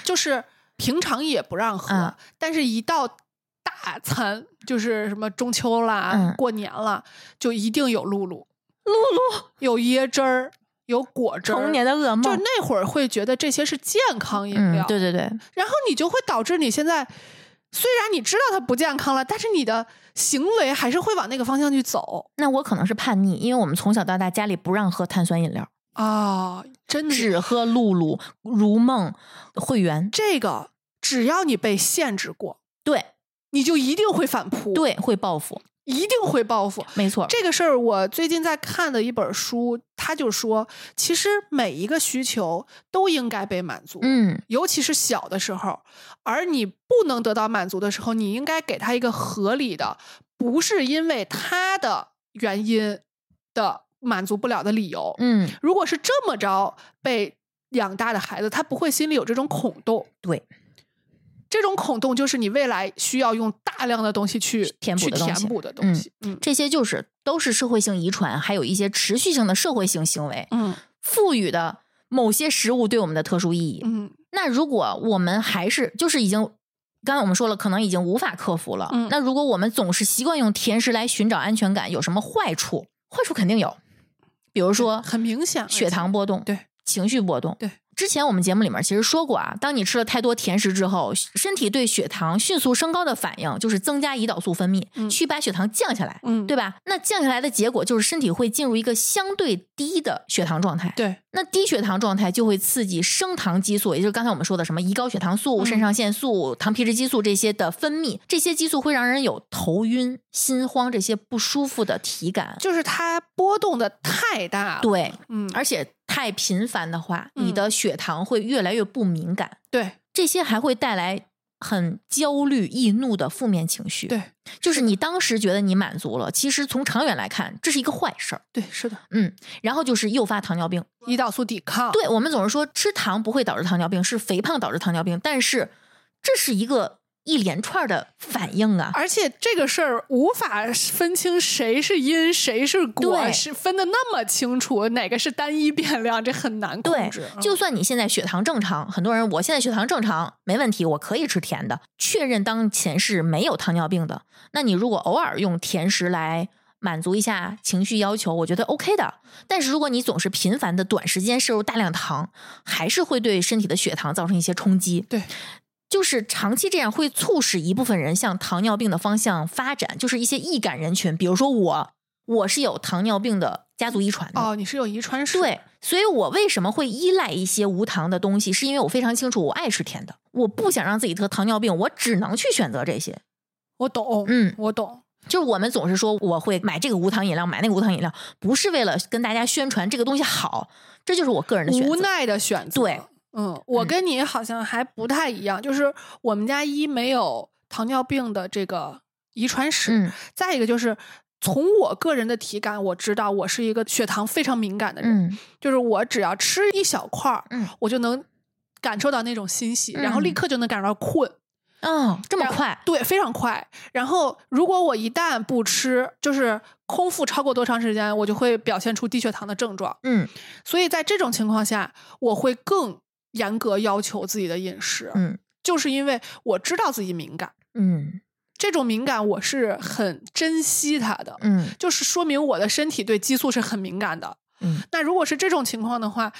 Speaker 2: 就是平常也不让喝，
Speaker 1: 嗯
Speaker 2: 但是一到大餐，就是什么中秋啦、
Speaker 1: 嗯
Speaker 2: 过年啦，就一定有露露，露露有椰汁儿，有果汁儿，
Speaker 1: 童年的噩
Speaker 2: 就
Speaker 1: 梦。
Speaker 2: 那会儿会觉得这些是健康饮
Speaker 1: 嗯
Speaker 2: 料，，
Speaker 1: 对对对，
Speaker 2: 然后你就会导致你现在虽然你知道它不健康了，但是你的行为还是会往那个方向去走
Speaker 1: 那我可能是叛逆，因为我们从小到大家里不让喝碳酸饮料，
Speaker 2: 啊、真的
Speaker 1: 只喝露露、如梦、汇源。
Speaker 2: 这个，只要你被限制过，
Speaker 1: 对
Speaker 2: 你就一定会反扑，，
Speaker 1: 对，会报复，
Speaker 2: 一定会报复。
Speaker 1: 没错。
Speaker 2: 这个事儿，我最近在看的一本书，他就说，其实每一个需求都应该被满足，
Speaker 1: 嗯，
Speaker 2: 尤其是小的时候，而你不能得到满足的时候，你应该给他一个合理的，不是因为他的原因的满足不了的理由。
Speaker 1: 嗯，
Speaker 2: 如果是这么着被养大的孩子，他不会心里有这种恐动。
Speaker 1: 对，
Speaker 2: 这种恐动就是你未来需要用大量的东西去
Speaker 1: 填补
Speaker 2: 去
Speaker 1: 的东
Speaker 2: 填
Speaker 1: 西
Speaker 2: 补的东西。嗯
Speaker 1: 这些就是都是社会性遗传，还有一些持续性的社会性行为
Speaker 2: 嗯
Speaker 1: 赋予的某些食物对我们的特殊意义。
Speaker 2: 嗯
Speaker 1: 那如果我们还是就是已经。刚才我们说了，可能已经无法克服了。
Speaker 2: 嗯
Speaker 1: 那如果我们总是习惯用甜食来寻找安全感，有什么坏处？坏处肯定有，比如说
Speaker 2: 嗯很明显而
Speaker 1: 血
Speaker 2: 且
Speaker 1: 糖波动，
Speaker 2: 对
Speaker 1: 情绪波动，
Speaker 2: 对。
Speaker 1: 之前我们节目里面其实说过啊，当你吃了太多甜食之后，身体对血糖迅速升高的反应就是增加胰岛素分泌，
Speaker 2: 嗯
Speaker 1: 去把血糖降下来，
Speaker 2: 嗯
Speaker 1: 对吧？那降下来的结果就是身体会进入一个相对低的血糖状态。
Speaker 2: 对
Speaker 1: 那低血糖状态就会刺激升糖激素，也就是刚才我们说的什么胰高血糖素、
Speaker 2: 嗯
Speaker 1: 肾上腺素、糖皮质激素这些的分泌，这些激素会让人有头晕、心慌这些不舒服的体感。
Speaker 2: 就是它波动的太大了。
Speaker 1: 对，
Speaker 2: 嗯，
Speaker 1: 而且太频繁的话，
Speaker 2: 嗯
Speaker 1: 你的血糖会越来越不敏感，
Speaker 2: 对
Speaker 1: 这些还会带来很焦虑、易怒的负面情绪。，
Speaker 2: 对
Speaker 1: 就是你当时觉得你满足了，其实从长远来看，这是一个坏事儿。
Speaker 2: 对，是的，
Speaker 1: 嗯，然后就是诱发糖尿病。
Speaker 2: 胰岛素抵抗。
Speaker 1: 对我们总是说吃糖不会导致糖尿病，是肥胖导致糖尿病，但是这是一个一连串的反应啊。
Speaker 2: 而且这个事儿无法分清谁是因谁是果，
Speaker 1: 对
Speaker 2: 是分的那么清楚，哪个是单一变量，这很难控
Speaker 1: 对
Speaker 2: 制。，嗯
Speaker 1: 就算你现在血糖正常，很多人我现在血糖正常，没问题，我可以吃甜的。确认当前是没有糖尿病的，那你如果偶尔用甜食来满足一下情绪要求，我觉得 OK 的。但是如果你总是频繁的短时间摄入大量糖，还是会对身体的血糖造成一些冲击。
Speaker 2: 对。
Speaker 1: 就是长期这样会促使一部分人向糖尿病的方向发展，就是一些易感人群，比如说我，我是有糖尿病的家族遗传的。
Speaker 2: 哦，你是有遗传史，，
Speaker 1: 对，所以我为什么会依赖一些无糖的东西，是因为我非常清楚我爱吃甜的，我不想让自己得糖尿病，我只能去选择这些。
Speaker 2: 我懂，
Speaker 1: 嗯
Speaker 2: 我懂，
Speaker 1: 就是我们总是说我会买这个无糖饮料，买那个无糖饮料，不是为了跟大家宣传这个东西好，这就是我个人的选择。
Speaker 2: 无奈的选择。
Speaker 1: 对，
Speaker 2: 嗯，我
Speaker 1: 嗯
Speaker 2: 跟你好像还不太一样，就是我们家一没有糖尿病的这个遗传史，
Speaker 1: 嗯
Speaker 2: 再一个就是从我个人的体感，我知道我是一个血糖非常敏感的人，
Speaker 1: 嗯
Speaker 2: 就是我只要吃一小块儿，
Speaker 1: 嗯
Speaker 2: 我就能感受到那种欣喜，然后
Speaker 1: 嗯
Speaker 2: 立刻就能感受到困，
Speaker 1: 哦，这么
Speaker 2: 然后
Speaker 1: 快？
Speaker 2: 对，非常快。然后如果我一旦不吃，就是空腹超过多长时间，我就会表现出低血糖的症状。
Speaker 1: 嗯
Speaker 2: 所以在这种情况下，我会更严格要求自己的饮食，
Speaker 1: 嗯
Speaker 2: 就是因为我知道自己敏感，
Speaker 1: 嗯
Speaker 2: 这种敏感我是很珍惜它的。
Speaker 1: 嗯
Speaker 2: 就是说明我的身体对激素是很敏感的。
Speaker 1: 嗯，
Speaker 2: 那如果是这种情况的话，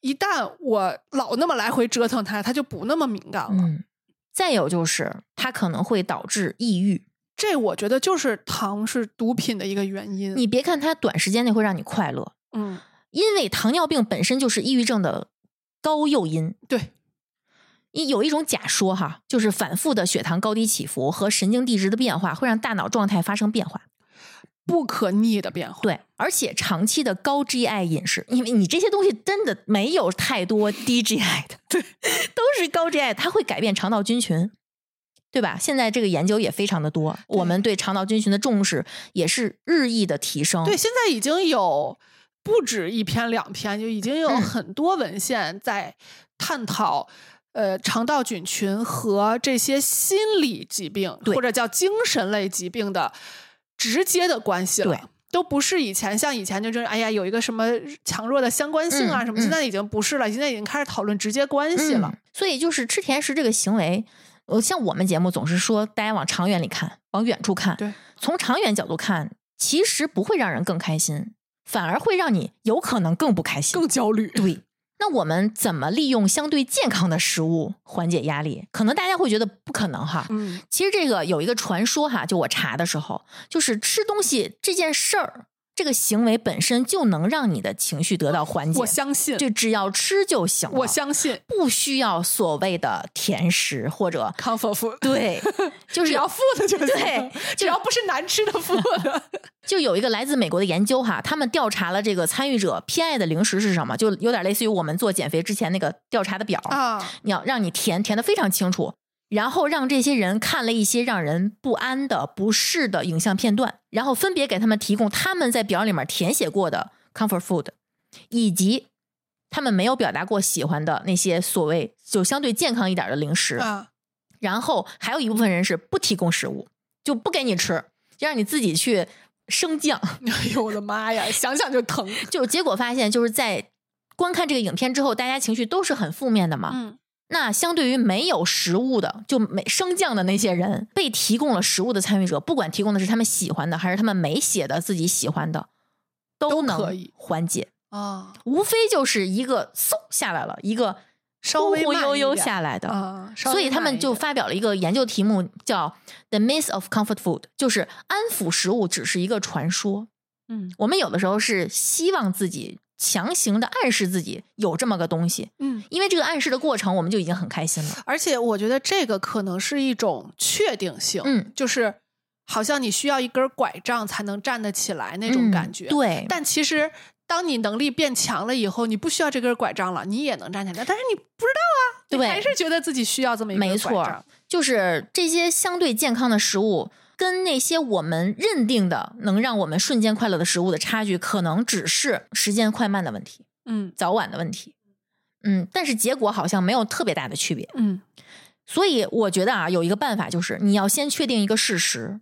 Speaker 2: 一旦我老那么来回折腾它，它就不那么敏感了。
Speaker 1: 嗯。再有就是，它可能会导致抑郁。
Speaker 2: 这我觉得就是糖是毒品的一个原因。
Speaker 1: 你别看它短时间内会让你快乐，
Speaker 2: 嗯，
Speaker 1: 因为糖尿病本身就是抑郁症的高诱因。
Speaker 2: 对，
Speaker 1: 因有一种假说哈，就是反复的血糖高低起伏和神经递质的变化会让大脑状态发生变化。
Speaker 2: 不可逆的变化。，
Speaker 1: 对，而且长期的高 GI 饮食，因为你这些东西真的没有 太多低 GI 的，对，都是高 GI，它会改变肠道菌群。对吧？现在这个研究也非常的多，我们对肠道菌群的重视也是日益的提升。
Speaker 2: 对，现在已经有不止一篇两篇，就已经有
Speaker 1: 嗯
Speaker 2: 很多文献在探讨。呃，肠道菌群和这些心理疾病
Speaker 1: 对
Speaker 2: 或者叫精神类疾病的直接的关系
Speaker 1: 对
Speaker 2: 了，都不是以前像以前就是哎呀有一个什么强弱的相关性啊
Speaker 1: 嗯
Speaker 2: 什么，现在已经不是了，现在已经开始讨论直接关系了。
Speaker 1: 嗯。所以就是吃甜食这个行为，呃，像我们节目总是说大家往长远里看，往远处看。
Speaker 2: 对，
Speaker 1: 从长远角度看，其实不会让人更开心，反而会让你有可能更不开心。
Speaker 2: 更焦虑，
Speaker 1: 对。那我们怎么利用相对健康的食物缓解压力？可能大家会觉得不可能哈。
Speaker 2: 嗯，
Speaker 1: 其实这个有一个传说哈，就我查的时候，就是吃东西这件事儿，这个行为本身就能让你的情绪得到缓解
Speaker 2: 我。相信，
Speaker 1: 就只要吃就行了。
Speaker 2: 我相信
Speaker 1: 不需要所谓的甜食或者
Speaker 2: comfort food，
Speaker 1: 对，就是
Speaker 2: 只要负的就行，
Speaker 1: 对，
Speaker 2: 只要不是难吃的负的，
Speaker 1: 就有一个来自美国的研究哈，他们调查了这个参与者偏爱的零食是什么，就有点类似于我们做减肥之前那个调查的表，
Speaker 2: 啊，
Speaker 1: 你要让你填填的非常清楚，然后让这些人看了一些让人不安的、不适的影像片段，然后分别给他们提供他们在表里面填写过的 comfort food，以及他们没有表达过喜欢的那些所谓就相对健康一点的零食。
Speaker 2: 啊，
Speaker 1: 然后还有一部分人是不提供食物，就不给你吃，让你自己去升降。
Speaker 2: 哎呦我的妈呀，想想就疼。
Speaker 1: 就结果发现，就是在观看这个影片之后，大家情绪都是很负面的嘛。
Speaker 2: 嗯，
Speaker 1: 那相对于没有食物的，就没升降的那些人，被提供了食物的参与者，不管提供的是他们喜欢的，还是他们没写的自己喜欢的，
Speaker 2: 都可
Speaker 1: 能
Speaker 2: 以
Speaker 1: 缓解。
Speaker 2: 啊
Speaker 1: 无非就是一个嗖下来了，一个
Speaker 2: 稍微
Speaker 1: 忽忽
Speaker 2: 慢
Speaker 1: 悠
Speaker 2: 一
Speaker 1: 悠
Speaker 2: 点
Speaker 1: 下来的。
Speaker 2: 啊，稍
Speaker 1: 嗯所以
Speaker 2: 微
Speaker 1: 他
Speaker 2: 慢
Speaker 1: 们
Speaker 2: 一
Speaker 1: 就
Speaker 2: 点
Speaker 1: 发表了一个研究题目，叫《The Myth of Comfort Food》，就是安抚食物只是一个传说。
Speaker 2: 嗯
Speaker 1: 我们有的时候是希望自己强行的暗示自己有这么个东西，
Speaker 2: 嗯，
Speaker 1: 因为这个暗示的过程我们就已经很开心了。
Speaker 2: 而且我觉得这个可能是一种确定性，
Speaker 1: 嗯，
Speaker 2: 就是好像你需要一根拐杖才能站得起来那种感觉，
Speaker 1: 嗯、对，
Speaker 2: 但其实。当你能力变强了以后，你不需要这根拐杖了，你也能站起来。但是你不知道啊，你
Speaker 1: 对
Speaker 2: 还是觉得自己需要这么一根
Speaker 1: 没
Speaker 2: 拐
Speaker 1: 错
Speaker 2: 杖
Speaker 1: 儿。，就是这些相对健康的食物。跟那些我们认定的能让我们瞬间快乐的食物的差距，可能只是时间快慢的问题，
Speaker 2: 嗯
Speaker 1: 早晚的问题。嗯，但是结果好像没有特别大的区别。
Speaker 2: 嗯
Speaker 1: 所以我觉得啊，有一个办法就是你要先确定一个事实，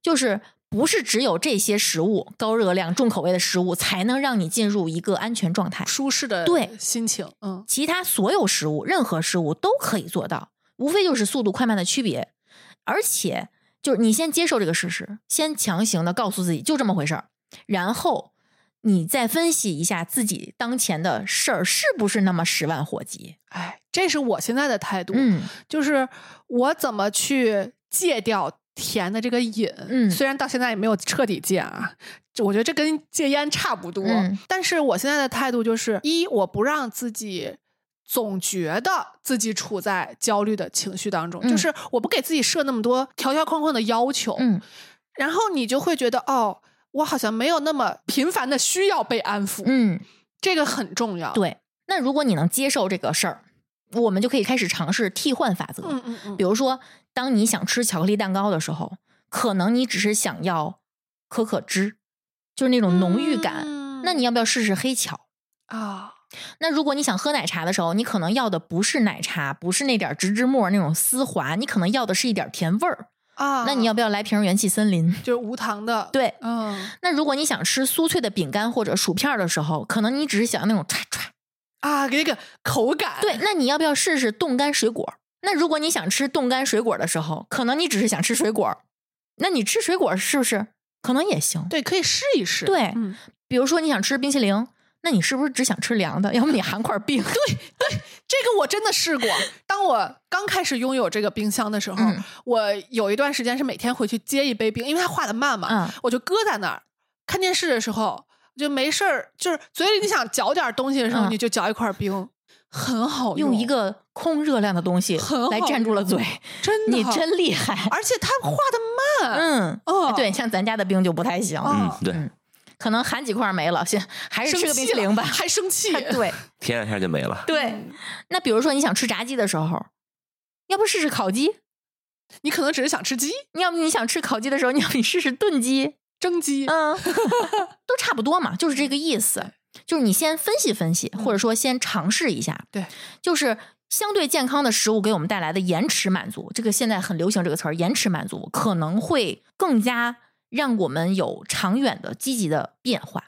Speaker 1: 就是不是只有这些食物高热量、重口味的食物才能让你进入一个安全状态，
Speaker 2: 舒适的
Speaker 1: 对
Speaker 2: 心情，嗯
Speaker 1: 其他所有食物、任何食物都可以做到，无非就是速度快慢的区别。而且就是你先接受这个事实，先强行的告诉自己就这么回事儿，然后。你再分析一下自己当前的事儿是不是那么十万火急？
Speaker 2: 哎，这是我现在的态度。
Speaker 1: 嗯，
Speaker 2: 就是我怎么去戒掉甜的这个瘾。
Speaker 1: 嗯
Speaker 2: 虽然到现在也没有彻底戒啊，这我觉得这跟戒烟差不多。
Speaker 1: 嗯
Speaker 2: 但是我现在的态度就是：一，我不让自己。总觉得自己处在焦虑的情绪当中，
Speaker 1: 嗯
Speaker 2: 就是我不给自己设那么多条条框框的要求，
Speaker 1: 嗯，
Speaker 2: 然后你就会觉得哦，我好像没有那么频繁的需要被安抚，
Speaker 1: 嗯，
Speaker 2: 这个很重要。，
Speaker 1: 对，那如果你能接受这个事儿，我们就可以开始尝试替换法则。
Speaker 2: 嗯嗯嗯
Speaker 1: 比，如说，当你想吃巧克力蛋糕的时候，可能你只是想要可可汁，就是那种浓郁感。
Speaker 2: 嗯
Speaker 1: 那你要不要试试黑巧？
Speaker 2: 啊，
Speaker 1: 那如果你想喝奶茶的时候，你可能要的不是奶茶，不是那点儿植脂末那种丝滑，你可能要的是一点儿甜味儿。
Speaker 2: 啊，
Speaker 1: 那你要不要来瓶元气森 林？
Speaker 2: 就是无糖的，，
Speaker 1: 对，
Speaker 2: 嗯
Speaker 1: 那如果你想吃酥脆的饼干或者薯片儿的时候，可能你只是想要那种唰唰
Speaker 2: 啊，给那个口感，
Speaker 1: 对，那你要不要试试冻干水果？那如果你想吃冻干水果的时候，可能你只是想吃水果，那你吃水果是不是可能也行？
Speaker 2: 对，可以试一试，
Speaker 1: 对
Speaker 2: 嗯
Speaker 1: 比如说你想吃冰淇淋，那你是不是只想吃凉的？要不你含块冰？对，
Speaker 2: 这个我真的试过。当我刚开始拥有这个冰箱的时候，
Speaker 1: 嗯
Speaker 2: 我有一段时间是每天回去接一杯冰，因为它化的慢嘛，
Speaker 1: 嗯
Speaker 2: 我就搁在那儿。看电视的时候就没事儿，就是嘴里你想嚼点东西的时候，
Speaker 1: 嗯
Speaker 2: 你就嚼一块冰，很好
Speaker 1: 用一个空热量的东西
Speaker 2: 很
Speaker 1: 来
Speaker 2: 好
Speaker 1: 占住了嘴，
Speaker 2: 真的，
Speaker 1: 你，真厉害。
Speaker 2: 而且它化的慢，
Speaker 1: 嗯，
Speaker 2: 哦，
Speaker 1: 对，像咱家的冰就不太行，
Speaker 2: 哦
Speaker 4: 嗯，对，
Speaker 1: 可能含几块没了，先还是
Speaker 2: 嗯生
Speaker 1: 吃个冰
Speaker 2: 气
Speaker 1: 淇
Speaker 2: 了
Speaker 1: 淋吧。
Speaker 2: 还嗯生气，
Speaker 1: 对
Speaker 4: 舔两下就没了。
Speaker 1: 对，那比如说你想吃炸鸡的时候，要不试试烤鸡？
Speaker 2: 你可能只是想吃鸡、
Speaker 1: 要不你想吃烤鸡的时候，你要不你试试炖鸡，
Speaker 2: 蒸鸡，
Speaker 1: 嗯， 都差不多嘛，就是这个意思。就是你先分析分析，或者说先尝试一下，
Speaker 2: 嗯对，
Speaker 1: 就是相对健康的食物给我们带来的延迟满足，这个现在很流行这个词儿，延迟满足可能会更加让我们有长远的积极的变化。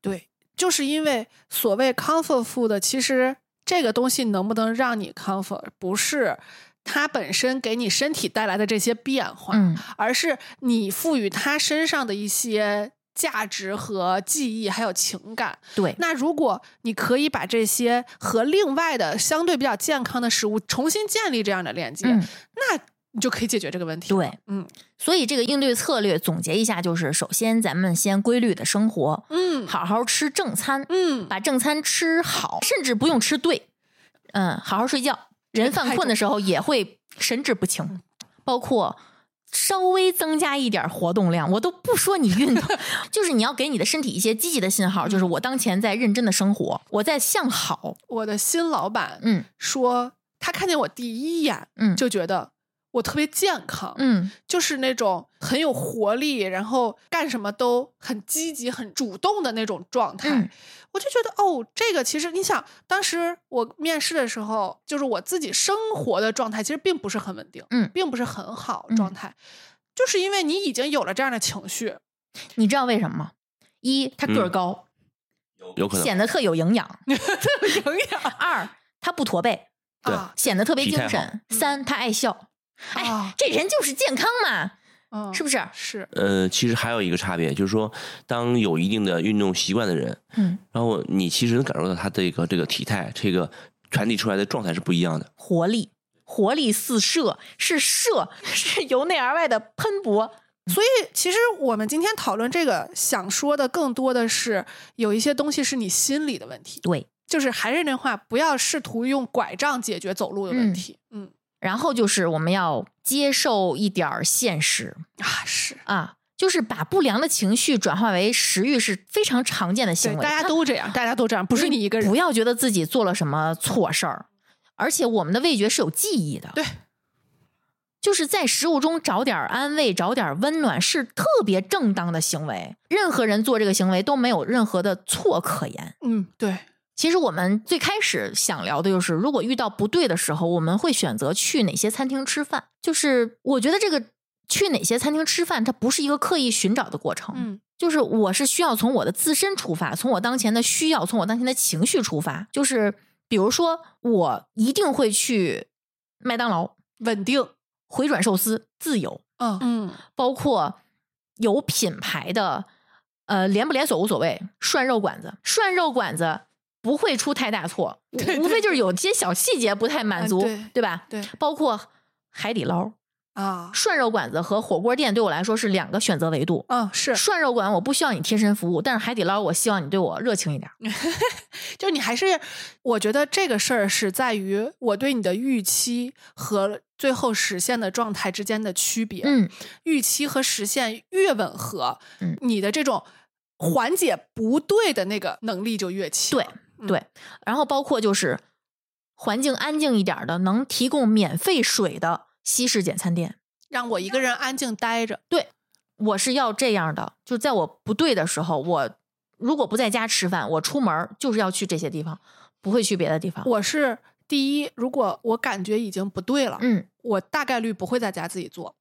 Speaker 2: 对，就是因为所谓 comfort food，其实这个东西能不能让你 comfort，不是它本身给你身体带来的这些变化，
Speaker 1: 嗯，
Speaker 2: 而是你赋予它身上的一些价值和记忆，还有情感。
Speaker 1: 对，
Speaker 2: 那如果你可以把这些和另外的相对比较健康的食物重新建立这样的链接，
Speaker 1: 嗯，
Speaker 2: 那你就可以解决这个问题了。
Speaker 1: 对，
Speaker 2: 嗯
Speaker 1: 所以这个应对策略总结一下，就是首先咱们先规律的生活，
Speaker 2: 嗯
Speaker 1: 好好吃正餐，
Speaker 2: 嗯，
Speaker 1: 把正餐吃好，甚至不用吃对，嗯，好好睡觉。人犯困的时候也会神志不
Speaker 2: 嗯
Speaker 1: 清，包括稍微增加一点活动量，我都不说你运 动，就是你要给你的身体一些积极的信号，
Speaker 2: 嗯
Speaker 1: 就是我当前在认真的生活，我在向好，
Speaker 2: 我的新老板
Speaker 1: 嗯
Speaker 2: 说，他看见我第一眼
Speaker 1: 嗯
Speaker 2: 就觉得我特别健康，
Speaker 1: 嗯
Speaker 2: 就是那种很有活力，然后干什么都很积极、很主动的那种状态。
Speaker 1: 嗯
Speaker 2: 我就觉得哦，这个其实你想，当时我面试的时候，就是我自己生活的状态其实并不是很稳定，
Speaker 1: 嗯
Speaker 2: 并不是很好状态，就是因为你已经有了这样的 情绪，
Speaker 1: 你知道为什么吗？一，他个儿高，
Speaker 4: 有嗯可能
Speaker 1: 显得特有营 养；
Speaker 2: 营养
Speaker 1: 二，他不驼背，
Speaker 4: 对
Speaker 2: 啊，
Speaker 1: 显得特别
Speaker 4: 体态
Speaker 1: 精神；
Speaker 2: 嗯
Speaker 1: 三，他爱笑。哎
Speaker 2: 啊，
Speaker 1: 这人就是健康嘛，
Speaker 2: 嗯，
Speaker 1: 是不
Speaker 2: 是？
Speaker 1: 是？
Speaker 2: 是，
Speaker 4: 呃，其实还有一个差别，就是说，当有一定的运动习惯的人，
Speaker 1: 嗯，
Speaker 4: 然后你其实能感受到他这个这个体态，这个传递出来的状态是不一样的。
Speaker 1: 活力，活力四射，是射， 是由内而外的喷薄。
Speaker 2: 所以其实我们今天讨论这个，想说的更多的是有一些东西是你心理的问题，
Speaker 1: 对，
Speaker 2: 就是还是那话，不要试图用拐杖解决走路的
Speaker 1: 嗯
Speaker 2: 问题。嗯
Speaker 1: 然后就是我们要接受一点儿现实
Speaker 2: 啊，是
Speaker 1: 啊，就是把不良的情绪转化为食欲是非常常见的行
Speaker 2: 对，
Speaker 1: 为。
Speaker 2: 大家
Speaker 1: 它
Speaker 2: 都这样，大家都这样，不是你一个人
Speaker 1: 不。要觉得自己做了什么错事儿，而且我们的味觉是有记忆的。
Speaker 2: 对。
Speaker 1: 就是在食物中找点儿安慰，找点儿温暖，是特别正当的行为。任何人做这个行为都没有任何的错可言。
Speaker 2: 嗯，对，
Speaker 1: 其实我们最开始想聊的就是，如果遇到不对的时候，我们会选择去哪些餐厅吃饭。就是我觉得这个去哪些餐厅吃饭，它不是一个刻意寻找的过程，
Speaker 2: 嗯
Speaker 1: 就是我是需要从我的自身出发，从我当前的需要，从我当前的情绪出发。就是比如说，我一定会去麦当劳、
Speaker 2: 稳定。
Speaker 1: 回转寿司、自由，
Speaker 2: 嗯嗯
Speaker 1: 包括有品牌的，呃，连不连锁无所谓。涮肉馆子，涮肉馆子不会出太大错，无
Speaker 2: 对
Speaker 1: 无非就是有些小细节不太满足，
Speaker 2: 嗯对
Speaker 1: 吧？
Speaker 2: 对
Speaker 1: 包括海底捞、
Speaker 2: 啊，
Speaker 1: 涮肉馆子和火锅店对我来说是两个选择维度。
Speaker 2: 嗯是，
Speaker 1: 涮肉馆我不需要你贴身服务，但是海底捞我希望你对我热情一点。
Speaker 2: 就是你还是，我觉得这个事儿是在于我对你的预期和最后实现的状态之间的区别。
Speaker 1: 嗯，
Speaker 2: 预期和实现越吻合，
Speaker 1: 嗯
Speaker 2: 你的这种缓解不对的那个能力就越强。
Speaker 1: 对对。然后包括就是环境安静一点的，能提供免费水的西式简餐店。
Speaker 2: 让我一个人安静待着。
Speaker 1: 我是要这样的，就在我不对的时候，我如果不在家吃饭，我出门儿就是要去这些地方，不会去别的地方。
Speaker 2: 我是第一，如果我感觉已经不对了，
Speaker 1: 嗯
Speaker 2: 我大概率不会在家自己做。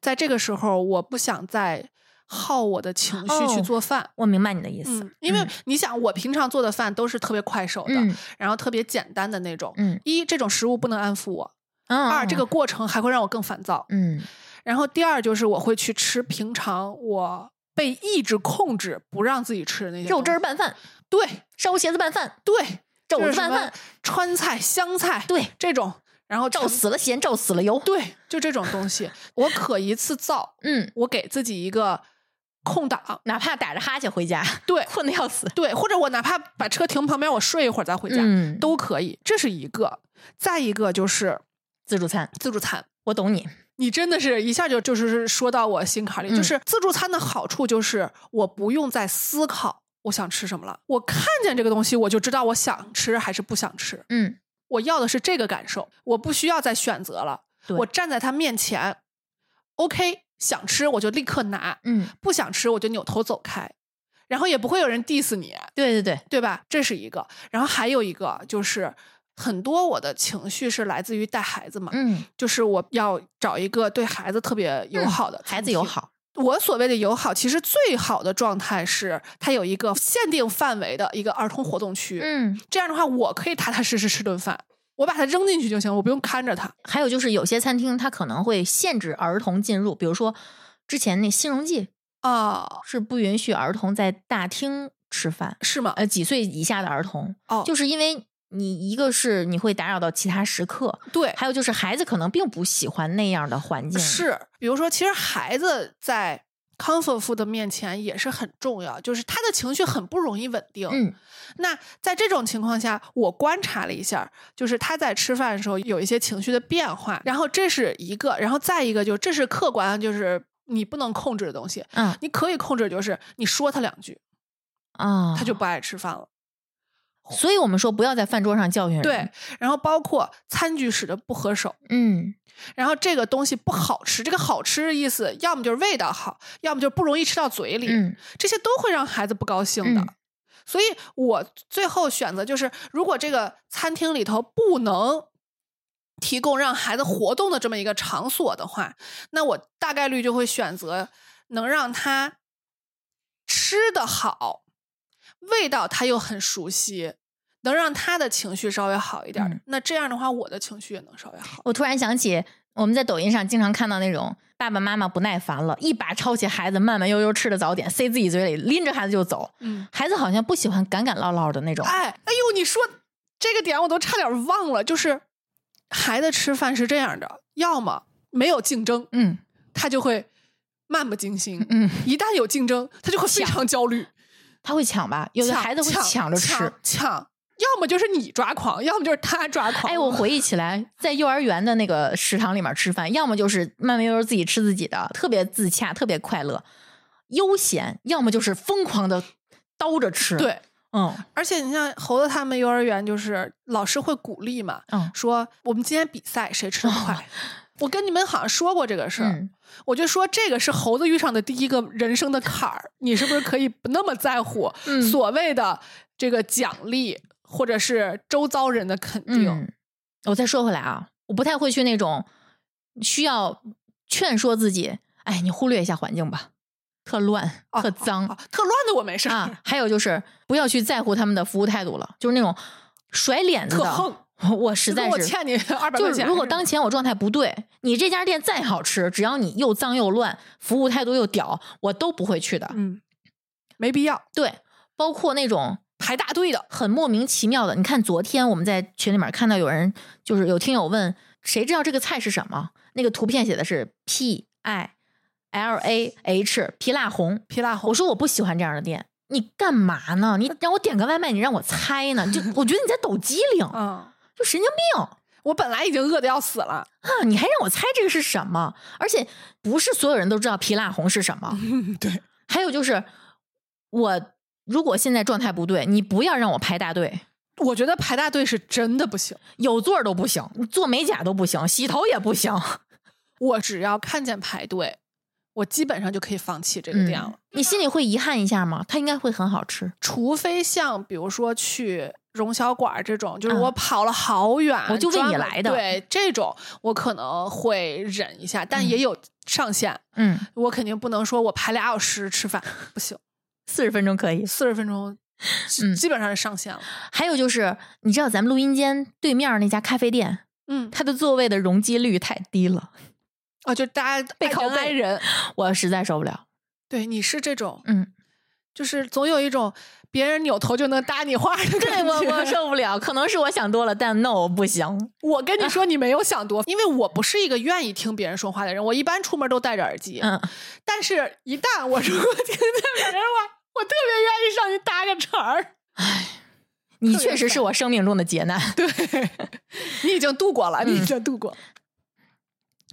Speaker 2: 在这个时候，我不想再耗我的情绪去
Speaker 1: 哦
Speaker 2: 做饭。
Speaker 1: 我明白你的意思，
Speaker 2: 嗯，因为
Speaker 1: 嗯
Speaker 2: 你想，我平常做的饭都是特别快手的，
Speaker 1: 嗯
Speaker 2: 然后特别简单的那种。
Speaker 1: 嗯
Speaker 2: 一，这种食物不能安抚我；
Speaker 1: 嗯
Speaker 2: 二，啊这个过程还会让我更烦躁。
Speaker 1: 嗯
Speaker 2: 然后第二就是我会去吃平常我被意志控制不让自己吃的那些
Speaker 1: 肉汁儿
Speaker 2: 东西
Speaker 1: 拌饭、
Speaker 2: 对
Speaker 1: 烧茄子拌饭、
Speaker 2: 对，
Speaker 1: 肘
Speaker 2: 就
Speaker 1: 子
Speaker 2: 是什
Speaker 1: 拌
Speaker 2: 么
Speaker 1: 饭，
Speaker 2: 川菜、湘菜，
Speaker 1: 对
Speaker 2: 这种，然后
Speaker 1: 照
Speaker 2: 全
Speaker 1: 死了咸，照死了油。
Speaker 2: 对，就这种东西，我可一次造，
Speaker 1: 嗯，
Speaker 2: 我给自己一个空档，
Speaker 1: 哪怕打着哈欠回家，
Speaker 2: 对
Speaker 1: 困得要死。
Speaker 2: 对，或者我哪怕把车停旁边，我睡一会儿再回家、
Speaker 1: 嗯，
Speaker 2: 都可以，这是一个。再一个就是
Speaker 1: 自助餐，
Speaker 2: 自助餐，
Speaker 1: 我懂你。
Speaker 2: 你真的是一下就就是说到我心坎里，就
Speaker 1: 嗯
Speaker 2: 是自助餐的好处就是我不用再思考我想吃什么了，我看见这个东西我就知道我想吃还是不想吃，
Speaker 1: 嗯，
Speaker 2: 我要的是这个感受，我不需要再选择了，
Speaker 1: 对
Speaker 2: 我站在他面前， OK，想吃我就立刻拿，
Speaker 1: 嗯，
Speaker 2: 不想吃我就扭头走开，然后也不会有人 diss 你，
Speaker 1: 对对对，
Speaker 2: 对吧？这是一个。然后还有一个就是，很多我的情绪是来自于带孩子嘛，
Speaker 1: 嗯，
Speaker 2: 就是我要找一个对孩子特别友好的、
Speaker 1: 孩子友。好，
Speaker 2: 我所谓的友好，其实最好的状态是它有一个限定范围的一个儿童活动区，
Speaker 1: 嗯，
Speaker 2: 这样的话我可以踏踏实实吃顿饭。我把它扔进去就行，我不用看着它。
Speaker 1: 还有就是有些餐厅它可能会限制儿童进入，比如说之前那《新荣记》
Speaker 2: 哦，
Speaker 1: 是不允许儿童在大厅吃饭，
Speaker 2: 是吗？
Speaker 1: 呃，几岁以下的儿童，
Speaker 2: 哦，
Speaker 1: 就是因为你一个是你会打扰到其他食客，
Speaker 2: 对，
Speaker 1: 还有就是孩子可能并不喜欢那样的环境，
Speaker 2: 是，比如说，其实孩子在 comfort food 的面前也是很重要，就是他的情绪很不容易稳定。
Speaker 1: 嗯，
Speaker 2: 那在这种情况下，我观察了一下，就是他在吃饭的时候有一些情绪的变化，然后这是一个，然后再一个就是这是客观，就是你不能控制的东西。
Speaker 1: 嗯
Speaker 2: 你可以控制，就是你说他两句，
Speaker 1: 啊，
Speaker 2: 他就不爱吃饭了。
Speaker 1: 所以我们说不要在饭桌上教训人，
Speaker 2: 对，，然后包括餐具使得不合手，
Speaker 1: 嗯
Speaker 2: 然后这个东西不好吃，这个好吃的意思，要么就是味道好，要么就是不容易吃到嘴里，
Speaker 1: 嗯
Speaker 2: 这些都会让孩子不高兴的。
Speaker 1: 嗯
Speaker 2: 所以我最后选择就是，如果这个餐厅里头不能提供让孩子活动的这么一个场所的话，那我大概率就会选择能让他吃的好，味道他又很熟悉。能让他的情绪稍微好一点儿，
Speaker 1: 嗯
Speaker 2: 那这样的话，我的情绪也能稍微好。
Speaker 1: 我突然想起，我们在抖音上经常看到那种爸爸妈妈不耐烦了，一把抄起孩子慢慢悠悠吃的早点，塞自己嘴里，拎着孩子就走。
Speaker 2: 嗯，
Speaker 1: 孩子好像不喜欢赶赶唠唠的那种。
Speaker 2: 哎，哎呦，你说这个点我都差点忘了，就是孩子吃饭是这样的，要么没有竞争，
Speaker 1: 嗯
Speaker 2: 他就会漫不经心；
Speaker 1: 嗯，
Speaker 2: 一旦有竞争，他就会非常焦虑，
Speaker 1: 他会抢吧？有的
Speaker 2: 抢
Speaker 1: 孩子会
Speaker 2: 抢
Speaker 1: 抢着吃
Speaker 2: 抢。抢要么就是你抓狂，要么就是他抓狂。
Speaker 1: 哎，我回忆起来，在幼儿园的那个食堂里面吃饭，要么就是慢慢悠悠自己吃自己的，特别自洽，特别快乐、悠闲；要么就是疯狂的叨着吃。，
Speaker 2: 对，
Speaker 1: 嗯
Speaker 2: 而且你像猴子他们幼儿园，就是老师会鼓励嘛，
Speaker 1: 嗯
Speaker 2: 说我们今天比赛谁吃的
Speaker 1: 哦
Speaker 2: 快。我跟你们好像说过这个事儿，
Speaker 1: 嗯，
Speaker 2: 我就说这个是猴子遇上的第一个人生的坎儿，你是不是可以不那么在乎
Speaker 1: 嗯
Speaker 2: 所谓的这个奖励，或者是周遭人的肯定？
Speaker 1: 嗯，我再说回来啊，我不太会去那种需要劝说自己，哎，你忽略一下环境吧，特乱、
Speaker 2: 啊
Speaker 1: 特脏
Speaker 2: 啊特乱的我没事儿，
Speaker 1: 啊。还有就是不要去在乎他们的服务态度了，就是那种甩脸子
Speaker 2: 特
Speaker 1: 的，
Speaker 2: 横，
Speaker 1: 我我实
Speaker 2: 就跟
Speaker 1: 在
Speaker 2: 我
Speaker 1: 是。
Speaker 2: 欠你二百
Speaker 1: 就
Speaker 2: 块
Speaker 1: 是
Speaker 2: 钱。
Speaker 1: 如果当嗯
Speaker 2: 是
Speaker 1: 前我状态不对，你这家店再好吃，只要你又脏又乱，服务态度又屌，我都不会去的
Speaker 2: 吧。嗯，没必要
Speaker 1: 对，包括那种
Speaker 2: 排大队的，
Speaker 1: 很莫名其妙的。你看，昨天我们在群里面看到有人，就是有听友问，谁知道这个菜是什么？那个图片写的是 P I L A H 皮辣红。
Speaker 2: 皮辣红
Speaker 1: 我说我不喜欢这样的店，你干嘛呢？你让我点个外卖，你让我猜呢？ 就我觉得你在抖机灵，
Speaker 2: 嗯，
Speaker 1: 就神经病
Speaker 2: 我本来已经饿的要死 了，
Speaker 1: 啊！你还让我猜这个是什么？而且不是所有人都知道皮辣红是什么。
Speaker 2: 对，
Speaker 1: 还有就是，我如果现在状态不对，你不要让我排大队。
Speaker 2: 我觉得排大队是真的不行。
Speaker 1: 有座儿都不行，做美甲都不行，洗头也不 行。
Speaker 2: 我只要看见排队，我基本上就可以放弃这个店了。
Speaker 1: 嗯，你心里会遗憾一下吗？它应该会很好吃。
Speaker 2: 除非像比如说去荣小馆儿这种，就是我
Speaker 1: 嗯
Speaker 2: 跑了好远，
Speaker 1: 我就为
Speaker 2: 专
Speaker 1: 你
Speaker 2: 门
Speaker 1: 来的
Speaker 2: 对这种我可能会忍一下，但也有上限，
Speaker 1: 嗯，
Speaker 2: 我肯定不能说我排俩小时吃饭，不行，
Speaker 1: 四十分钟可以。
Speaker 2: 四十分钟基、
Speaker 1: 嗯
Speaker 2: 基本上是上限了。
Speaker 1: 还有就是，你知道咱们录音间对面那家咖啡店，
Speaker 2: 嗯，
Speaker 1: 它的座位的容积率太低了，
Speaker 2: 啊，就大家
Speaker 1: 背
Speaker 2: 爱
Speaker 1: 靠
Speaker 2: 人挨
Speaker 1: 背
Speaker 2: 人，
Speaker 1: 我实在受不了。
Speaker 2: 对，你是这种，
Speaker 1: 嗯，
Speaker 2: 就是总有一种别人扭头就能搭你话的感觉。
Speaker 1: 对我我受不了，可能是我想多了，但 no 不行。
Speaker 2: 我跟你说，你没有想多，因为我不是一个愿意听别人说话的人，我一般出门都戴着耳机。
Speaker 1: 嗯，
Speaker 2: 但是，一旦我如果听见别人话，我特别愿意上去搭个茬儿。
Speaker 1: 你
Speaker 2: 特别
Speaker 1: 确实是
Speaker 2: 烦
Speaker 1: 我生命中的劫难。
Speaker 2: 对，你已经度过了，你已
Speaker 1: 嗯
Speaker 2: 经度过。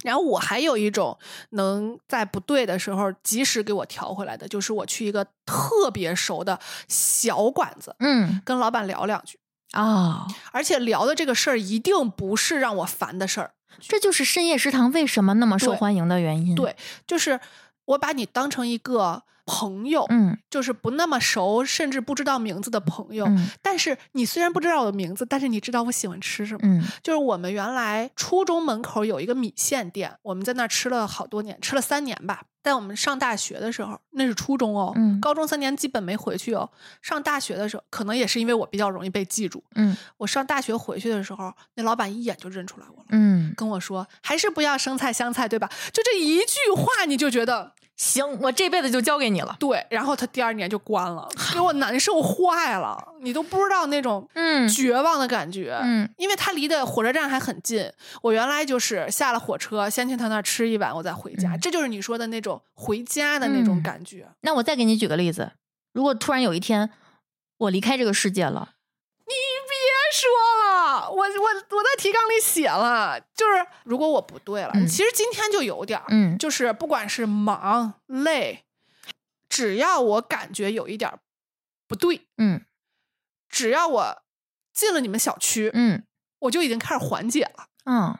Speaker 2: 然后我还有一种能在不对的时候及时给我调回来的，就是我去一个特别熟的小馆子，
Speaker 1: 嗯
Speaker 2: 跟老板聊两句，
Speaker 1: 啊、哦，
Speaker 2: 而且聊的这个事儿一定不是让我烦的事儿，
Speaker 1: 这就是深夜食堂为什么那么受
Speaker 2: 对
Speaker 1: 欢迎的原因。
Speaker 2: 对就是我把你当成一个朋友，
Speaker 1: 嗯
Speaker 2: 就是不那么熟，甚至不知道名字的朋友。
Speaker 1: 嗯
Speaker 2: 但是你虽然不知道我的名字，但是你知道我喜欢吃什么。
Speaker 1: 嗯
Speaker 2: 就是我们原来初中门口有一个米线店，我们在那儿吃了好多年，吃了三年吧。在我们上大学的时候，那是初中哦，
Speaker 1: 嗯
Speaker 2: 高中三年基本没回去哦。上大学的时候，可能也是因为我比较容易被记住。
Speaker 1: 嗯
Speaker 2: 我上大学回去的时候，那老板一眼就认出来我了，
Speaker 1: 嗯，
Speaker 2: 跟我说还是不要生菜香菜，对吧？就这一句话，你就觉得
Speaker 1: 行，我这辈子就交给你了。
Speaker 2: 对。然后他第二年就 关了，给我难受坏了，你都不知道那种
Speaker 1: 嗯
Speaker 2: 绝望的感觉。
Speaker 1: 嗯
Speaker 2: 因为它离的火车站还很近。我原来就是下了火车，先去他那儿吃一碗，我再回家。
Speaker 1: 嗯
Speaker 2: 这就是你说的那种回家的那种
Speaker 1: 嗯
Speaker 2: 感觉。
Speaker 1: 那我再给你举个例子，如果突然有一天我离开这个世界了，
Speaker 2: 别说了，我我我在提纲里写了，就是如果我不对了，
Speaker 1: 嗯
Speaker 2: 其实今天就有点儿，
Speaker 1: 嗯
Speaker 2: 就是不管是忙累，只要我感觉有一点儿不对，
Speaker 1: 嗯
Speaker 2: 只要我进了你们小区，
Speaker 1: 嗯
Speaker 2: 我就已经开始缓解了。
Speaker 1: 嗯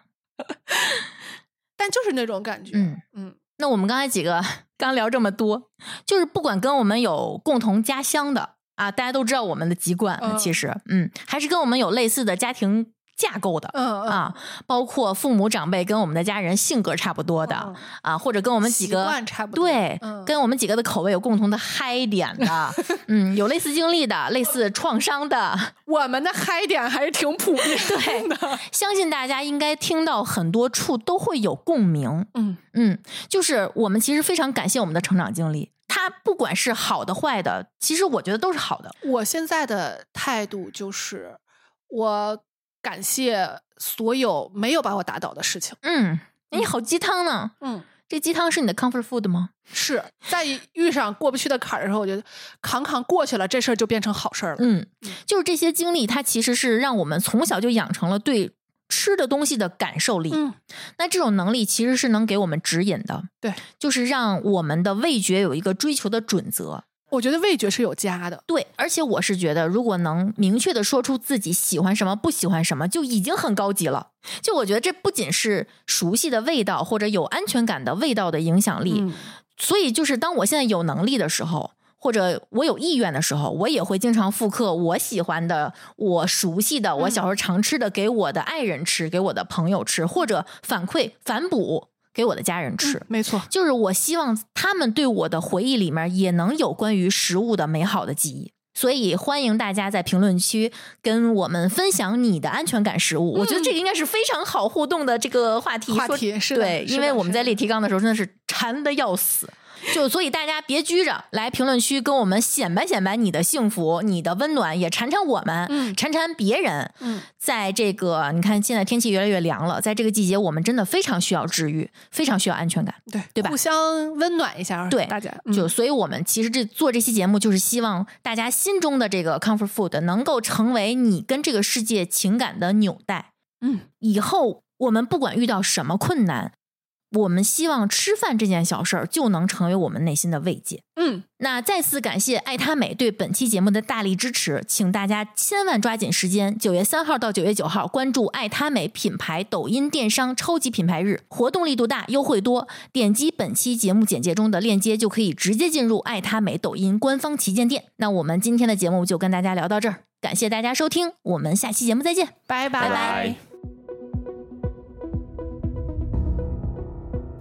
Speaker 2: 但就是那种感觉，
Speaker 1: 嗯。
Speaker 2: 嗯
Speaker 1: 那我们刚才几个刚聊这么多，就是不管跟我们有共同家乡的啊，大家都知道我们的籍贯了，
Speaker 2: 嗯
Speaker 1: 其实嗯，还是跟我们有类似的家庭架构的。
Speaker 2: 嗯嗯
Speaker 1: 啊，包括父母长辈跟我们的家人性格差不多的、
Speaker 2: 嗯
Speaker 1: 啊，或者跟我
Speaker 2: 我
Speaker 1: 们几个
Speaker 2: 差不多，
Speaker 1: 对，
Speaker 2: 嗯
Speaker 1: 跟我们几个的口味有共同的嗨点 的，嗯，有类似经历的，类似创伤的，
Speaker 2: 我们的嗨点还是挺普遍 的。
Speaker 1: 相信大家应该听到很多处都会有共鸣。
Speaker 2: 嗯
Speaker 1: 嗯，就是我们其实非常感谢我们的成长经历，它不管是好的坏的，其实我觉得都是好的。
Speaker 2: 我现在的态度就是，我感谢所有没有把我打倒的事情。
Speaker 1: 嗯，你好鸡汤呢？
Speaker 2: 嗯，
Speaker 1: 这鸡汤是你的 comfort food 吗？
Speaker 2: 是在遇上过不去的坎儿的时候，我觉得扛扛过去了，这事儿就变成好事儿了。
Speaker 1: 嗯，就是这些经历，它其实是让我们从小就养成了对吃的东西的感受力。
Speaker 2: 嗯
Speaker 1: 那这种能力其实是能给我们指引的，
Speaker 2: 对，
Speaker 1: 就是让我们的味觉有一个追求的准则。
Speaker 2: 我觉得味觉是有家的。
Speaker 1: 对，而且我是觉得，如果能明确的说出自己喜欢什么、不喜欢什么，就已经很高级了。就我觉得这不仅是熟悉的味道或者有安全感的味道的影响力，
Speaker 2: 嗯
Speaker 1: 所以就是当我现在有能力的时候，或者我有意愿的时候，我也会经常复刻我喜欢的、我熟悉的、我小时候常吃的，给我的爱人吃，给我的朋友吃，或者反馈反哺给我的家人吃。
Speaker 2: 嗯没错。
Speaker 1: 就是我希望他们对我的回忆里面也能有关于食物的美好的记忆。所以欢迎大家在评论区跟我们分享你的安全感食物，我觉得这个应该是非常好互动的这个话题。
Speaker 2: 嗯话
Speaker 1: 说
Speaker 2: 题是的
Speaker 1: 对，
Speaker 2: 是
Speaker 1: 因为
Speaker 2: 的
Speaker 1: 我们
Speaker 2: 是
Speaker 1: 在
Speaker 2: 的
Speaker 1: 列提纲的时候真的是馋的要死，就所以大家别拘着，来评论区跟我们显摆显摆你的幸福、你的温暖，也馋馋我们，
Speaker 2: 嗯
Speaker 1: 馋馋别人。
Speaker 2: 嗯，
Speaker 1: 在这个你看现在天气越来越凉了，在这个季节我们真的非常需要治愈，非常需要安全感。
Speaker 2: 对
Speaker 1: 对吧
Speaker 2: 互相温暖一下，
Speaker 1: 对
Speaker 2: 大家。
Speaker 1: 就
Speaker 2: 嗯
Speaker 1: 所以，我们其实这做这期节目，就是希望大家心中的这个 comfort food 能够成为你跟这个世界情感的纽带。
Speaker 2: 嗯，
Speaker 1: 以后我们不管遇到什么困难，我们希望吃饭这件小事儿就能成为我们内心的慰藉。
Speaker 2: 嗯，
Speaker 1: 那再次感谢爱他美对本期节目的大力支持，请大家千万抓紧时间，九月三号到九月九号关注爱他美品牌抖音电商超级品牌日，活动力度大，优惠多。点击本期节目简介中的链接，就可以直接进入爱他美抖音官方旗舰店。那我们今天的节目就跟大家聊到这儿，感谢大家收听，我们下期节目再见。
Speaker 4: 拜
Speaker 1: 拜
Speaker 4: 拜。